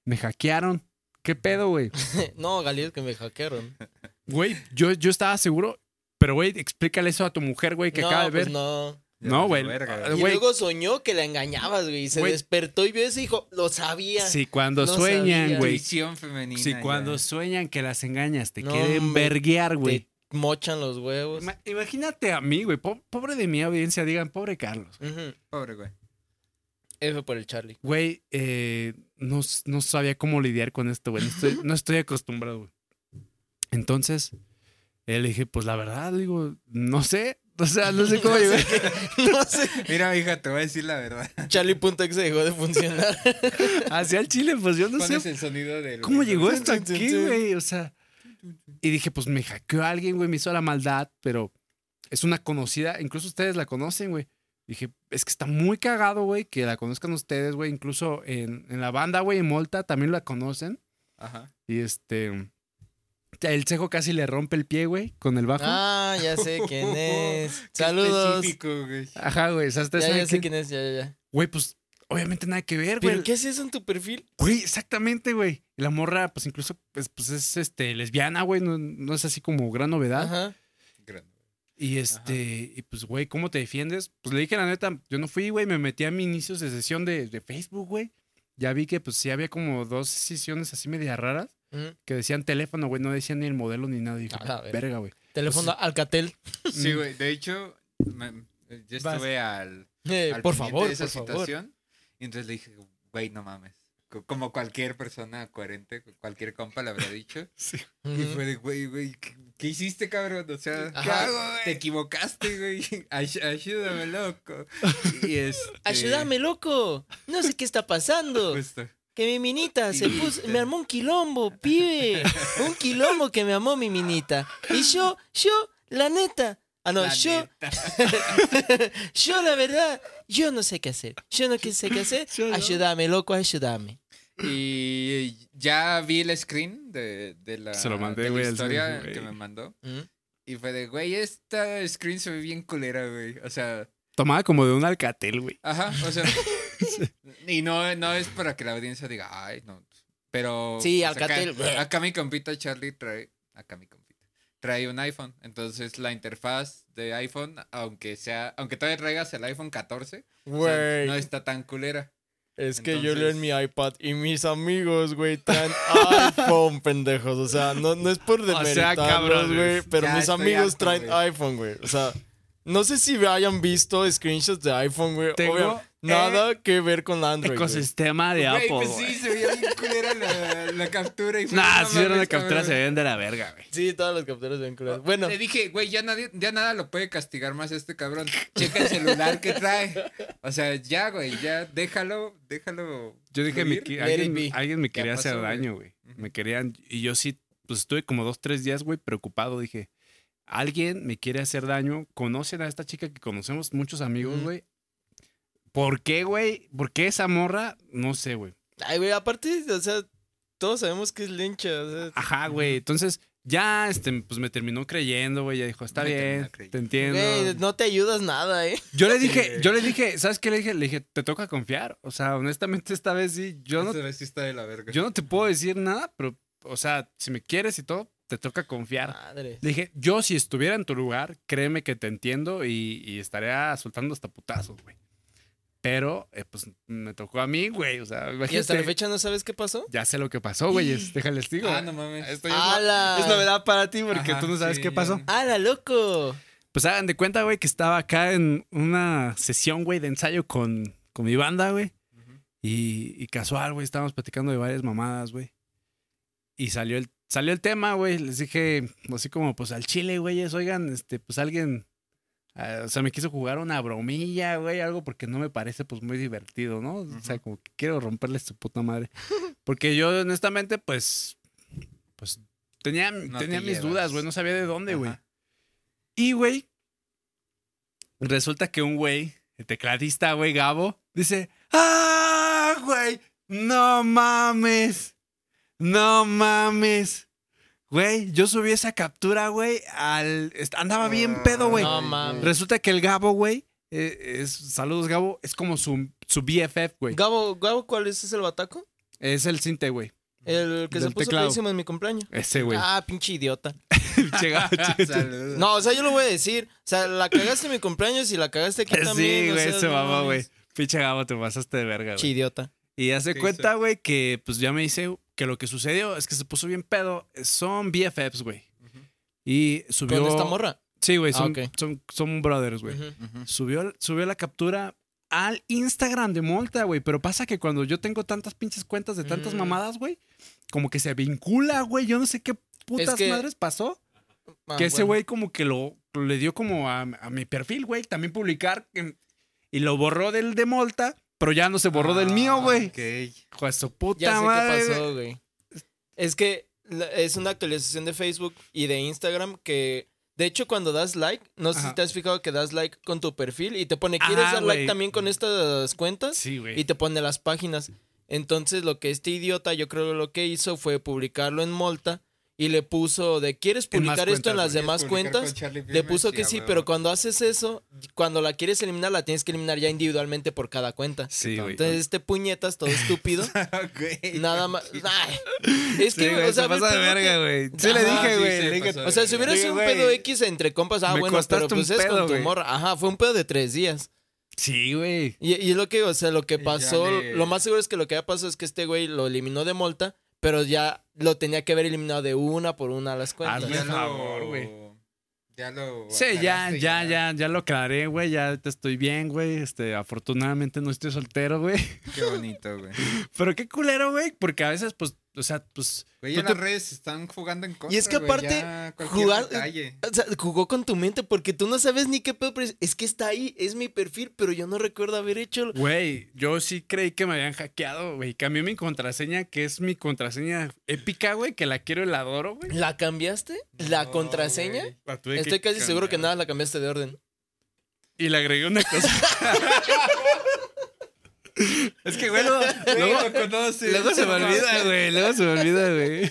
S2: Me hackearon. ¿Qué pedo, güey?
S1: No, Galileo, que me hackearon.
S2: Güey, yo, yo estaba seguro. Pero, güey, explícale eso a tu mujer, güey, que
S1: no,
S2: acaba de
S1: pues
S2: ver.
S1: no.
S3: Ya
S2: No,
S3: valió
S2: güey.
S3: verga,
S2: Ah,
S1: Y
S2: Güey.
S1: luego soñó que la engañabas, güey. Y se
S2: Güey.
S1: despertó y vio eso y dijo, lo sabía.
S2: Si cuando
S1: No
S2: sueñan,
S1: sabía.
S2: güey.
S3: Intuición femenina.
S2: Si
S3: ya.
S2: cuando sueñan que las engañas, te
S1: No,
S2: quieren
S1: hombre,
S2: verguear, güey.
S1: Te mochan los huevos.
S2: Ima- Imagínate a mí, güey. po- Pobre de mi audiencia, digan, pobre Carlos.
S1: Ujú.
S3: Pobre, güey.
S1: F por el Charlie.
S2: Güey, eh, no, s- no sabía cómo lidiar con esto, güey. No estoy, no estoy acostumbrado, güey. Entonces, eh, le dije, pues la verdad, le digo, no sé. O sea, no sé cómo
S1: No sé
S2: llegar.
S1: No sé.
S3: Mira, hija, te voy a decir la verdad.
S1: Charlie.exe dejó de funcionar.
S2: Hacia el chile, pues yo no
S3: Pones
S2: sé.
S3: el sonido del.
S2: ¿Cómo llegó esto
S1: Tun, tun,
S2: aquí,
S1: tun.
S2: güey? O sea, y dije, pues me hackeó alguien, güey, me hizo la maldad, pero es una conocida, incluso ustedes la conocen, güey. Dije, es que está muy cagado, güey, que la conozcan ustedes, güey, incluso en, en la banda, güey, en Molta también la conocen.
S3: Ajá.
S2: Y este. El cejo casi le rompe el pie, güey, con el bajo.
S1: Ah, ya sé quién es.
S3: Qué
S1: Saludos.
S3: específico, güey.
S2: Ajá, güey. o sea, ustedes
S1: Ya, ya
S2: saben
S1: sé
S2: quién-
S1: quién es, ya, ya, ya.
S2: Güey, pues obviamente nada que ver,
S1: ¿Pero
S2: güey.
S1: qué haces en tu perfil?
S2: Güey, exactamente, güey. Y La morra, pues incluso, pues, pues, es este, lesbiana, güey. No, no es así como gran novedad.
S1: Ajá.
S3: Grande.
S2: Y este, y pues, güey, ¿cómo te defiendes? Pues le dije la neta, yo no fui, güey. Me metí a mis inicios de sesión de, de Facebook, güey. Ya vi que pues sí había como dos sesiones así media raras
S1: Mm.
S2: que decían teléfono, güey. No decían ni el modelo ni nada. Y dije,
S1: A la verga.
S2: verga, güey.
S1: Teléfono Alcatel.
S3: Pues Sí,
S2: Mm.
S3: güey. De hecho, me- yo
S2: Vas.
S3: estuve al,
S1: Eh,
S3: al
S1: por
S3: pendiente
S1: favor,
S3: de esa
S1: por favor.
S3: situación. Y entonces le dije, güey, no mames. Co- Como cualquier persona coherente, cualquier compa le habrá dicho. Y
S1: Ujú.
S3: fue de, güey, güey, ¿qué, qué hiciste, cabrón? O sea, ¿qué
S1: Ajá.
S3: hago, güey? Te equivocaste, güey. Ay- ayúdame, loco. Y este,
S1: Ayúdame, loco. No sé qué está pasando.
S3: Justo.
S1: Que mi minita se
S3: Pues Sí.
S1: puso, me armó un quilombo, pibe. Un quilombo que me amó mi minita. Y yo, yo, la neta. Ah, no,
S3: La
S1: yo,
S3: neta.
S1: yo la verdad, yo no sé qué hacer. Yo no sé qué hacer.
S2: Yo no.
S1: Ayúdame, loco, ayúdame.
S3: Y ya vi el screen de, de la,
S2: Se lo mandé,
S3: de la
S2: güey, al
S3: historia
S2: Sergio, güey.
S3: que me mandó.
S1: ¿Mm?
S3: Y fue de, güey, esta screen se ve bien culera, güey. O sea,
S2: Tomaba como de un alcatel, güey.
S3: ajá, o sea. y no, no es para que la audiencia diga, ay, no. Pero.
S1: Sí,
S3: o sea, acá-
S1: Alcatel, güey.
S3: Acá, mi compita Charlie trae. Acá mi compita. Trae un iPhone. Entonces la interfaz de iPhone, aunque sea. Aunque todavía traigas el iPhone 14, o sea, no está tan culera.
S1: Es que yo
S3: Entonces-
S1: leo en mi iPad y mis amigos, güey, traen iPhone, pendejos. O sea, no, no es por
S2: sea,
S1: demeritarlos,
S2: cabrones.
S1: güey, pero
S3: Ya
S1: mis
S3: estoy
S1: amigos
S3: harto,
S1: traen
S3: güey.
S1: iPhone, güey. O sea, no sé si hayan visto screenshots de iPhone, güey.
S2: Tengo,
S1: Obvio,
S2: eh,
S1: nada que ver con Android, güey.
S2: Ecosistema de
S3: Güey,
S2: Apple.
S3: pues
S2: güey.
S3: sí, se veía bien culera la, la captura. Y fue,
S2: Nah,
S3: "No
S2: si era
S3: mames,
S2: una captura,
S3: cabrón".
S2: se ven de la verga, güey.
S1: Sí, todas las capturas ven culeras. Bueno,
S3: Le dije, güey, ya, nadie, ya nada lo puede castigar más a este cabrón. Checa el celular que trae. O sea, ya, güey, ya déjalo, déjalo.
S2: Yo dije, me
S3: fluir.
S2: qui-
S1: Let it
S2: alguien,
S1: be.
S2: alguien me
S3: Ya
S2: quería hacer
S3: pasó, güey.
S2: daño, güey.
S3: Ujú.
S2: Me querían. Y yo sí, pues estuve como dos, tres días, güey, preocupado. Dije, alguien me quiere hacer daño. Conocen a esta chica que conocemos muchos amigos,
S1: Ujú.
S2: güey. ¿Por qué, güey? ¿Por qué esa morra? No sé, güey.
S1: ay, güey, aparte, o sea, todos sabemos que es lincha. O sea,
S2: Ajá, güey. Entonces, ya, este, pues me terminó creyendo, güey. Ya dijo, está
S3: Me terminó
S2: bien,
S3: creyendo.
S2: te entiendo.
S1: Güey, no te ayudas nada, ¿eh?
S2: Yo le
S3: Sí,
S2: dije,
S3: güey.
S2: yo le dije, ¿sabes qué le dije? Le dije, te toca confiar. O sea, honestamente, esta vez sí, yo no,
S3: Esta vez sí está de la verga. Ah,
S2: yo no te puedo decir nada, pero, o sea, si me quieres y todo, te toca confiar.
S1: Madre.
S2: Le dije, yo si estuviera en tu lugar, créeme que te entiendo y, y estaría soltando hasta putazos, güey. Pero, eh, pues, me tocó a mí, güey. O sea,
S1: ¿Y hasta la
S2: imagínate.
S1: fecha no sabes qué pasó?
S2: Ya sé lo que pasó, güeyes. Déjales, digo. eh,
S3: Ah, no mames.
S2: Esto ya Pues es,
S1: ¡Hala!
S2: no- es novedad para ti porque
S3: Ajá,
S2: tú no sabes
S3: sí,
S2: qué
S3: yo
S2: pasó.
S3: no.
S1: ¡Hala, loco!
S2: Pues hagan de cuenta, güey, que estaba acá en una sesión, güey, de ensayo con, con mi banda, güey.
S3: Ujú.
S2: Y, y casual, güey, estábamos platicando de varias mamadas, güey. Y salió el, salió el tema, güey. Les dije, así como, pues al chile, güeyes, oigan, este, pues alguien. ah, o sea, me quiso jugar una bromilla, güey, algo porque no me parece, pues, muy divertido, ¿no? O sea,
S3: Ujú.
S2: como que quiero romperle su puta madre. Porque yo, honestamente, pues. Pues tenía,
S3: No te
S2: tenía mis
S3: llevas.
S2: dudas, güey. No sabía de dónde, güey.
S3: Ajá.
S2: Y, güey, resulta que un güey, el tecladista, güey, Gabo, dice, ¡Ah, güey! ¡No mames! ¡No mames! Güey, yo subí esa captura, güey, al... est- Andaba bien pedo, güey.
S1: No
S3: Ah,
S1: mames.
S2: Resulta que el Gabo, güey, eh, es- saludos, Gabo, es como su, su BFF, güey.
S1: Gabo, Gabo, ¿cuál es ese el bataco?
S2: Es el cinte, güey.
S1: El que se
S2: Del
S1: puso
S2: teclado.
S1: pedísimo en mi cumpleaños.
S2: Ese, güey.
S1: Ah, pinche idiota.
S2: Che, Gabo, che.
S3: Saludos.
S1: No, o sea, yo lo voy a decir. O sea, la cagaste en mi cumpleaños y la cagaste aquí también.
S2: sí,
S1: o
S2: güey,
S1: sea,
S2: se
S1: no
S2: mamó,
S1: mames.
S2: güey. Pinche Gabo, te pasaste de verga, güey.
S1: Pinche idiota.
S2: Y hace
S3: ¿Qué
S2: cuenta, güey, que pues ya me dice que lo que sucedió es que se puso bien pedo. Son BFFs, güey.
S3: Ujú,
S2: Y
S1: ¿Con
S2: subió.
S1: esta morra?
S2: Sí, güey,
S1: Ah,
S2: son,
S1: ok.
S2: son, son brothers, Pues güey.
S1: Ujú.
S3: ujú.
S2: subió, subió la captura al Instagram de Molta, güey. Pero pasa que cuando yo tengo tantas pinches cuentas de tantas
S1: Mm.
S2: mamadas, güey, como que se vincula, güey. Yo no sé qué putas
S1: que-
S2: madres pasó.
S1: Ah,
S2: que ese
S1: bueno.
S2: güey como que lo le dio como a, a mi perfil, güey, también publicar. em, y lo borró del de Molta, pero ya no se borró del mío,
S3: Ah,
S2: güey.
S3: ok.
S2: Hijo de su puta
S1: Ya sé
S2: madre,
S1: qué
S2: güey.
S1: pasó, güey. Es que la- es una actualización de Facebook y de Instagram que. De hecho, cuando das like, no sé
S2: Ajá.
S1: si te has fijado que das like con tu perfil y te pone,
S2: Ajá,
S1: ¿quieres dar like
S2: güey.
S1: también con estas cuentas?
S2: Sí, güey.
S1: Y te pone las páginas. Entonces, lo que este idiota, yo creo lo que hizo fue publicarlo en Molta y le puso de, ¿quieres
S2: En más
S1: publicar esto en
S2: cuentas,
S1: las
S2: güey.
S1: demás
S3: Publicar
S1: cuentas?
S3: con Charlie
S1: Le
S3: Plymouth,
S1: puso que
S3: a
S1: sí,
S3: huevo.
S1: pero cuando haces eso, cuando la quieres eliminar, la tienes que eliminar ya individualmente por cada cuenta.
S2: Sí, güey.
S1: Entonces, este puñetas, todo estúpido,
S3: Ok.
S1: nada más. Ay, es
S2: Sí,
S1: que,
S2: güey,
S1: o sea,
S2: se
S1: ve el
S2: pasa de
S1: pedo que-
S2: verga, güey. Sí le
S1: Ajá,
S2: dije,
S3: sí,
S2: güey.
S3: se
S2: le dije-
S3: pasó de
S1: o sea, si hubiera
S2: Dije,
S1: sido un
S2: güey,
S1: pedo X entre compas, ah,
S2: me
S1: bueno, pero
S2: costaste un
S1: pues es
S2: pedo,
S1: con tu
S2: güey.
S1: morra. Ajá, fue un pedo de tres días.
S2: Sí, güey.
S1: Y, y es lo que, o sea, lo que
S3: Y ya
S1: pasó,
S3: le-
S1: lo más seguro es que lo que había pasado es que este güey lo eliminó de Molta, pero ya lo tenía que haber eliminado de una por una a las cuentas.
S2: Hazme
S3: Ya
S2: el
S3: lo-
S2: favor, güey.
S3: Ya lo.
S2: Sí, ya,
S3: aclaraste
S2: ya, ya, ya lo aclaré, güey. Ya te estoy bien, güey. Este, afortunadamente no estoy soltero, güey.
S3: Qué bonito, güey.
S2: Pero qué culero, güey. Porque a veces, pues, o sea, pues.
S3: Güey,
S2: Tú
S3: ya las
S2: te-
S3: redes están jugando en contra.
S1: Y es que
S3: güey,
S1: aparte,
S3: ya cualquier
S1: jugar-
S3: detalle.
S1: O sea, jugó con tu mente porque tú no sabes ni qué pedo, pero es- es que está ahí, es mi perfil, pero yo no recuerdo haber hecho.
S2: Güey, yo sí creí que me habían hackeado, güey. Cambié mi contraseña, que es mi contraseña épica, güey, que la quiero y la adoro, güey.
S1: ¿La cambiaste? ¿La
S3: No,
S1: contraseña?
S3: güey.
S2: La tuve que
S1: Estoy casi seguro que
S2: cambiar.
S1: nada la cambiaste de orden.
S2: Y le agregué una cosa. es que, güey, luego-
S3: Güey,
S2: luego,
S3: lo conoces.
S2: Luego se me olvida, güey. Luego se me olvida, güey.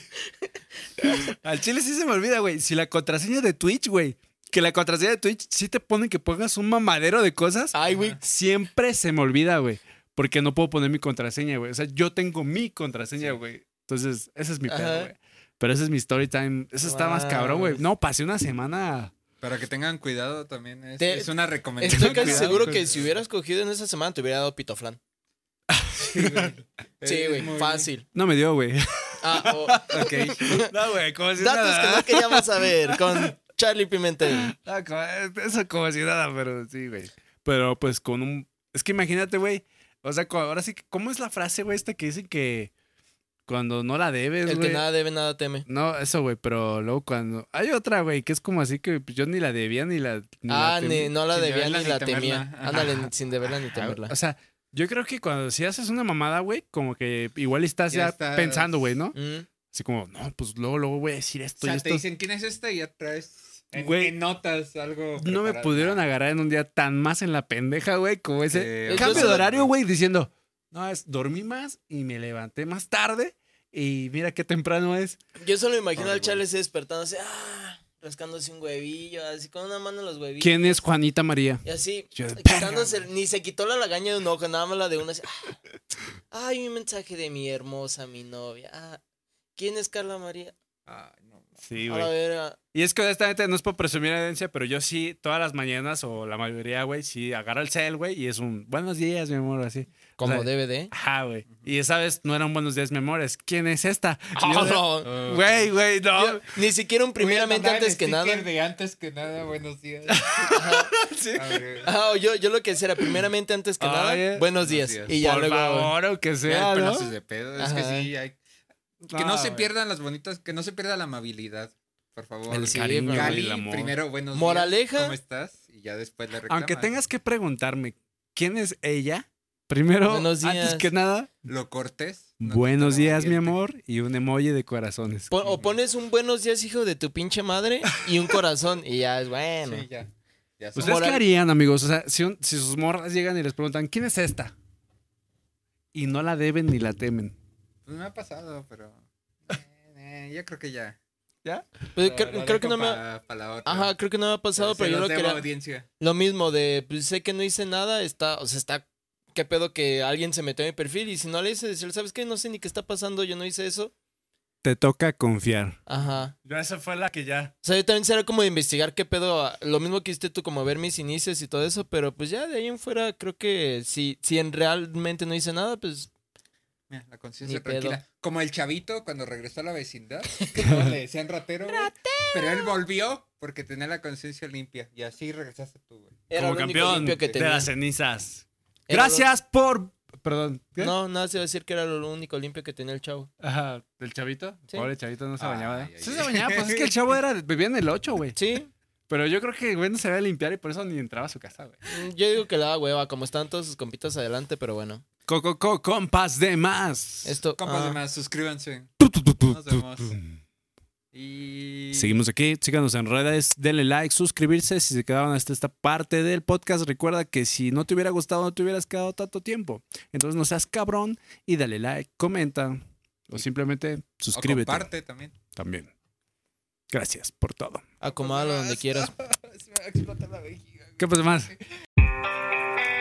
S2: Al chile sí se me olvida, güey. Si la contraseña de Twitch, güey. Que la contraseña de Twitch sí te ponen que pongas un mamadero de cosas.
S1: Ay, güey.
S2: Siempre se me olvida, güey. Porque no puedo poner mi contraseña, güey. O sea, yo tengo mi contraseña,
S3: Sí.
S2: güey. Entonces, ese es mi pedo,
S1: Ajá.
S2: güey. Pero ese es mi story time. Eso está más
S1: Wow.
S2: cabrón, güey. No, pasé una semana.
S3: Para que tengan cuidado también. Es,
S1: Te-
S3: es una recomendación.
S1: Estoy casi
S3: Cuidado
S1: seguro
S3: con-
S1: que si hubieras cogido en esa semana te hubiera dado pitoflan.
S3: Sí, güey.
S1: Sí,
S3: Es
S1: güey,
S3: muy-
S1: fácil.
S2: No me dio, güey.
S1: Ah, oh,
S3: Ok.
S2: No, güey, como si
S1: datos que
S2: nada.
S1: no queríamos saber con Charlie Pimentel.
S2: Ah, como- Eso como si nada, pero sí, güey. Pero pues con un... Es que imagínate, güey. O sea, co- ahora sí, que- ¿cómo es la frase, güey, esta que dicen que cuando no la debes,
S1: El que
S2: güey?
S1: nada debe, nada teme.
S2: No, eso, güey, pero luego cuando... Hay otra, güey, que es como así que pues, yo ni la debía ni la... ni la
S1: Ah,
S2: temí.
S1: ni- no la
S3: sin
S1: debía
S3: deberla
S1: ni
S3: ni
S1: la
S3: temerla.
S1: temía.
S3: Ajá.
S1: Ándale, ni- sin deberla ni
S2: Ah, güey,
S1: temerla.
S2: O sea, yo creo que cuando si haces una mamada, güey, como que igual estás ya,
S3: Ya estás-
S2: pensando, güey, ¿no?
S1: Mm.
S2: Así como, no, pues luego, luego voy a decir
S3: O
S2: esto y
S3: sea, te
S2: esto.
S3: dicen quién es esta y ya traes. En,
S2: Güey.
S3: en notas algo.
S2: No me
S3: preparado.
S2: pudieron agarrar en un día tan más en la pendeja, güey, como ese.
S3: Eh,
S1: Yo
S2: Cambio de
S1: solo-
S2: horario, güey, diciendo, no, es dormí más y me levanté más tarde Y mira qué temprano es.
S1: Yo solo imagino
S3: Ay,
S1: al
S3: güey.
S1: Charles despertándose, ah, rascándose un huevillo, así con una mano los huevillos.
S2: ¿Quién es Juanita María?
S1: Y así,
S2: Yo de
S1: quitándose, el- ni se quitó la lagaña de un ojo, nada más la de una. así, ah, Ay, un mensaje de mi hermosa, mi novia. ah, ¿Quién es Carla María?
S3: Ay, no.
S2: Sí,
S1: A ah, la
S2: güey.
S1: verga.
S2: Ah, Y es que honestamente no es por presumir herencia, pero yo sí, todas las mañanas o la mayoría, güey, sí agarro el cel, güey, y es un buenos días, mi amor, así. Como
S1: Como DVD.
S2: Ajá, güey. Y esa vez no eran buenos días, mi amor, es ¿quién es esta? Y yo de-
S1: No,
S3: Ah,
S2: Güey, güey, no.
S1: yo- ni siquiera un
S3: voy a
S1: primeramente
S3: mandar el
S1: antes que
S3: sticker
S1: nada.
S3: de antes que nada, buenos días. A ver,
S1: Ah, o yo, yo lo que decía era primeramente antes que
S2: Ah,
S1: nada.
S2: yeah.
S1: Buenos
S3: Buenos
S1: días.
S3: días.
S1: Y ya
S2: por
S1: luego.
S2: favor, o que
S3: ya,
S2: sea,
S3: pero
S2: ¿no? Ah,
S3: no se de pedo, es que
S1: Ajá.
S3: sí hay- Que no se
S2: güey.
S3: pierdan las bonitas, que no se pierda la amabilidad, por favor.
S1: El Sí,
S2: cariño,
S1: pero-
S2: güey,
S3: Cali,
S2: el amor.
S3: primero buenos días,
S1: Moraleja.
S3: ¿Cómo estás? Y ya después le reclamas.
S2: Aunque tengas que preguntarme quién es ella, primero,
S1: Buenos
S2: antes
S1: días.
S2: que nada,
S3: lo cortés. no
S2: buenos
S3: quita lo
S2: días, mi
S3: valiente.
S2: amor, y un emoji de corazones.
S1: pon- o pones un buenos días, hijo de tu pinche madre, y un corazón. Y ya es bueno.
S3: Sí, ya. Ya
S2: ¿Ustedes
S3: somos-
S1: Moral-
S2: qué harían, amigos? O sea, si, un- si sus morras llegan y les preguntan, ¿quién es esta? Y no la deben ni la temen.
S3: Pues me ha pasado, pero. eh, eh, yo creo que ya.
S1: Pues,
S3: Lo-
S1: cre-
S3: lo
S1: creo que no
S3: dejo
S1: me. ha-
S3: pa- pa la otra.
S1: Ajá, creo que no me ha pasado,
S3: Se
S1: pero yo lo
S3: los debo,
S1: quería.
S3: audiencia.
S1: Lo mismo de, pues sé que no hice nada, está, o sea, está, qué pedo que alguien se metió en mi perfil y si no le hice decir, ¿sabes qué? No sé ni qué está pasando, yo no hice eso.
S2: Te toca confiar.
S1: Ajá.
S4: Yo esa fue la que ya.
S1: O sea, yo también será como de investigar qué pedo, ah, lo mismo que hiciste tú, como ver mis inicios y todo eso, pero pues ya de ahí en fuera creo que si, si en realmente no hice nada, pues
S3: Mira, la conciencia
S1: Ni pedo.
S3: tranquila. Como el chavito cuando regresó a la vecindad, que todos le decían ratero. güey, Pero él volvió porque tenía la conciencia limpia. Y así regresaste tú, güey.
S1: era
S2: Como
S1: lo único
S2: campeón
S1: limpio que
S3: de
S2: De
S1: tenía.
S2: las cenizas.
S1: Era lo-
S2: Gracias por... Perdón. ¿qué?
S1: No, nada se va a decir que era lo único limpio que tenía el chavo.
S4: Ajá, ¿del chavito?
S1: Sí.
S4: Pobre chavito no se bañaba.
S3: Ay, ay,
S2: Sí
S3: ay.
S2: se bañaba, pues es que el chavo era, vivía en el 8, güey.
S1: Sí,
S2: Pero yo creo que el güey no se a limpiar y por eso ni entraba a su casa, güey.
S1: mm, yo digo que la hueva, como están todos sus compitas adelante, pero bueno.
S2: Coco, co, compas de más.
S1: Esto...
S3: Compas
S1: ah,
S3: de más, suscríbanse.
S2: Tu, tu, tu, tu,
S3: Nos
S2: tu,
S3: vemos.
S2: tu.
S3: Y.
S2: Seguimos aquí, síganos en redes, denle like, suscribirse si se quedaron hasta esta parte del podcast. Recuerda que si no te hubiera gustado, no te hubieras quedado tanto tiempo. Entonces no seas cabrón y dale like, comenta o simplemente
S3: O
S2: suscríbete
S3: comparte también.
S2: también. Gracias por todo.
S1: acomódalo donde quieras.
S3: Se me va a explotar la vejiga, güey.
S2: ¿Qué pasa más?